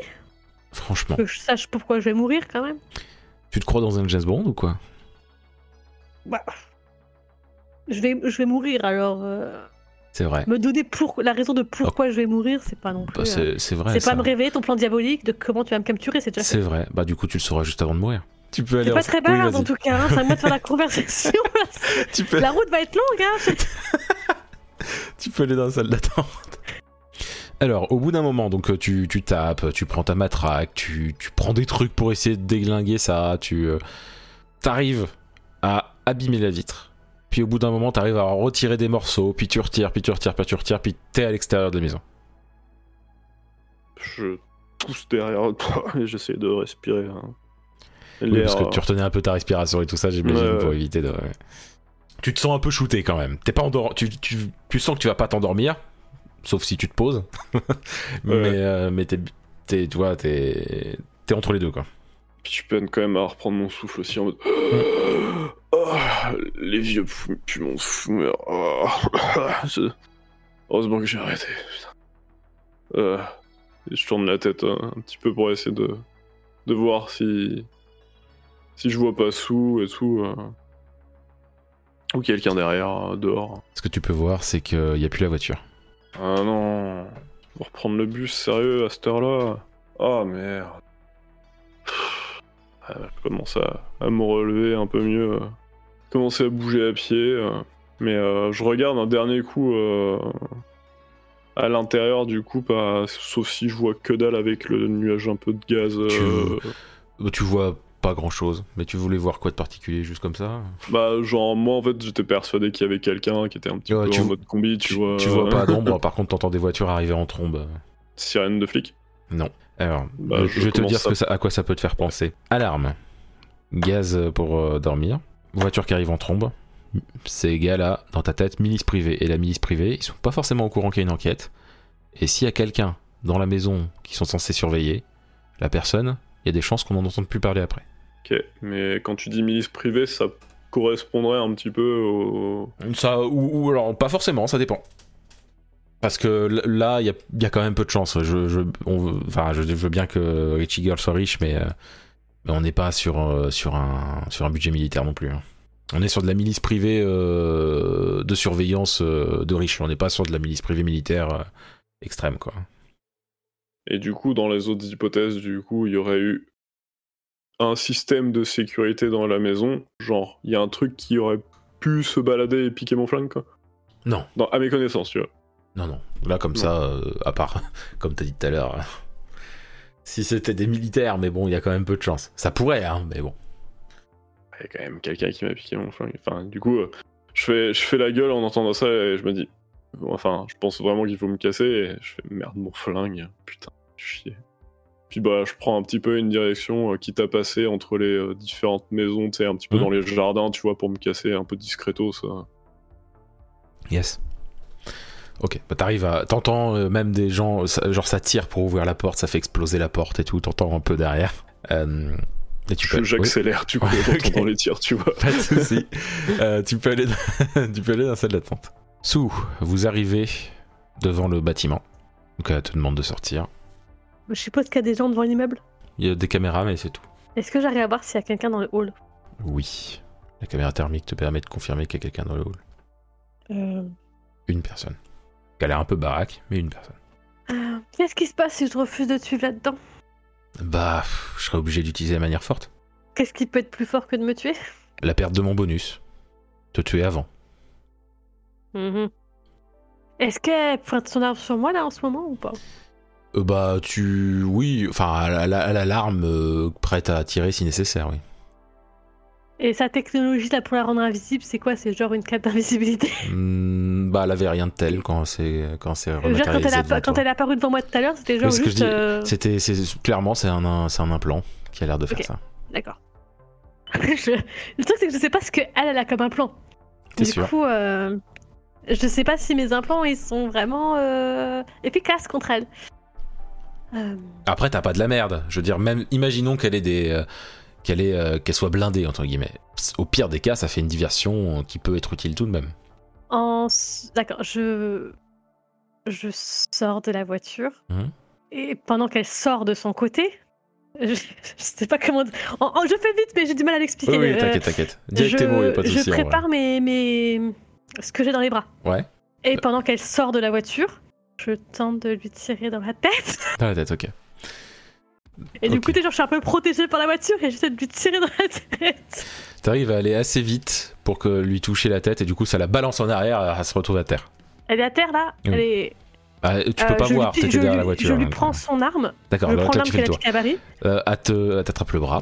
Franchement, Que je sache pourquoi je vais mourir, quand même. tu te crois dans un James Bond ou quoi Bah, Je vais, je vais mourir, alors... euh, C'est vrai. Me donner pour la raison de pourquoi je vais mourir, c'est pas non plus. Bah, euh, c'est c'est vrai. c'est ça. pas me révéler ton plan diabolique de comment tu vas me capturer, c'est déjà fait. C'est vrai. Bah, du coup, tu le sauras juste avant de mourir. Tu peux aller C'est pas en- très Oui, bavard vas-y. en tout cas, hein, c'est à moi de faire la conversation. Tu peux, la route va être longue, hein. tu peux aller dans la salle d'attente. Alors, au bout d'un moment, donc euh, tu, tu tapes, tu prends ta matraque, tu, tu prends des trucs pour essayer de déglinguer ça, tu euh, t'arrives à abîmer la vitre. Puis au bout d'un moment, t'arrives à en retirer des morceaux, puis tu retires, puis tu retires, puis tu retires, puis t'es à l'extérieur de la maison. Je pousse derrière toi et j'essaie de respirer. hein. Oui, L'air, parce que euh, tu retenais un peu ta respiration et tout ça, j'imagine, Ouais, ouais. pour éviter de. ouais. Tu te sens un peu shooté quand même. T'es pas endor... tu, tu, tu sens que tu vas pas t'endormir, sauf si tu te poses. mais Ouais. euh, mais t'es, t'es- tu vois, t'es, t'es entre les deux, quoi. Puis je peine quand même à reprendre mon souffle aussi en mode. Mm. Ah, les vieux pu- puants de fumeurs. Ah, je- Heureusement que j'ai arrêté. putain. Euh, et je tourne la tête euh, un petit peu pour essayer de, de voir si. Si je vois pas sous et tout. euh, Ou quelqu'un derrière, euh, dehors. Ce que tu peux voir, c'est qu'il n'y a plus la voiture. Ah non. Pour reprendre le bus, sérieux, à cette heure-là. Ah merde. Pff, ah, je commence à, à me relever un peu mieux. euh, Commencer à bouger à pied. euh, Mais euh, je regarde un dernier coup euh, à l'intérieur du coup, pas- sauf si je vois que dalle avec le nuage un peu de gaz. euh, Tu- Tu vois pas grand chose, mais tu voulais voir quoi de particulier, juste comme ça Bah, genre, moi en fait, j'étais persuadé qu'il y avait quelqu'un qui était un petit Ouais, peu tu- en mode combi, tu, vois. euh, pas d'ombre, par contre, t'entends des voitures arriver en trombe. Sirène de flic. Alors, Bah, je, je je vais te commence dire ce que à- ça- à quoi ça peut te faire penser. Alarme, gaz pour euh, dormir, voiture qui arrive en trombe. Ces gars-là, dans ta tête, milice privée. Et la milice privée, ils sont pas forcément au courant qu'il y a une enquête. Et s'il y a quelqu'un dans la maison qui sont censés surveiller, la personne, il y a des chances qu'on n'en entende plus parler après. Ok, mais quand tu dis milice privée, ça correspondrait un petit peu au. Ça, ou, ou alors pas forcément, ça dépend. Parce que l- là, il y a, il y a quand même peu de chance. Je, je, on veut- enfin, je, je veux bien que Richie Girl soit riche, mais, euh, mais on n'est pas sur, euh, sur, un, sur un budget militaire non plus. hein. On est sur de la milice privée euh, de surveillance euh, de riches. On n'est pas sur de la milice privée militaire euh, extrême, quoi. Et du coup, dans les autres hypothèses, du coup, il y aurait eu un système de sécurité dans la maison. Genre, il y a un truc qui aurait pu se balader et piquer mon flingue, quoi. Non. Dans- à mes connaissances, tu vois. Non, non. Là, comme Non. ça, euh, à part, comme t'as dit tout à l'heure, euh, si c'était des militaires, mais bon, il y a quand même peu de chance. Ça pourrait, hein, mais bon. Il y a quand même quelqu'un qui m'a piqué mon flingue. Enfin, du coup, euh, je, fais, je fais la gueule en entendant ça et je me dis. Enfin, je pense vraiment qu'il faut me casser et je fais merde, mon flingue. Putain, chier. Puis bah, je prends un petit peu une direction, euh, quitte à passer entre les euh, différentes maisons, tu sais, un petit peu Mhm. dans les jardins, tu vois, pour me casser un peu discretos. ça. Yes. Ok, bah t'arrives à. T'entends euh, même des gens, ça- genre ça tire pour ouvrir la porte, ça fait exploser la porte et tout, t'entends un peu derrière. Euh, et tu Je- peux. oui, J'accélère, du coup, Ouais, en entendant ok. les tirs, tu vois. pas de soucis. Euh, tu peux aller dans, tu peux aller dans la salle d'attente. Sous, vous arrivez devant le bâtiment. Donc elle te demande de sortir. Je suppose qu'il y a des gens devant l'immeuble. Il y a des caméras, mais c'est tout. Est-ce que j'arrive à voir s'il y a quelqu'un dans le hall Oui. La caméra thermique te permet de confirmer qu'il y a quelqu'un dans le hall. Euh, Une personne. Elle a l'air un peu baraque, mais une personne. euh, Qu'est-ce qui se passe si je refuse de te suivre là-dedans Bah, pff, je serais obligé d'utiliser la manière forte. Qu'est-ce qui peut être plus fort que de me tuer La perte de mon bonus. Te tuer avant. Mhm. Est-ce qu'elle pointe son arme sur moi là en ce moment ou pas Euh, bah, tu. Oui, enfin, à la- à l'alarme euh, prête à tirer si nécessaire, oui. Et sa technologie là pour la rendre invisible, c'est quoi C'est genre une cape d'invisibilité Hmm, bah, elle avait rien de tel quand c'est quand c'est Genre quand elle, rematérialisé a- devant quand toi. elle est apparue devant moi tout à l'heure, c'était genre Oui, ce que je juste. dis, euh, C'était c'est- clairement c'est un, un- c'est un implant qui a l'air de faire Ok. ça. D'accord. Je- Le truc c'est que je sais pas ce qu'elle elle a comme implant. C'est Du sûr. coup, euh, je sais pas si mes implants ils sont vraiment euh, efficaces contre elle. Euh, Après t'as pas de la merde. Je veux dire même imaginons qu'elle ait des euh, qu'elle ait, euh, qu'elle soit blindée entre guillemets. Pss, Au pire des cas ça fait une diversion euh, qui peut être utile tout de même. en... s- D'accord, je... je sors de la voiture. Mhm. Et pendant qu'elle sort de son côté, je, je sais pas comment. en- en- je fais vite, mais j'ai du mal à l'expliquer. Oui, oui Euh, t'inquiète t'inquiète. Dis avec je, tes mots, y a pas de je souci, en vrai. prépare mes, mes... ce que j'ai dans les bras. Ouais. Euh. Et pendant qu'elle sort de la voiture, je tente de lui tirer dans la tête. Dans la tête ok. Et du Ok. coup, t'es genre, je suis un peu protégée par la voiture et j'essaie de lui tirer dans la tête. T'arrives à aller assez vite pour que lui toucher la tête et du coup ça la balance en arrière, elle se retrouve à terre. Elle est à terre là. Oui. Elle est. Ah, tu peux euh, pas je lui voir, pi- t'étais je derrière lui- la voiture. Je en lui même prends temps. son arme. D'accord, je alors prends toi l'arme tu fais le qu'elle a tour. piqué à Barry. Euh, elle te- elle t'attrape le bras.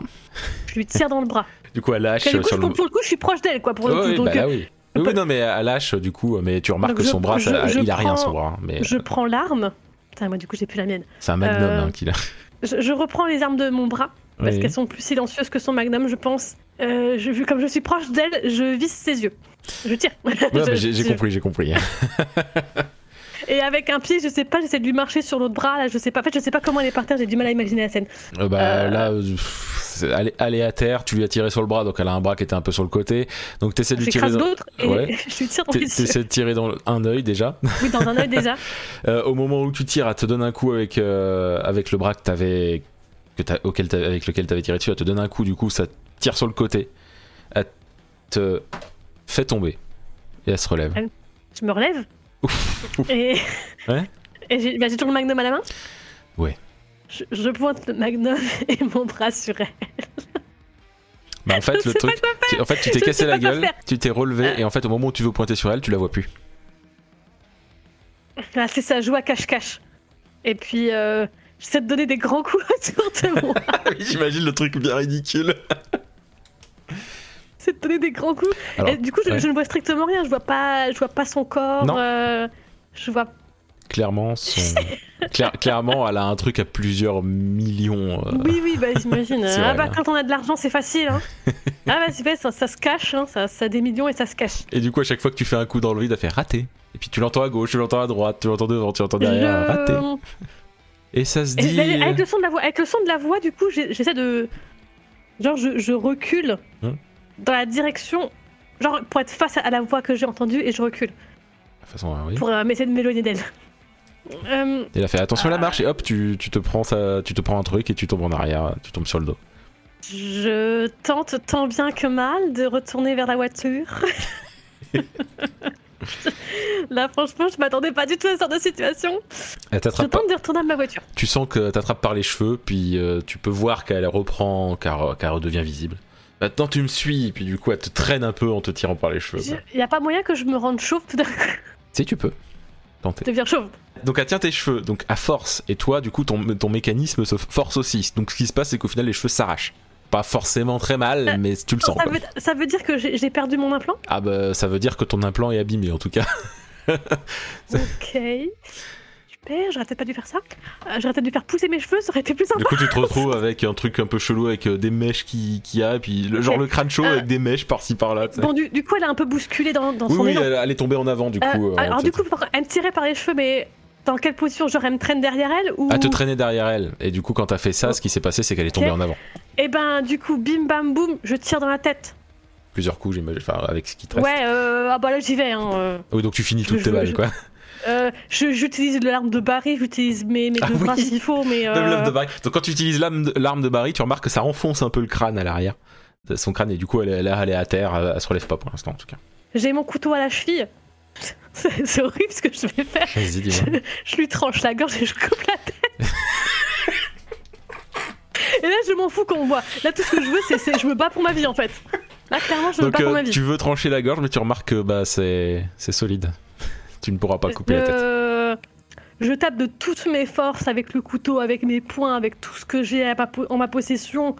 Je lui tire dans le bras. Du coup elle lâche Et du coup, sur je- le. pour, pour le coup, je suis proche d'elle quoi. Pour Ouais, le coup, ouais, donc, bah là, euh, oui. Oui, oui, non mais elle lâche du coup, euh, mais tu remarques Donc, que je- son bras, ça- je- je il a rien prends- son bras. hein, Mais je prends l'arme. Putain, moi, du coup, j'ai plus la mienne. c'est un magnum euh, hein, qu'il a. Je, je reprends les armes de mon bras parce Oui. qu'elles sont plus silencieuses que son magnum, je pense. Euh, je, vu comme je suis proche d'elle, je visse ses yeux. Je tire. Ouais, Je- mais j'ai hein. j'ai je- compris, j'ai compris. Et avec un pied, je sais pas, j'essaie de lui marcher sur l'autre bras, là, je sais pas. En fait, je sais pas comment elle est par terre, j'ai du mal à imaginer la scène. Euh, bah, Euh. Là, euh, pff, c'est- elle, est, elle est à terre, tu lui as tiré sur le bras, donc elle a un bras qui était un peu sur le côté. Donc t'essaies de lui tirer J'écrase dans... l'autre et Ouais. je lui tire dans t'es- les yeux. T'essaies de tirer dans un œil déjà. Oui, dans un œil déjà. Euh, au moment où tu tires, elle te donne un coup avec, euh, avec le bras que t'avais, que t'as- auquel t'as- avec lequel t'avais tiré dessus. Elle te donne un coup, du coup, ça te tire sur le côté. Elle te fait tomber. Et elle se relève. Je me relève. et. Ouais. Et j'ai bah, j'ai toujours le magnum à la main Ouais. Je, je pointe le magnum et mon bras sur elle. Bah, en fait, Je le sais truc. tu- en fait, tu t'es Je cassé sais la pas quoi gueule, faire. Euh. tu t'es relevé, et en fait, au moment où tu veux pointer sur elle, tu la vois plus. Ah, c'est ça, joue à cache-cache. Et puis, euh, j'essaie de donner des grands coups autour de moi. Ah J'imagine le truc bien ridicule. J'essaie de donner des grands coups. Alors, et du coup, je, ouais. je ne vois strictement rien. Je vois pas, je vois pas son corps. Non. euh, je vois. Clairement, son- Claire- clairement, elle a un truc à plusieurs millions. euh, Oui, oui, bah j'imagine. C'est ah vrai, bah hein. quand on a de l'argent, c'est facile. Hein. ah bah c'est vrai, ça, ça se cache. Hein, ça, ça a des millions et ça se cache. Et du coup, à chaque fois que tu fais un coup dans le vide, elle fait raté. Et puis tu l'entends à gauche, tu l'entends à droite, tu l'entends devant, tu l'entends derrière, Je- raté. Et ça se Et dit. ben, avec le son de la voix, avec le son de la voix, du coup, j'ai- j'essaie de, genre, je, je recule Hmm. dans la direction, genre pour être face à la voix que j'ai entendue et je recule Hmm. De toute façon, oui. pour euh, m'essayer de m'éloigner d'elle. Euh, Et elle a fait attention à la marche et hop, tu, tu te prends ça, tu te prends un truc et tu tombes en arrière, tu tombes sur le dos. je tente tant bien que mal de retourner vers la voiture. Là, franchement, je m'attendais pas du tout à ce genre de situation. Elle Je t'attrape. par- tente de retourner à ma voiture. Tu sens que t'attrape par les cheveux, puis euh, tu peux voir qu'elle reprend, car qu'elle redevient visible. Maintenant, tu me suis, puis du coup, elle te traîne un peu en te tirant par les cheveux. quoi. Il y a pas moyen que je me rende chauve tout d'un coup. Si tu peux. Tenter. Je deviens chauve. Donc elle tient tes cheveux, donc à force, et toi du coup ton, ton mécanisme se force aussi. Donc ce qui se passe c'est qu'au final les cheveux s'arrachent. Pas forcément très mal, Euh, mais tu le sens. Ça quoi. veut, ça veut dire que j'ai j'ai perdu mon implant Ah bah ça veut dire que ton implant est abîmé en tout cas. Ok. Super, j'aurais peut-être pas dû faire ça. Euh, j'aurais peut-être dû faire pousser mes cheveux, ça aurait été plus Du sympa. coup tu te retrouves avec un truc un peu chelou avec euh, des mèches qui, qui a, et puis le, genre le crâne chaud Euh, avec des mèches par-ci par-là. tu sais. Bon, du, du coup, elle a un peu bousculé dans, dans Oui, son oui, élan. elle, elle est tombée en avant du Euh, coup. euh, alors, du peut-être. coup, par- elle me tirait par les cheveux, mais dans quelle position Genre, elle me traîne derrière elle ou... Elle te traînait derrière elle, et du coup quand t'as fait ça, ce qui s'est passé c'est qu'elle est tombée Ok. en avant. Eh ben, du coup, bim bam boum, je tire dans la tête. Plusieurs coups j'imagine, enfin avec ce qui te reste. Ouais, euh, ah bah là, j'y vais. Hein. euh. Oui, donc tu finis toutes Je- tes je- balles je- quoi. Euh, je- j'utilise l'arme de Barry, j'utilise mes, mes Ah deux oui. bras s'il faut, mais. Comme euh, l'arme de Barry. Donc quand tu utilises l'arme de, l'arme de Barry, tu remarques que ça enfonce un peu le crâne à l'arrière. Son crâne, et du coup, elle, est- là, elle est à terre, euh, elle, elle se relève pas pour l'instant en tout cas. J'ai mon couteau à la cheville. C'est c'est horrible ce que je vais faire. Vas-y, dis-moi. je, je lui tranche la gorge et je coupe la tête. et là, je m'en fous qu'on me voit. Là, tout ce que je veux, c'est- c'est je me bats pour ma vie en fait. Là, clairement, je me Donc bats pour euh, ma vie. tu veux trancher la gorge, mais tu remarques que bah, c'est, c'est solide. tu ne pourras pas couper la tête. Euh, Je tape de toutes mes forces avec le couteau, avec mes poings, avec tout ce que j'ai à ma po- en ma possession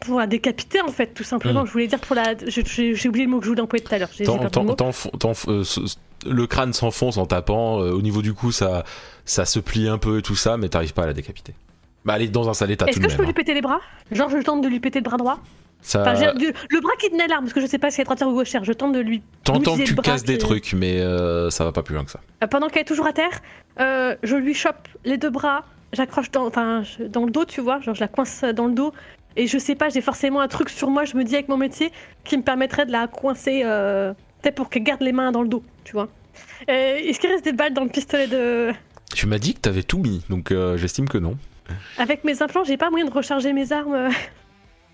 pour la décapiter en fait, tout simplement. Mm. Je voulais dire pour la. je- J'ai j'ai oublié le mot que je voulais employer tout à l'heure. J'ai j'ai T'en- perdu t'en- le mot. t'enf- t'enf- euh, ce- ce- le crâne s'enfonce en tapant, euh, au niveau du cou, ça, ça se plie un peu et tout ça, mais t'arrives pas à la décapiter. Bah, elle est dans un sale état Est-ce tout de que je même. peux lui hein. péter les bras Genre, je tente de lui péter le bras droit. Ça- Enfin, j'ai- du- le bras qui tenait l'arme, parce que je sais pas si elle est droitière ou gauchère. Je tente de lui T'entends que utiliser tu le bras casses des qui- trucs, mais euh, ça va pas plus loin que ça. Euh, Pendant qu'elle est toujours à terre, euh, je lui chope les deux bras, j'accroche dans, enfin, je- dans le dos, tu vois, genre je la coince euh, dans le dos. Et je sais pas, j'ai forcément un truc sur moi, je me dis avec mon métier, qui me permettrait de la coincer, euh, peut-être pour qu'elle garde les mains dans le dos, tu vois. Euh, Est-ce qu'il reste des balles dans le pistolet de. Tu m'as dit que t'avais tout mis, donc euh, j'estime que non. Avec mes implants, j'ai pas moyen de recharger mes armes, euh,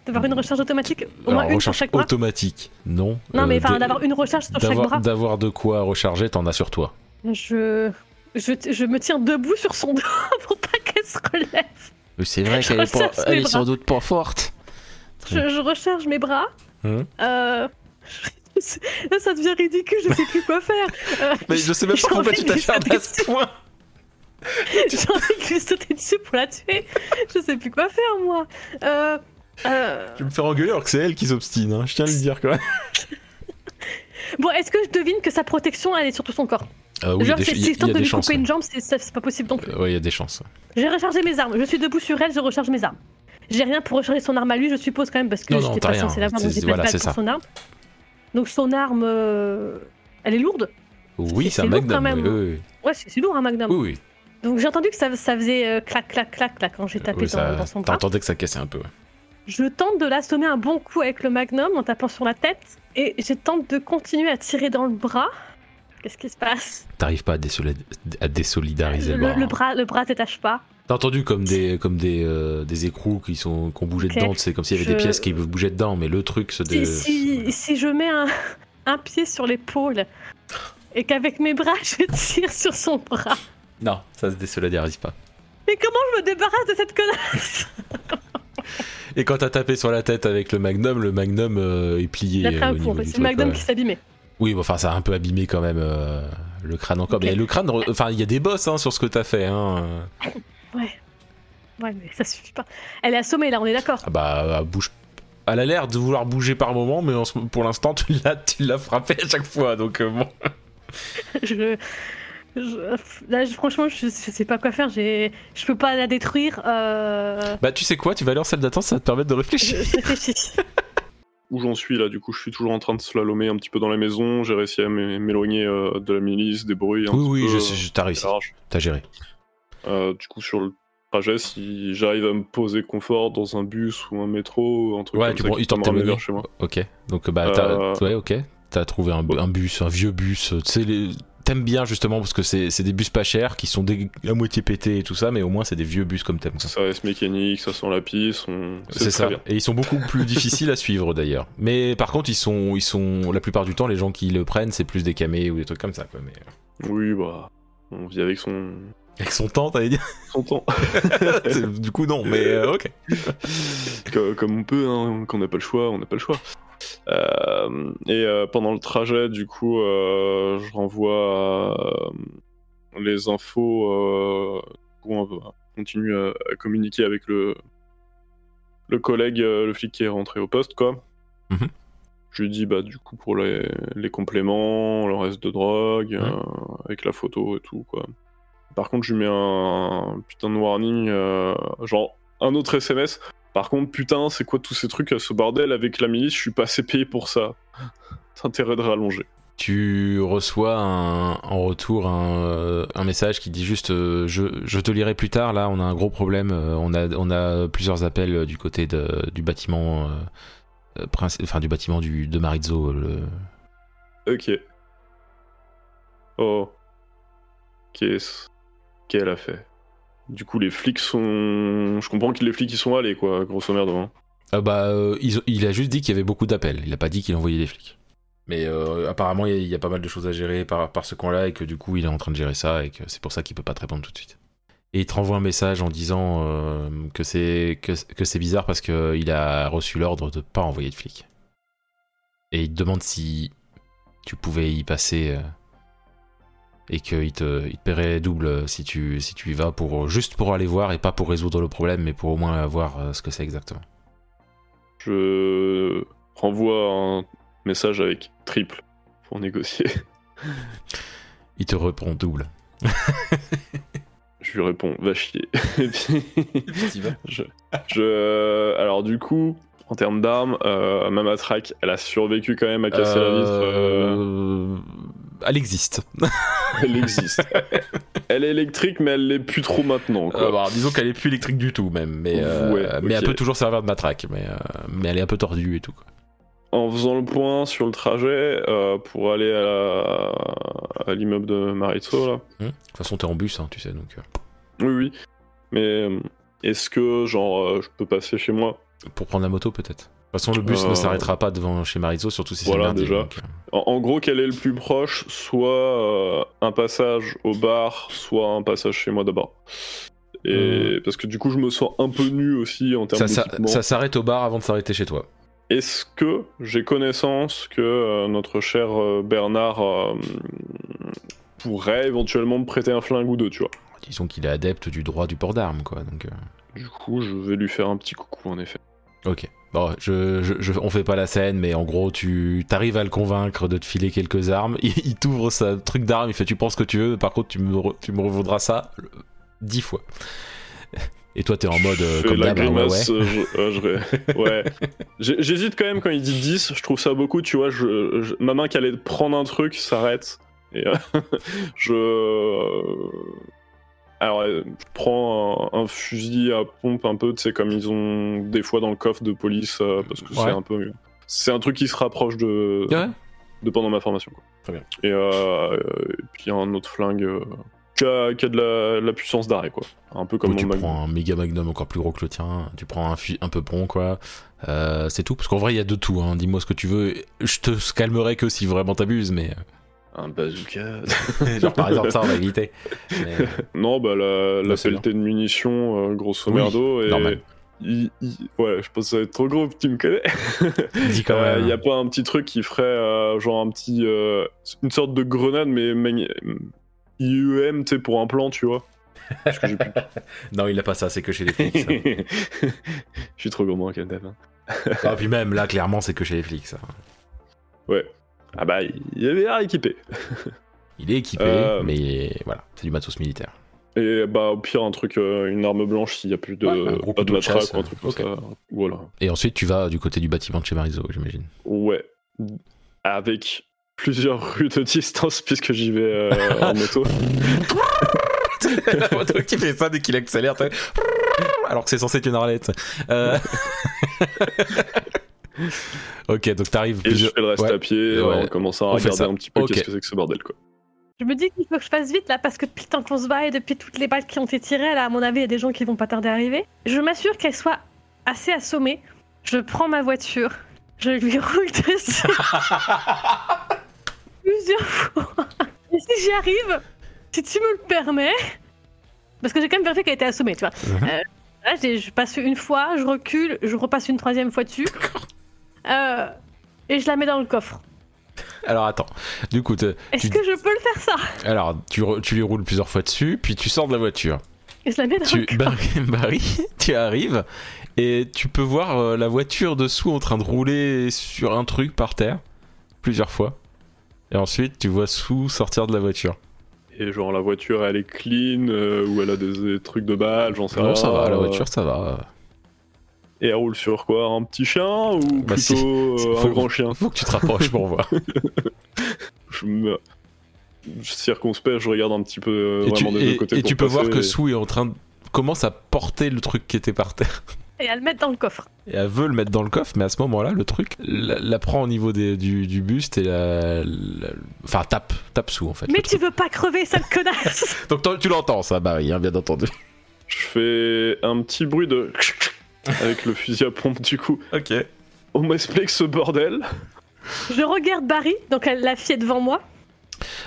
d'avoir une recharge automatique, au Alors, moins une sur recharge chaque bras. automatique, non. Non, mais Euh, enfin, de- d'avoir une recharge sur chaque d'avoir- bras. D'avoir de quoi recharger, t'en as sur toi. Je. Je, je me tiens debout sur son dos pour pas qu'elle se relève. C'est vrai qu'elle est pas- elle est sans doute pas forte. Je, je recharge mes bras. Mhm. Euh, Là, ça devient ridicule, je sais plus quoi faire. Euh, Mais je sais même pas j'ai pourquoi envie tu de lui t'acharnes à sauter ce point. dessus, J'ai envie de lui sauter dessus pour la tuer. Je sais plus quoi faire, moi. Euh, euh, Je vais me faire engueuler alors que c'est elle qui s'obstine, hein, je tiens à le dire quoi. Bon, est-ce que je devine que sa protection, elle est sur tout son corps Euh, oui, il y a Genre, des, c'est- il y a- si je il y tente a de des lui chances. couper une jambe, c'est ça- c'est pas possible non plus. Euh, ouais, il y a des chances. J'ai rechargé mes armes, je suis debout sur elle, je recharge mes armes. J'ai rien pour recharger son arme à lui, je suppose quand même, parce que Non, non, j'étais t'as pas rien. censée l'avoir, donc C'est- j'ai pas de voilà, balles c'est pour ça. son arme. Donc son arme, euh, elle est lourde Oui, C'est- c'est un c'est lourd magnum. quand même. hein, oui, oui, oui. Ouais, c'est c'est lourd, un magnum. Oui, oui. Donc j'ai entendu que ça, ça faisait euh, clac, clac, clac, là, quand j'ai tapé Oui, dans, ça- dans son bras. T'entendais que ça cassait un peu. ouais. Je tente de l'assommer un bon coup avec le magnum en tapant sur la tête et je tente de continuer à tirer dans le bras. Qu'est-ce qui se passe T'arrives pas à, désolid- à désolidariser le, le, bras. le hein. bras ne détache pas. T'as entendu comme des, comme des, euh, des écrous qui, sont, qui ont bougé Ok. dedans, c'est comme s'il y avait des Je- pièces qui bougeaient dedans, mais le truc se... dé- Si, si, si je mets un, un pied sur l'épaule et qu'avec mes bras je tire sur son bras, Non, ça se désolidarise pas. mais comment je me débarrasse de cette connasse Et quand t'as tapé sur la tête avec le magnum, le magnum euh, est plié. J'ai pris euh, au un niveau coup, du c'est truc, le magnum ouais. qui s'abîmait. Oui, bon, enfin, ça a un peu abîmé quand même euh, le crâne encore. Ok. Mais le crâne, re- enfin, il y a des bosses hein, sur ce que t'as fait. Hein. Ouais, mais ça suffit pas. Elle est assommée là, on est d'accord. Ah bah, elle bouge. Elle a l'air de vouloir bouger par moment, mais en ce- pour l'instant, tu l'as, tu l'as frappé à chaque fois. Donc euh, bon. je, je- là, je- franchement, je, je sais pas quoi faire. J'ai, je peux pas la détruire. Euh, Bah, tu sais quoi Tu vas aller en salle d'attente, ça va te permettre de je, réfléchir. je réfléchis. Où j'en suis là, du coup, je suis toujours en train de slalomer un petit peu dans la maison. J'ai réussi à m'é- m'éloigner euh, de la milice, des bruits. un Oui, petit oui, peu, je euh, sais, je- t'as réussi, large. t'as géré. Euh, du coup, sur le trajet, si j'arrive à me poser confort dans un bus ou un métro, un truc Ouais, comme tu ça, prends qui histoire peut de m'emmener t'éloigner. vers chez moi. Ok, donc bah, t'as, Euh, ouais, ok, t'as trouvé un, bu- un bus, un vieux bus. euh, Tu sais, les- t'aimes bien justement parce que c'est, c'est des bus pas chers qui sont dé- à moitié pétés et tout ça, mais au moins c'est des vieux bus comme t'aimes. quoi. Ça reste mécanique, ça sent la piste. on- C'est très ça. bien. Et ils sont beaucoup plus difficiles à suivre d'ailleurs. Mais par contre, ils sont, ils sont, la plupart du temps, les gens qui le prennent, c'est plus des camés ou des trucs comme ça. Quoi. Mais euh, Oui, bah, on vit avec son, avec son temps, t'allais dire. son temps, C'est- du coup, non. Mais euh, ok. Co- comme on peut, hein, quand on n'a pas le choix, on n'a pas le choix. Euh, et euh, pendant le trajet, du coup, euh, je renvoie euh, les infos. Euh, où on va- continue à, à communiquer avec le, le collègue, euh, le flic qui est rentré au poste, quoi. Mhm. Je lui dis, bah, du coup, pour les, les compléments, le reste de drogue, Ouais. euh, avec la photo et tout, quoi. Par contre, je lui mets un, putain de warning, euh, genre un autre SMS. Par contre, putain, c'est quoi tous ces trucs, ce bordel avec la milice, je suis pas assez payé pour ça. T'as intérêt de rallonger. Tu reçois un- en retour un, euh, un message qui dit juste euh, je, je te lirai plus tard. Là, on a un gros problème. euh, on, a, on a plusieurs appels euh, du côté de- du bâtiment, euh, euh, princi- enfin du bâtiment du, de Marizzo. euh, le- Ok. Oh. Qu'est-ce qu'elle a fait Du coup, les flics sont. Je comprends que les flics ils sont allés, quoi, grosso merdo. hein. Ah bah, euh, ils ont- il a juste dit qu'il y avait beaucoup d'appels. Il a pas dit qu'il envoyait des flics. Mais euh, apparemment, il y, a- il y a pas mal de choses à gérer par, par ce coin-là et que du coup, il est en train de gérer ça et que c'est pour ça qu'il peut pas te répondre tout de suite. Et il te renvoie un message en disant euh, que c'est que, que c'est bizarre parce que euh, il a reçu l'ordre de pas envoyer de flics. Et il te demande si tu pouvais y passer euh, et qu'il te, il te paierait double euh, si tu, si tu y vas pour euh, juste pour aller voir et pas pour résoudre le problème, mais pour au moins voir euh, ce que c'est exactement. Je renvoie un message avec triple pour négocier. Il te répond double. Je lui réponds, va chier. Et puis. Je, je- alors du coup, en termes d'armes, euh, ma matraque, elle a survécu quand même à casser la vitre. euh, Euh, Elle existe. elle existe. elle est électrique, mais elle l'est plus trop maintenant. Quoi. Euh, bah, disons qu'elle est plus électrique du tout, même. Mais, euh, Ouais, mais elle ok. peut toujours servir de matraque. Mais, euh, mais elle est un peu tordue et tout. quoi. En faisant le point sur le trajet euh, pour aller à, la- à l'immeuble de Maritso, là. Hum de toute façon, t'es en bus, hein, tu sais. Donc, euh, Oui, oui. Mais euh, est-ce que, genre, euh, je peux passer chez moi pour prendre la moto, peut-être. De toute façon, le bus Euh, ne s'arrêtera pas devant chez Marizo, surtout si voilà, c'est blindé, déjà. donc, euh. En, en gros, quel est le plus proche Soit euh, un passage au bar, soit un passage chez moi d'abord. Et parce que du coup, je me sens un peu nu aussi en termes Euh. Ça, ça- d'équipement. ça s'arrête au bar avant de s'arrêter chez toi. Est-ce que j'ai connaissance que euh, notre cher euh, Bernard euh, pourrait éventuellement me prêter un flingue ou deux, tu vois Disons qu'il est adepte du droit du port d'armes, quoi. Donc, euh, Du coup, je vais lui faire un petit coucou en effet. ok. Bon, je, je- je- on fait pas la scène, mais en gros, tu t'arrives à le convaincre de te filer quelques armes. Il, il t'ouvre sa truc d'arme, il fait Tu penses ce que tu veux, par contre, tu me, re- tu me revendras ça le- dix fois. Et toi, t'es en mode euh, Fais comme la d'hab, hein, ouais, ouais. grimace, euh, je- euh, je- ouais. J'ai- J'hésite quand même quand il dit 10, je trouve ça beaucoup, tu vois. je- je- ma main qui allait prendre un truc s'arrête. Et euh, je. euh, alors, euh, je prends un, un fusil à pompe un peu, tu sais, comme ils ont des fois dans le coffre de police, euh, parce que Ouais. c'est un peu. C'est un truc qui se rapproche de, Ouais. de pendant ma formation. Quoi. Très bien. Et, euh, euh, et puis un autre flingue euh, qui a, qui a de, la, de la puissance d'arrêt, quoi. Un peu comme Ou tu mon mag- prends un méga magnum encore plus gros que le tien, tu prends un, fusil un peu bon, quoi. Euh, c'est tout, parce qu'en vrai, il y a de tout. hein. Dis-moi ce que tu veux. Je te calmerai que si vraiment t'abuses, mais. euh, Un bazooka. Genre, par exemple, ça, on va éviter. Mais, euh, non, bah la, la Bah, c'est pelletée de munitions, euh, grosso Oui, merdo. Et, normal. il- il- ouais, je pense que ça va être trop gros, tu me connais. Dis quand Euh, même. y a pas un petit truc qui ferait euh, genre un petit. euh, une sorte de grenade, mais magné- IUM, tu sais, pour un plan, tu vois. Parce que j'ai plus Non, il a pas ça, c'est que chez les flics. ça. de- Je suis trop gourmand, quand même. ah, puis même là, clairement, c'est que chez hein. les flics. ça. Ah bah, il y avait à équiper. Il est équipé, Euh. mais voilà, c'est du matos militaire. Et bah, au pire, un truc, euh, une arme blanche s'il n'y a plus de. Ouais, un gros pas de couteau de matraque chasse, ou un truc comme ok. ça. Voilà. Et ensuite, tu vas du côté du bâtiment de chez Marizo, j'imagine. Ouais. Avec plusieurs rues de distance, puisque j'y vais euh, en moto. la moto qui fait ça dès qu'il accélère, t'as- alors que c'est censé être une arlette. Euh, ok, donc t'arrives Et je plusieurs. fais le reste Ouais. à pied, Ouais. en commençant à On fait regarder ça. un petit peu Ok. qu'est-ce que c'est que ce bordel, quoi. Je me dis qu'il faut que je fasse vite là parce que depuis le temps qu'on se bat et depuis toutes les balles qui ont été tirées, là à mon avis il y a des gens qui vont pas tarder à arriver. Je m'assure qu'elle soit assez assommée. Je prends ma voiture, je lui roule dessus plusieurs fois. Et si j'y arrive, si tu me le permets, parce que j'ai quand même vérifié qu'elle était assommée, tu vois. Mhm. Euh, là, j'ai- je passe une fois, je recule, je repasse une troisième fois dessus. Euh, et je la mets dans le coffre. Alors attends, du coup, te- Est-ce Tu- que je peux le faire ça alors tu, re- tu les roules plusieurs fois dessus, puis tu sors de la voiture. Et je la mets dans le Tu, bah, coffre. Barry, Barry, tu arrives et tu peux voir euh, la voiture dessous en train de rouler sur un truc par terre plusieurs fois. Et ensuite, tu vois Sou sortir de la voiture. Et genre, la voiture, elle est clean, euh, ou elle a des, des trucs de balles, j'en sais rien. Non, Oh, ça va, la euh, voiture, ça va. Et elle roule sur quoi Un petit chien, ou Bah, si. plutôt euh, Faut- un grand chien Faut que tu te rapproches pour voir. je me je circonspect, je regarde un petit peu euh, Et tu, vraiment des et- deux côtés. et pour tu peux voir passer. que Sou est en train de commence à porter le truc qui était par terre et à le mettre dans le coffre. et elle veut le mettre dans le coffre mais à ce moment là le truc la, la prend au niveau des- du, du buste et la, la- enfin tape tape Sou en fait Mais le tu veux pas crever, sale connasse truc. donc t'en- tu l'entends ça Barry hein, bien entendu Je fais un petit bruit de avec le fusil à pompe du coup. ok On m'explique ce bordel. Je regarde Barry, donc elle- la fille est devant moi.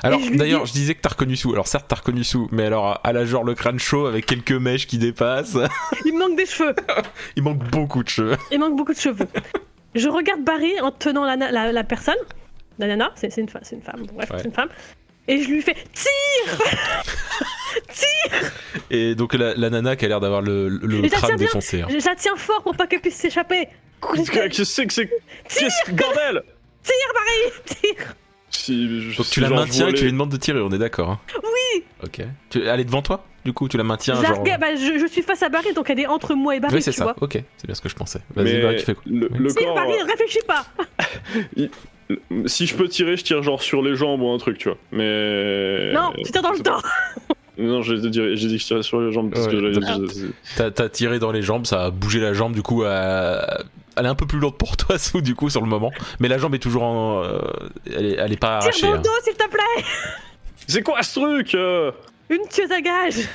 alors Et je lui d'ailleurs dis- je disais que t'as reconnu Sou alors certes t'as reconnu Sou mais alors elle a genre le crâne chaud avec quelques mèches qui dépassent Il me manque des cheveux, il manque beaucoup de cheveux il manque beaucoup de cheveux. Je regarde Barry en tenant la, na- la, la personne, la nana, c'est c'est une, fa- c'est une femme, bref, Ouais. c'est une femme. Et je lui fais Tire et donc la, la nana qui a l'air d'avoir le, le Mais ça crâne tient bien. défoncé hein. Je la tiens fort pour pas qu'elle puisse s'échapper Qu'est-ce que qu'est-ce que c'est que c'est Qu'est-ce que bordel Tire Si je- donc si tu la genre je maintiens et vois tu les- lui demandes de tirer on est d'accord hein. Oui ok tu, elle est devant toi du coup tu la maintiens je, la genre regarde- bah, je, je suis face à Barry, donc elle est entre moi et Barry, Oui, c'est tu ça. vois. Ok, c'est bien ce que je pensais. Vas-y, Mais Barry, tu fais quoi le, Oui. le Tire corps, Barry, réfléchis pas le- si je peux tirer, je tire genre sur les jambes ou un truc, tu vois. Mais Non, tu tires dans le Euh, c'est pas- dos Non, j'ai dit, j'ai dit que je tirais sur les jambes parce Ouais, que j'avais- d'accord. j'ai- T'as t'as tiré dans les jambes, ça a bougé la jambe, du coup, à- elle est un peu plus lourde pour toi, Sou, du coup, sur le moment. Mais la jambe est toujours en. euh, Elle, est, elle est pas Tire arrachée. dans le hein. dos, s'il te plaît C'est quoi ce truc euh Une tueuse à gages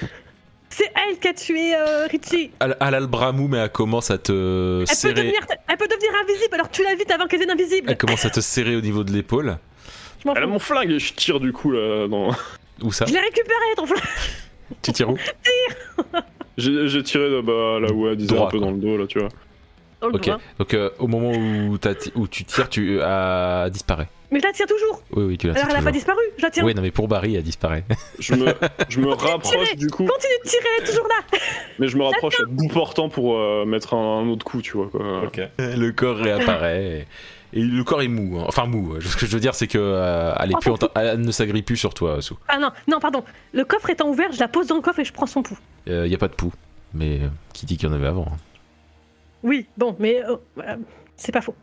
C'est elle qui a tué euh, Richie Elle, elle a le bras mou, mais elle commence à te elle peut, serrer. devenir, elle peut devenir invisible, alors tue-la vite avant qu'elle devienne invisible Elle commence à te serrer au niveau de l'épaule. Je m'en Elle a fous. mon flingue et je tire du coup là. Dans... Où ça Je l'ai récupéré, ton flingue Tu tires où J'ai j'ai tiré là, bah, là où elle disait Droit, un peu quoi. dans le dos là, tu vois. Dans le hein. Ok. doigt. Donc, euh, au moment où, t'as ti- où tu tires, tu. euh, Elle disparaît. Mais je la tire toujours Oui, oui, tu la Alors tires elle a pas toujours. disparu, je la tire Oui, non, mais pour Barry, elle disparaît. Je me, je me rapproche du coup, Continue de tirer, elle est toujours là mais je me rapproche à bout portant pour euh, mettre un, un autre coup, tu vois. Quoi. Le corps réapparaît. Et le corps est mou, hein. enfin mou. Ce que je veux dire, c'est que euh, elle, est Oh, plus ton en ta- elle ne s'agrippe plus sur toi, Sou. Ah non, non, pardon. Le coffre étant ouvert, je la pose dans le coffre et je prends son pouls. Il n'y Euh, a pas de pouls. Mais euh, qui dit qu'il y en avait avant hein. Oui, bon, mais euh, voilà, c'est pas euh, faux.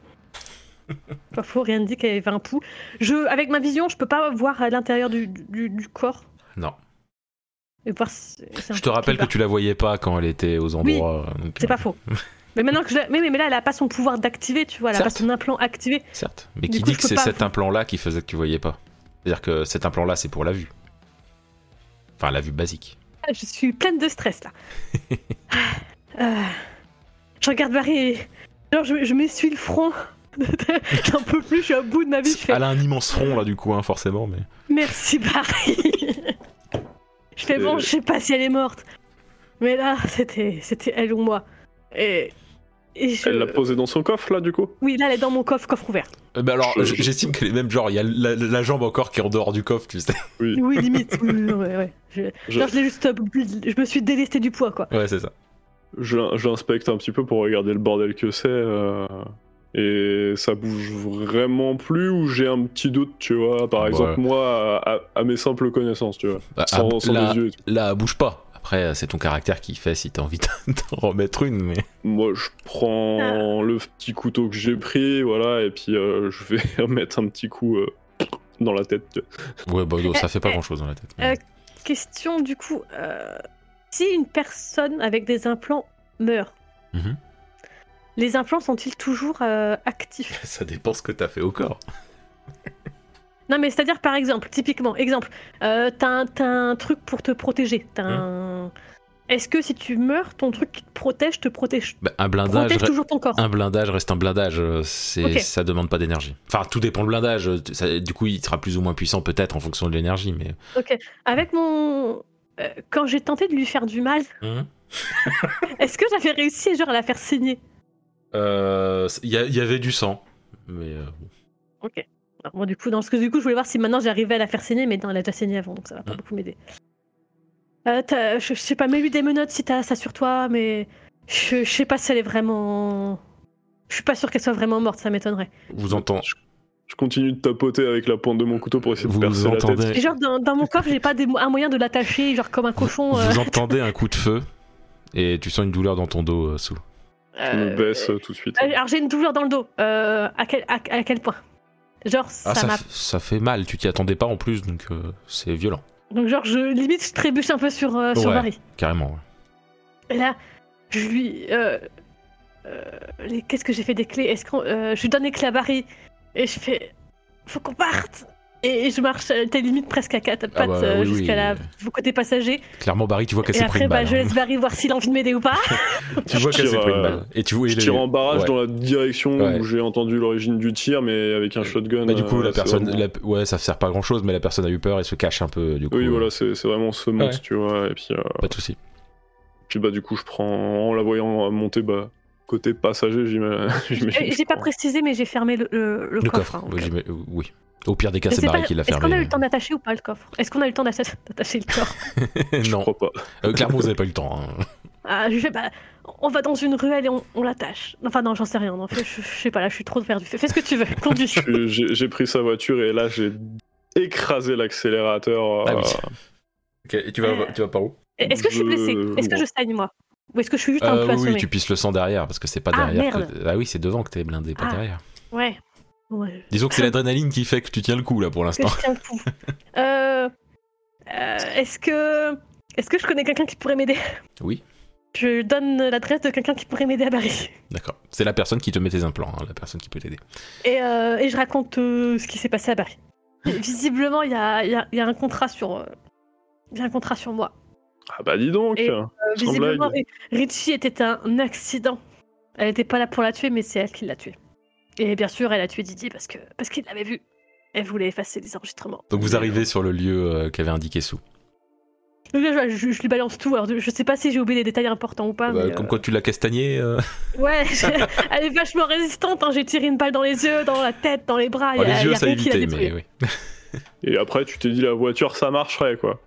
Pas faux, rien ne dit qu'elle avait 20 poux. Je, avec ma vision, je peux pas voir à l'intérieur du, du- du corps. Non. Et voir si- c'est un Je te truc rappelle qui que va. tu la voyais pas quand elle était aux Oui, endroits. euh, donc, C'est pas euh, faux. Mais maintenant que je la- mais, mais, mais là, elle a pas son pouvoir d'activer, tu vois, elle a pas Certes. son implant activé. Certes. Mais Du qui coup, dit je que peux c'est pas cet voir. implant-là qui faisait que tu voyais pas C'est-à-dire que cet implant-là, c'est pour la vue. Enfin, la vue basique. Ah, Je suis pleine de stress là. Euh, je regarde Barry et genre je, je m'essuie le front. J'en peux plus, je suis à bout de ma vie. Je fais Elle a un immense front, là, du coup, hein, forcément, mais. merci Barry. je fais Euh. bon, je sais pas si elle est morte, mais là c'était c'était elle ou moi. Et, et je- Elle l'a posé dans son coffre là du coup oui là elle est dans mon coffre, coffre ouvert. Euh, bah alors, Je- j- j'estime que les mêmes genre, il y a la, la jambe encore qui est en dehors du coffre, tu sais. Oui limite. oui, oui, ouais, ouais. Je, Je- genre, je l'ai juste, euh, je me suis délestée du poids quoi. Ouais, c'est ça. Je l'in- je l'inspecte un petit peu pour regarder le bordel que c'est. euh, Et ça bouge vraiment plus ou j'ai un petit doute, tu vois, par Ouais. exemple moi à, à- à mes simples connaissances, tu vois. Bah, Sans, ah, sans là, les yeux et tout. là, bouge pas. Après, c'est ton caractère qui fait si t'as envie d'en remettre une, mais. Moi je prends le petit couteau que j'ai pris, voilà, et puis euh, je vais mettre un petit coup euh, dans la tête. tu vois. Ouais, bah, ça fait pas euh, grand chose dans la tête. euh, Question du coup, euh, si une personne avec des implants meurt, Mhm. les implants sont-ils toujours euh, actifs Ça dépend ce que t'as fait au corps. Non mais c'est-à-dire par exemple, typiquement, exemple, euh, t'as un, t'as un truc pour te protéger, t'as Mhm. un... Est-ce que si tu meurs, ton truc qui te protège te protège Bah, Ah. un blindage. Protège re- toujours ton corps. Un blindage reste un blindage, euh, c'est Ok. ça demande pas d'énergie. Enfin, tout dépend du blindage. euh, ça- du coup, il sera plus ou moins puissant peut-être en fonction de l'énergie, mais. Ok. Avec mon... euh, Quand j'ai tenté de lui faire du mal, Hmm. est-ce que j'avais réussi genre à la faire saigner Euh, Il y, a- il y avait du sang, mais euh, bon. Ok. Alors, bon, du coup, dans ce que du coup, je voulais voir si maintenant j'arrivais à la faire saigner, mais non, elle a déjà saigné avant, donc ça va pas Mm. beaucoup m'aider. Euh, t'as- je, je sais pas, mets-lui des menottes si t'as ça sur toi, mais je, je sais pas si elle est vraiment. Je suis pas sûre qu'elle soit vraiment morte, ça m'étonnerait. vous entendez. Je, je continue de tapoter avec la pointe de mon couteau pour essayer de Vous percer la entendez. tête. Et genre, dans, dans mon coffre, j'ai pas des mo- un moyen de l'attacher, genre comme un cochon. euh, Vous entendez un coup de feu et tu sens une douleur dans ton dos, euh, Sou. Je me euh, baisse euh, tout de suite. euh, alors, j'ai une douleur dans le dos. Euh, à, quel, à, à quel point Genre, Ah, ça ça, m'a. f- ça fait mal, tu t'y attendais pas en plus, donc euh, c'est violent, Donc, genre, je limite, je trébuche un peu sur, euh, sur Ouais. Marie. carrément. ouais. Et là, je lui. euh, euh, les- Qu'est-ce que j'ai fait des clés Est-ce qu'on. euh, je lui donne les clés à Barry et je fais. Faut qu'on parte Et je marche, euh, t'es limite presque à quatre pattes bah, euh, oui, oui. jusqu'à la au côté passager. Clairement, Barry, tu vois qu'elle et s'est pris après, une bah, balle. je hein. laisse Barry voir s'il a envie de m'aider ou pas. Tu vois qu'elle s'est tire, pris une euh, balle. Et tu vois, Je il est- tire en barrage ouais. dans la direction Ouais. où j'ai entendu l'origine du tir, mais avec un shotgun. Bah, du coup, euh, la c'est personne, vraiment- la- ouais, ça sert pas à grand chose, mais la personne a eu peur et se cache un peu. Du coup, Oui, euh, voilà, c'est c'est vraiment ce Ouais. tu vois. Et puis, euh, pas de souci. puis bah, du coup, je prends, en la voyant monter, bah, côté passager, j'ima- j'imagine. Euh, j'ai pas précisé, mais j'ai fermé le, le- le Le coffre. coffre, hein, oui, donc, euh, j'imagine- euh, oui. Au pire des cas, je c'est sais Barry pas, qui l'a Est-ce qu'on a eu fermé. le temps d'attacher ou pas le coffre Est-ce qu'on a eu le temps d'atta- d'attacher le corps Je non, crois pas. Euh, clairement, vous avez pas eu le temps. hein. Ah, je fais, bah, on va dans une ruelle et on, on l'attache. Enfin, non, j'en sais rien. non, fais- je, je sais pas, là, je suis trop perdue. Fais, fais ce que tu veux, conduis. Puis J'ai j'ai pris sa voiture et là, j'ai écrasé l'accélérateur. Ah euh, oui. et tu vas- tu vas par où Est-ce que je suis Je- blessée Est-ce que je saigne moi Ou est-ce que je suis juste un peu Euh, Oui, assommée tu pisses le sang derrière parce que c'est pas Ah, derrière. merde. que- Ah oui, c'est devant que t'es blindé, pas Ah. derrière. Ouais. Ouais, Disons que c'est l'adrénaline qui fait que tu tiens le coup là pour Que l'instant. je tiens le coup. Euh, euh, est-ce que est-ce que je connais quelqu'un qui pourrait m'aider Oui. Je donne l'adresse de quelqu'un qui pourrait m'aider à Paris. D'accord. C'est la personne qui te met tes implants, hein, la personne qui peut t'aider. Et, euh, et je raconte euh, ce qui s'est passé à Paris. Visiblement, il y a, il y a- il y a un contrat sur. euh, il y a un contrat sur moi. Ah bah, dis donc Et, Euh, Sans visiblement, Ri- Richie était un accident. Elle n'était pas là pour la tuer, mais c'est elle qui l'a tuée. Et bien sûr, elle a tué Didi parce que parce qu'il l'avait vue. Elle voulait effacer les enregistrements. Donc vous Et, arrivez sur le lieu euh, qu'avait indiqué Sou. Donc là, je, je- je lui balance tout. Alors, je sais pas si j'ai oublié des détails importants ou pas. Bah, mais, Comme euh, quoi tu l'as castagné. euh. Ouais, je- elle est vachement résistante. hein. J'ai tiré une balle dans les yeux, dans la tête, dans les bras. Oh, ah, il y a- les il y yeux, a ça rien qui l'a évitait, détruit. mais oui. Et après, tu t'es dit, la voiture, ça marcherait, quoi.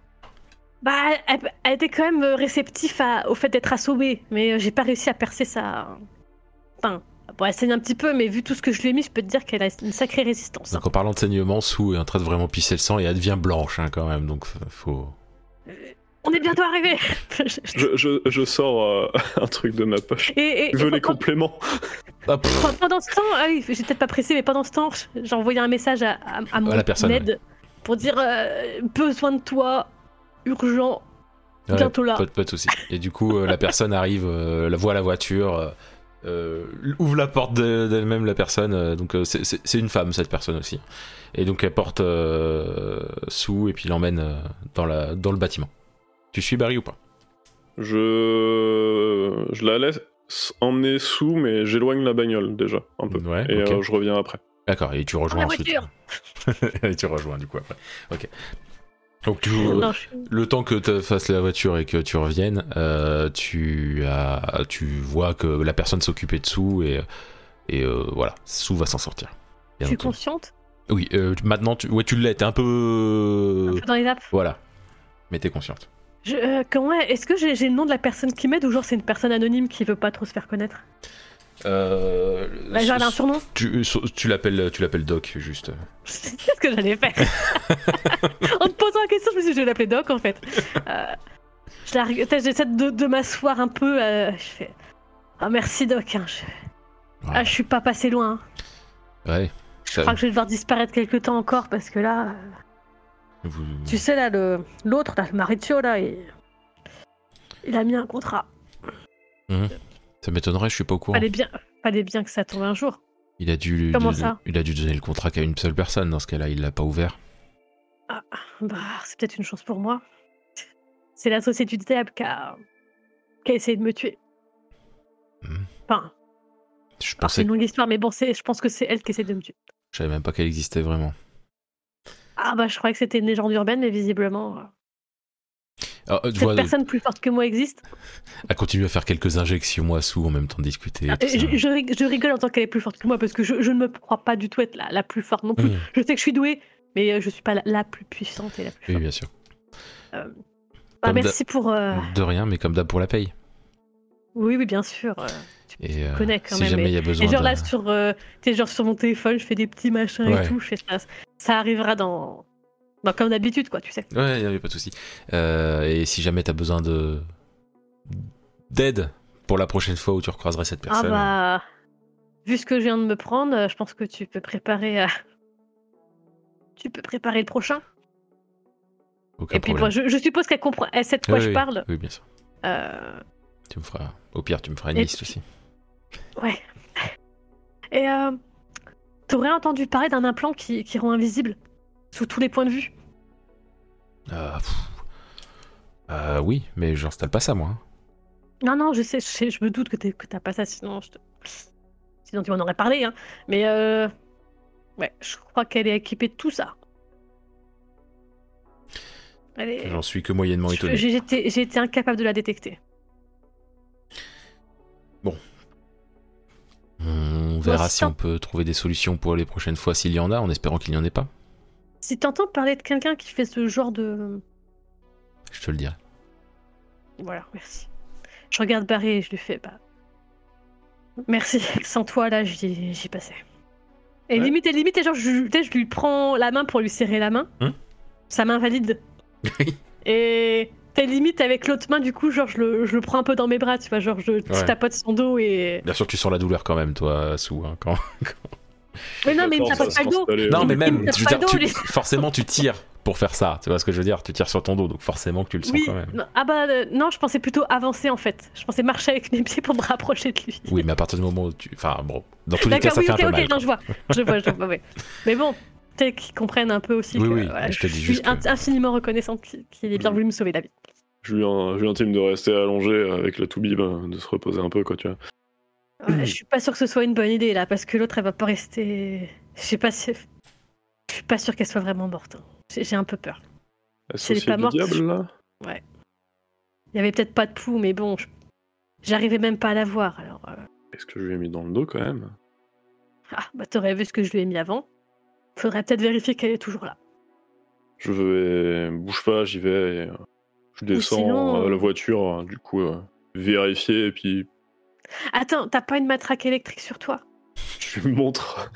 Bah, elle, elle était quand même euh, réceptive à- au fait d'être assommée, mais euh, j'ai pas réussi à percer ça. Enfin, bon, elle saigne un petit peu, mais vu tout ce que je lui ai mis, je peux te dire qu'elle a une sacrée résistance. hein. Donc en parlant de saignement, Sou est en train de vraiment pisser le sang et elle devient blanche hein, quand même. Donc f- faut. On est bientôt arrivé Je, je- je sors euh, un truc de ma poche. Et, et- Je veux et les pendant, compléments. Ah, pff, pendant- pendant ce temps, ah oui, j'ai peut-être pas pressé, mais pendant ce temps, j'ai envoyé un message à, à- à mon la personne, aide pour dire euh, besoin de toi, urgent, ouais, bientôt là. Pas, de- pas de soucis. Et du coup, euh, la personne arrive, euh, la voit la voiture, euh, euh, ouvre la porte de- d'elle-même, la personne. euh, donc, euh, c'est- c'est c'est une femme, cette personne aussi. Et donc, elle porte euh, Sue et puis l'emmène euh, dans, la, dans le bâtiment. Tu suis Barry ou pas Je, je la laisse emmener sous, mais j'éloigne la bagnole déjà un peu. Ouais, Et ok. euh, je reviens après. D'accord, et tu rejoins la ensuite. voiture. et tu rejoins du coup après. Ok. Donc, tu, Non, je- Le temps que tu fasses la voiture et que tu reviennes, euh, tu, as, tu vois que la personne s'occupait de Sou et, et euh, voilà, Sou va s'en sortir. je Bien suis entendu. consciente, Oui, euh, tu- maintenant tu, ouais, tu l'es, t'es un un peu. peu dans les nappes. Voilà, mais t'es consciente. Je- euh, comment est-ce que j'ai j'ai le nom de la personne qui m'aide ou genre c'est une personne anonyme qui veut pas trop se faire connaître Euh, Bah, Genre elle a un surnom tu euh, so- tu l'appelles tu l'appelles Doc, juste. C'est ce que j'allais faire. en te posant la question, je me suis dit, je vais l'appeler Doc en fait. Euh, je la reg- J'essaie de, de m'asseoir un peu. euh, je fais Ah, merci Doc. hein, je... Voilà. Ah, je suis pas passé loin. hein. Ouais. Je crois que je vais devoir disparaître quelque temps encore parce que là, euh, Vous- tu sais, là, le- l'autre, là, le Maritio, là, il... il a mis un contrat. Ça m'étonnerait, je suis pas au courant. Fallait bien, fallait bien que ça tombe un jour. Il a dû Comment donner- ça il a dû donner le contrat qu'à une seule personne dans ce cas-là, il l'a pas ouvert. Bah, c'est peut-être une chance pour moi. C'est la société du diable qui a, qui a essayé de me tuer. Hmm. Enfin, Je alors, c'est pensais une longue histoire, mais bon, c'est- je pense que c'est elle qui essaie de me tuer. je savais même pas qu'elle existait vraiment. Ah bah, je croyais que c'était une légende urbaine, mais visiblement, euh, Ah, euh, tu cette vois, personne plus forte que moi existe. elle continue à faire quelques injections à sous en même temps de discuter. et tout Ah, Et ça. Euh, je, je rig- je rigole en tant qu'elle est plus forte que moi, parce que je, je ne me crois pas du tout être la, la plus forte non plus. Mmh. Je sais que je suis douée, mais euh, je suis pas la, la plus puissante et la plus Oui, forte. bien sûr. Euh, bah, Comme d'hab- Hmm. merci pour... euh, De rien, mais comme d'hab pour la paye. Oui, oui, bien sûr. euh, tu Et euh, connais quand si même. mais- jamais il y a besoin Et genre d'un- là, sur, euh, tu sais, genre sur mon téléphone, je fais des petits machins Ouais. et tout. Je fais ça, ça arrivera dans, dans comme d'habitude, quoi, tu sais. Ouais, il y avait pas de souci. Euh, et si jamais t'as besoin de d'aide pour la prochaine fois où tu recroiserais cette personne. Ah bah, vu ce que je viens de me prendre, euh, je pense que tu peux préparer. euh, Tu peux préparer le prochain. Aucun et puis, problème. bon, je, je suppose qu'elle comprend. Elle sait de quoi Oui, je oui, parle. Oui, bien sûr. Euh, Tu me feras. Au pire, tu me feras une Et liste aussi. ouais. Et euh, t'aurais entendu parler d'un implant qui, qui rend invisible sous tous les points de vue. Ah, pff. Euh, oui, mais j'installe pas ça moi. hein. Non, non, je sais, je, sais, je me doute que t'es- que t'as pas ça, sinon je te... Sinon tu m'en aurais parlé, hein. Mais euh... Ouais, je crois qu'elle est équipée de tout ça. Elle est... J'en suis que moyennement je- étonné. J'ai été, j'ai été incapable de la détecter. On verra Bon, si ça- on peut trouver des solutions pour les prochaines fois s'il y en a, en espérant qu'il n'y en ait pas. Si t'entends parler de quelqu'un qui fait ce genre de... Je te le dirai. Voilà, merci. Je regarde Barry et je lui fais... Bah... Merci, sans toi là, j'y j'y passais. Et Ouais. limite, et limite, et genre, je, tu sais, je lui prends la main pour lui serrer la main. Hum. Ça m'invalide. Et t'es limite avec l'autre main, du coup, genre, je le, je le prends un peu dans mes bras, tu vois, genre, je, Ouais. je tapote son dos et. Bien sûr, tu sens la douleur quand même, toi, Sou. hein, quand... Mais non, mais il me D'accord, tapote pas ça va le dos. s'installer, Non, euh, mais Il même, me tape je veux pas dire, le dos, tu- lui. forcément, tu tires pour faire ça. Tu vois ce que je veux dire Tu tires sur ton dos, donc forcément que tu le sens Oui. quand même. Non, ah bah euh, non, je pensais plutôt avancer en fait. Je pensais marcher avec mes pieds pour me rapprocher de lui. Oui, mais à partir du moment où tu. Enfin, bon, dans tous les cas, D'accord, ça oui, fait ok, un peu ok, mal. non, je vois. Je vois, je vois, ouais. Mais bon, peut-être qu'ils comprennent un peu aussi Oui, que oui, voilà, je te dis suis juste que- in- infiniment reconnaissante qu'il qu'il ait bien voulu me sauver la vie. Je lui, en- je lui intime de rester allongé avec la toubib, hein, de se reposer un peu, quoi, tu vois. Ouais, je suis pas sûre que ce soit une bonne idée là, parce que l'autre elle va pas rester. Je sais pas si. Je suis pas sûre qu'elle soit vraiment morte. hein. J'ai j'ai un peu peur. Associé pas du morte. diable, là Il y avait peut-être pas de pouls, mais bon, je- j'arrivais même pas à la voir. Alors, euh, Est-ce que je lui ai mis dans le dos, quand même ah, bah t'aurais vu ce que je lui ai mis avant. Faudrait peut-être vérifier qu'elle est toujours là. Je vais... Bouge pas, j'y vais, et, euh, je descends sinon, euh, euh, la voiture, euh, du coup, euh, vérifier, et puis Attends, t'as pas une matraque électrique sur toi je lui montre.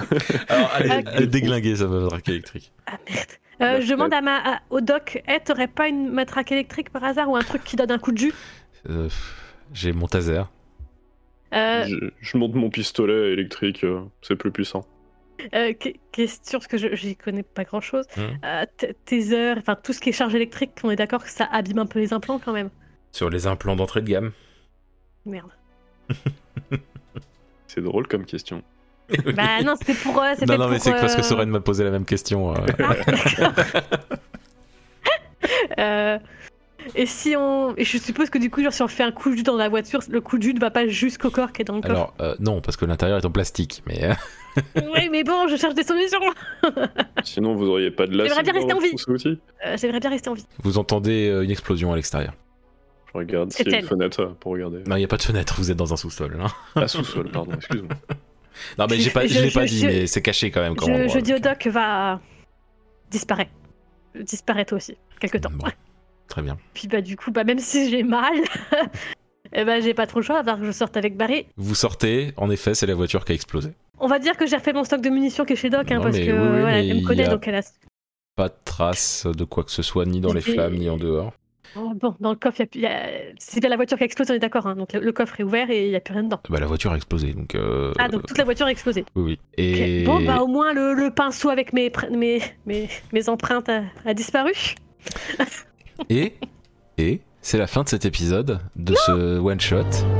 Alors, allez, Ok. allez, déglinguer, ça va être électrique. Ah merde. Euh, La je demande à ma, à- au doc, Eh, t'aurais pas une matraque électrique par hasard ou un truc qui donne un coup de jus Euh, pff, J'ai mon taser. Euh, Je, je monte mon pistolet électrique, euh, c'est plus puissant. euh, que- Question, parce que je- j'y connais pas Euh, grand chose. Mhm. taser, enfin tout ce qui est charge électrique, on est d'accord que ça abîme un peu les implants quand même. Sur les implants d'entrée de gamme. Merde. C'est drôle comme question. bah non, c'était pour. euh, c'était non, non, mais pour, c'est que parce que euh, Soren m'a posé la même question. euh. Euh, et si on. Et je suppose que du coup, genre, si on fait un coup de jus dans la voiture, le coup de jus ne va pas jusqu'au corps qui est dans le corps. Alors, euh, non, parce que l'intérieur est en plastique, mais. euh, Oui, mais bon, je cherche des solutions. Sinon, vous auriez pas de lacets. J'aimerais bien dans rester en votre vie. trousse à outils Euh, J'aimerais bien rester en vie. Vous entendez euh, une explosion à l'extérieur. Je regarde C'est s'il y a une elle. fenêtre euh, pour regarder. Non, il n'y a pas de fenêtre, vous êtes dans un sous-sol. hein. Ah, sous-sol, pardon, excuse-moi. Non, mais Je- j'ai pas, je je- l'ai pas je- dit, je- mais c'est caché quand même. Comme Je, endroit, je dis au donc, doc, va. disparaît. Disparaît toi aussi, quelque euh, temps. bon. Très bien. Puis bah, du coup, bah, même si j'ai mal, eh ben, j'ai pas trop le choix, à part que je sorte avec Barry. Vous sortez, en effet, c'est la voiture qui a explosé. On va dire que j'ai refait mon stock de munitions qui est chez Doc, hein, Non, parce mais que oui, oui, voilà, mais elle me connaît, il y a- donc elle a. Pas de trace de quoi que ce soit, ni dans les C'était- flammes, ni en dehors. Oh, bon, dans le coffre, il y a- il y a- c'est bien la voiture qui a explosé, on est d'accord. hein, donc le, le coffre est ouvert et il n'y a plus rien dedans. Bah, la voiture a explosé, donc. euh, Ah, donc toute la voiture a explosé. Oui, oui. Ok, Et. Bon, bah au moins le, le pinceau avec mes, pre- mes, mes, mes empreintes a, a disparu. Et, et c'est la fin de cet épisode, de ce one-shot.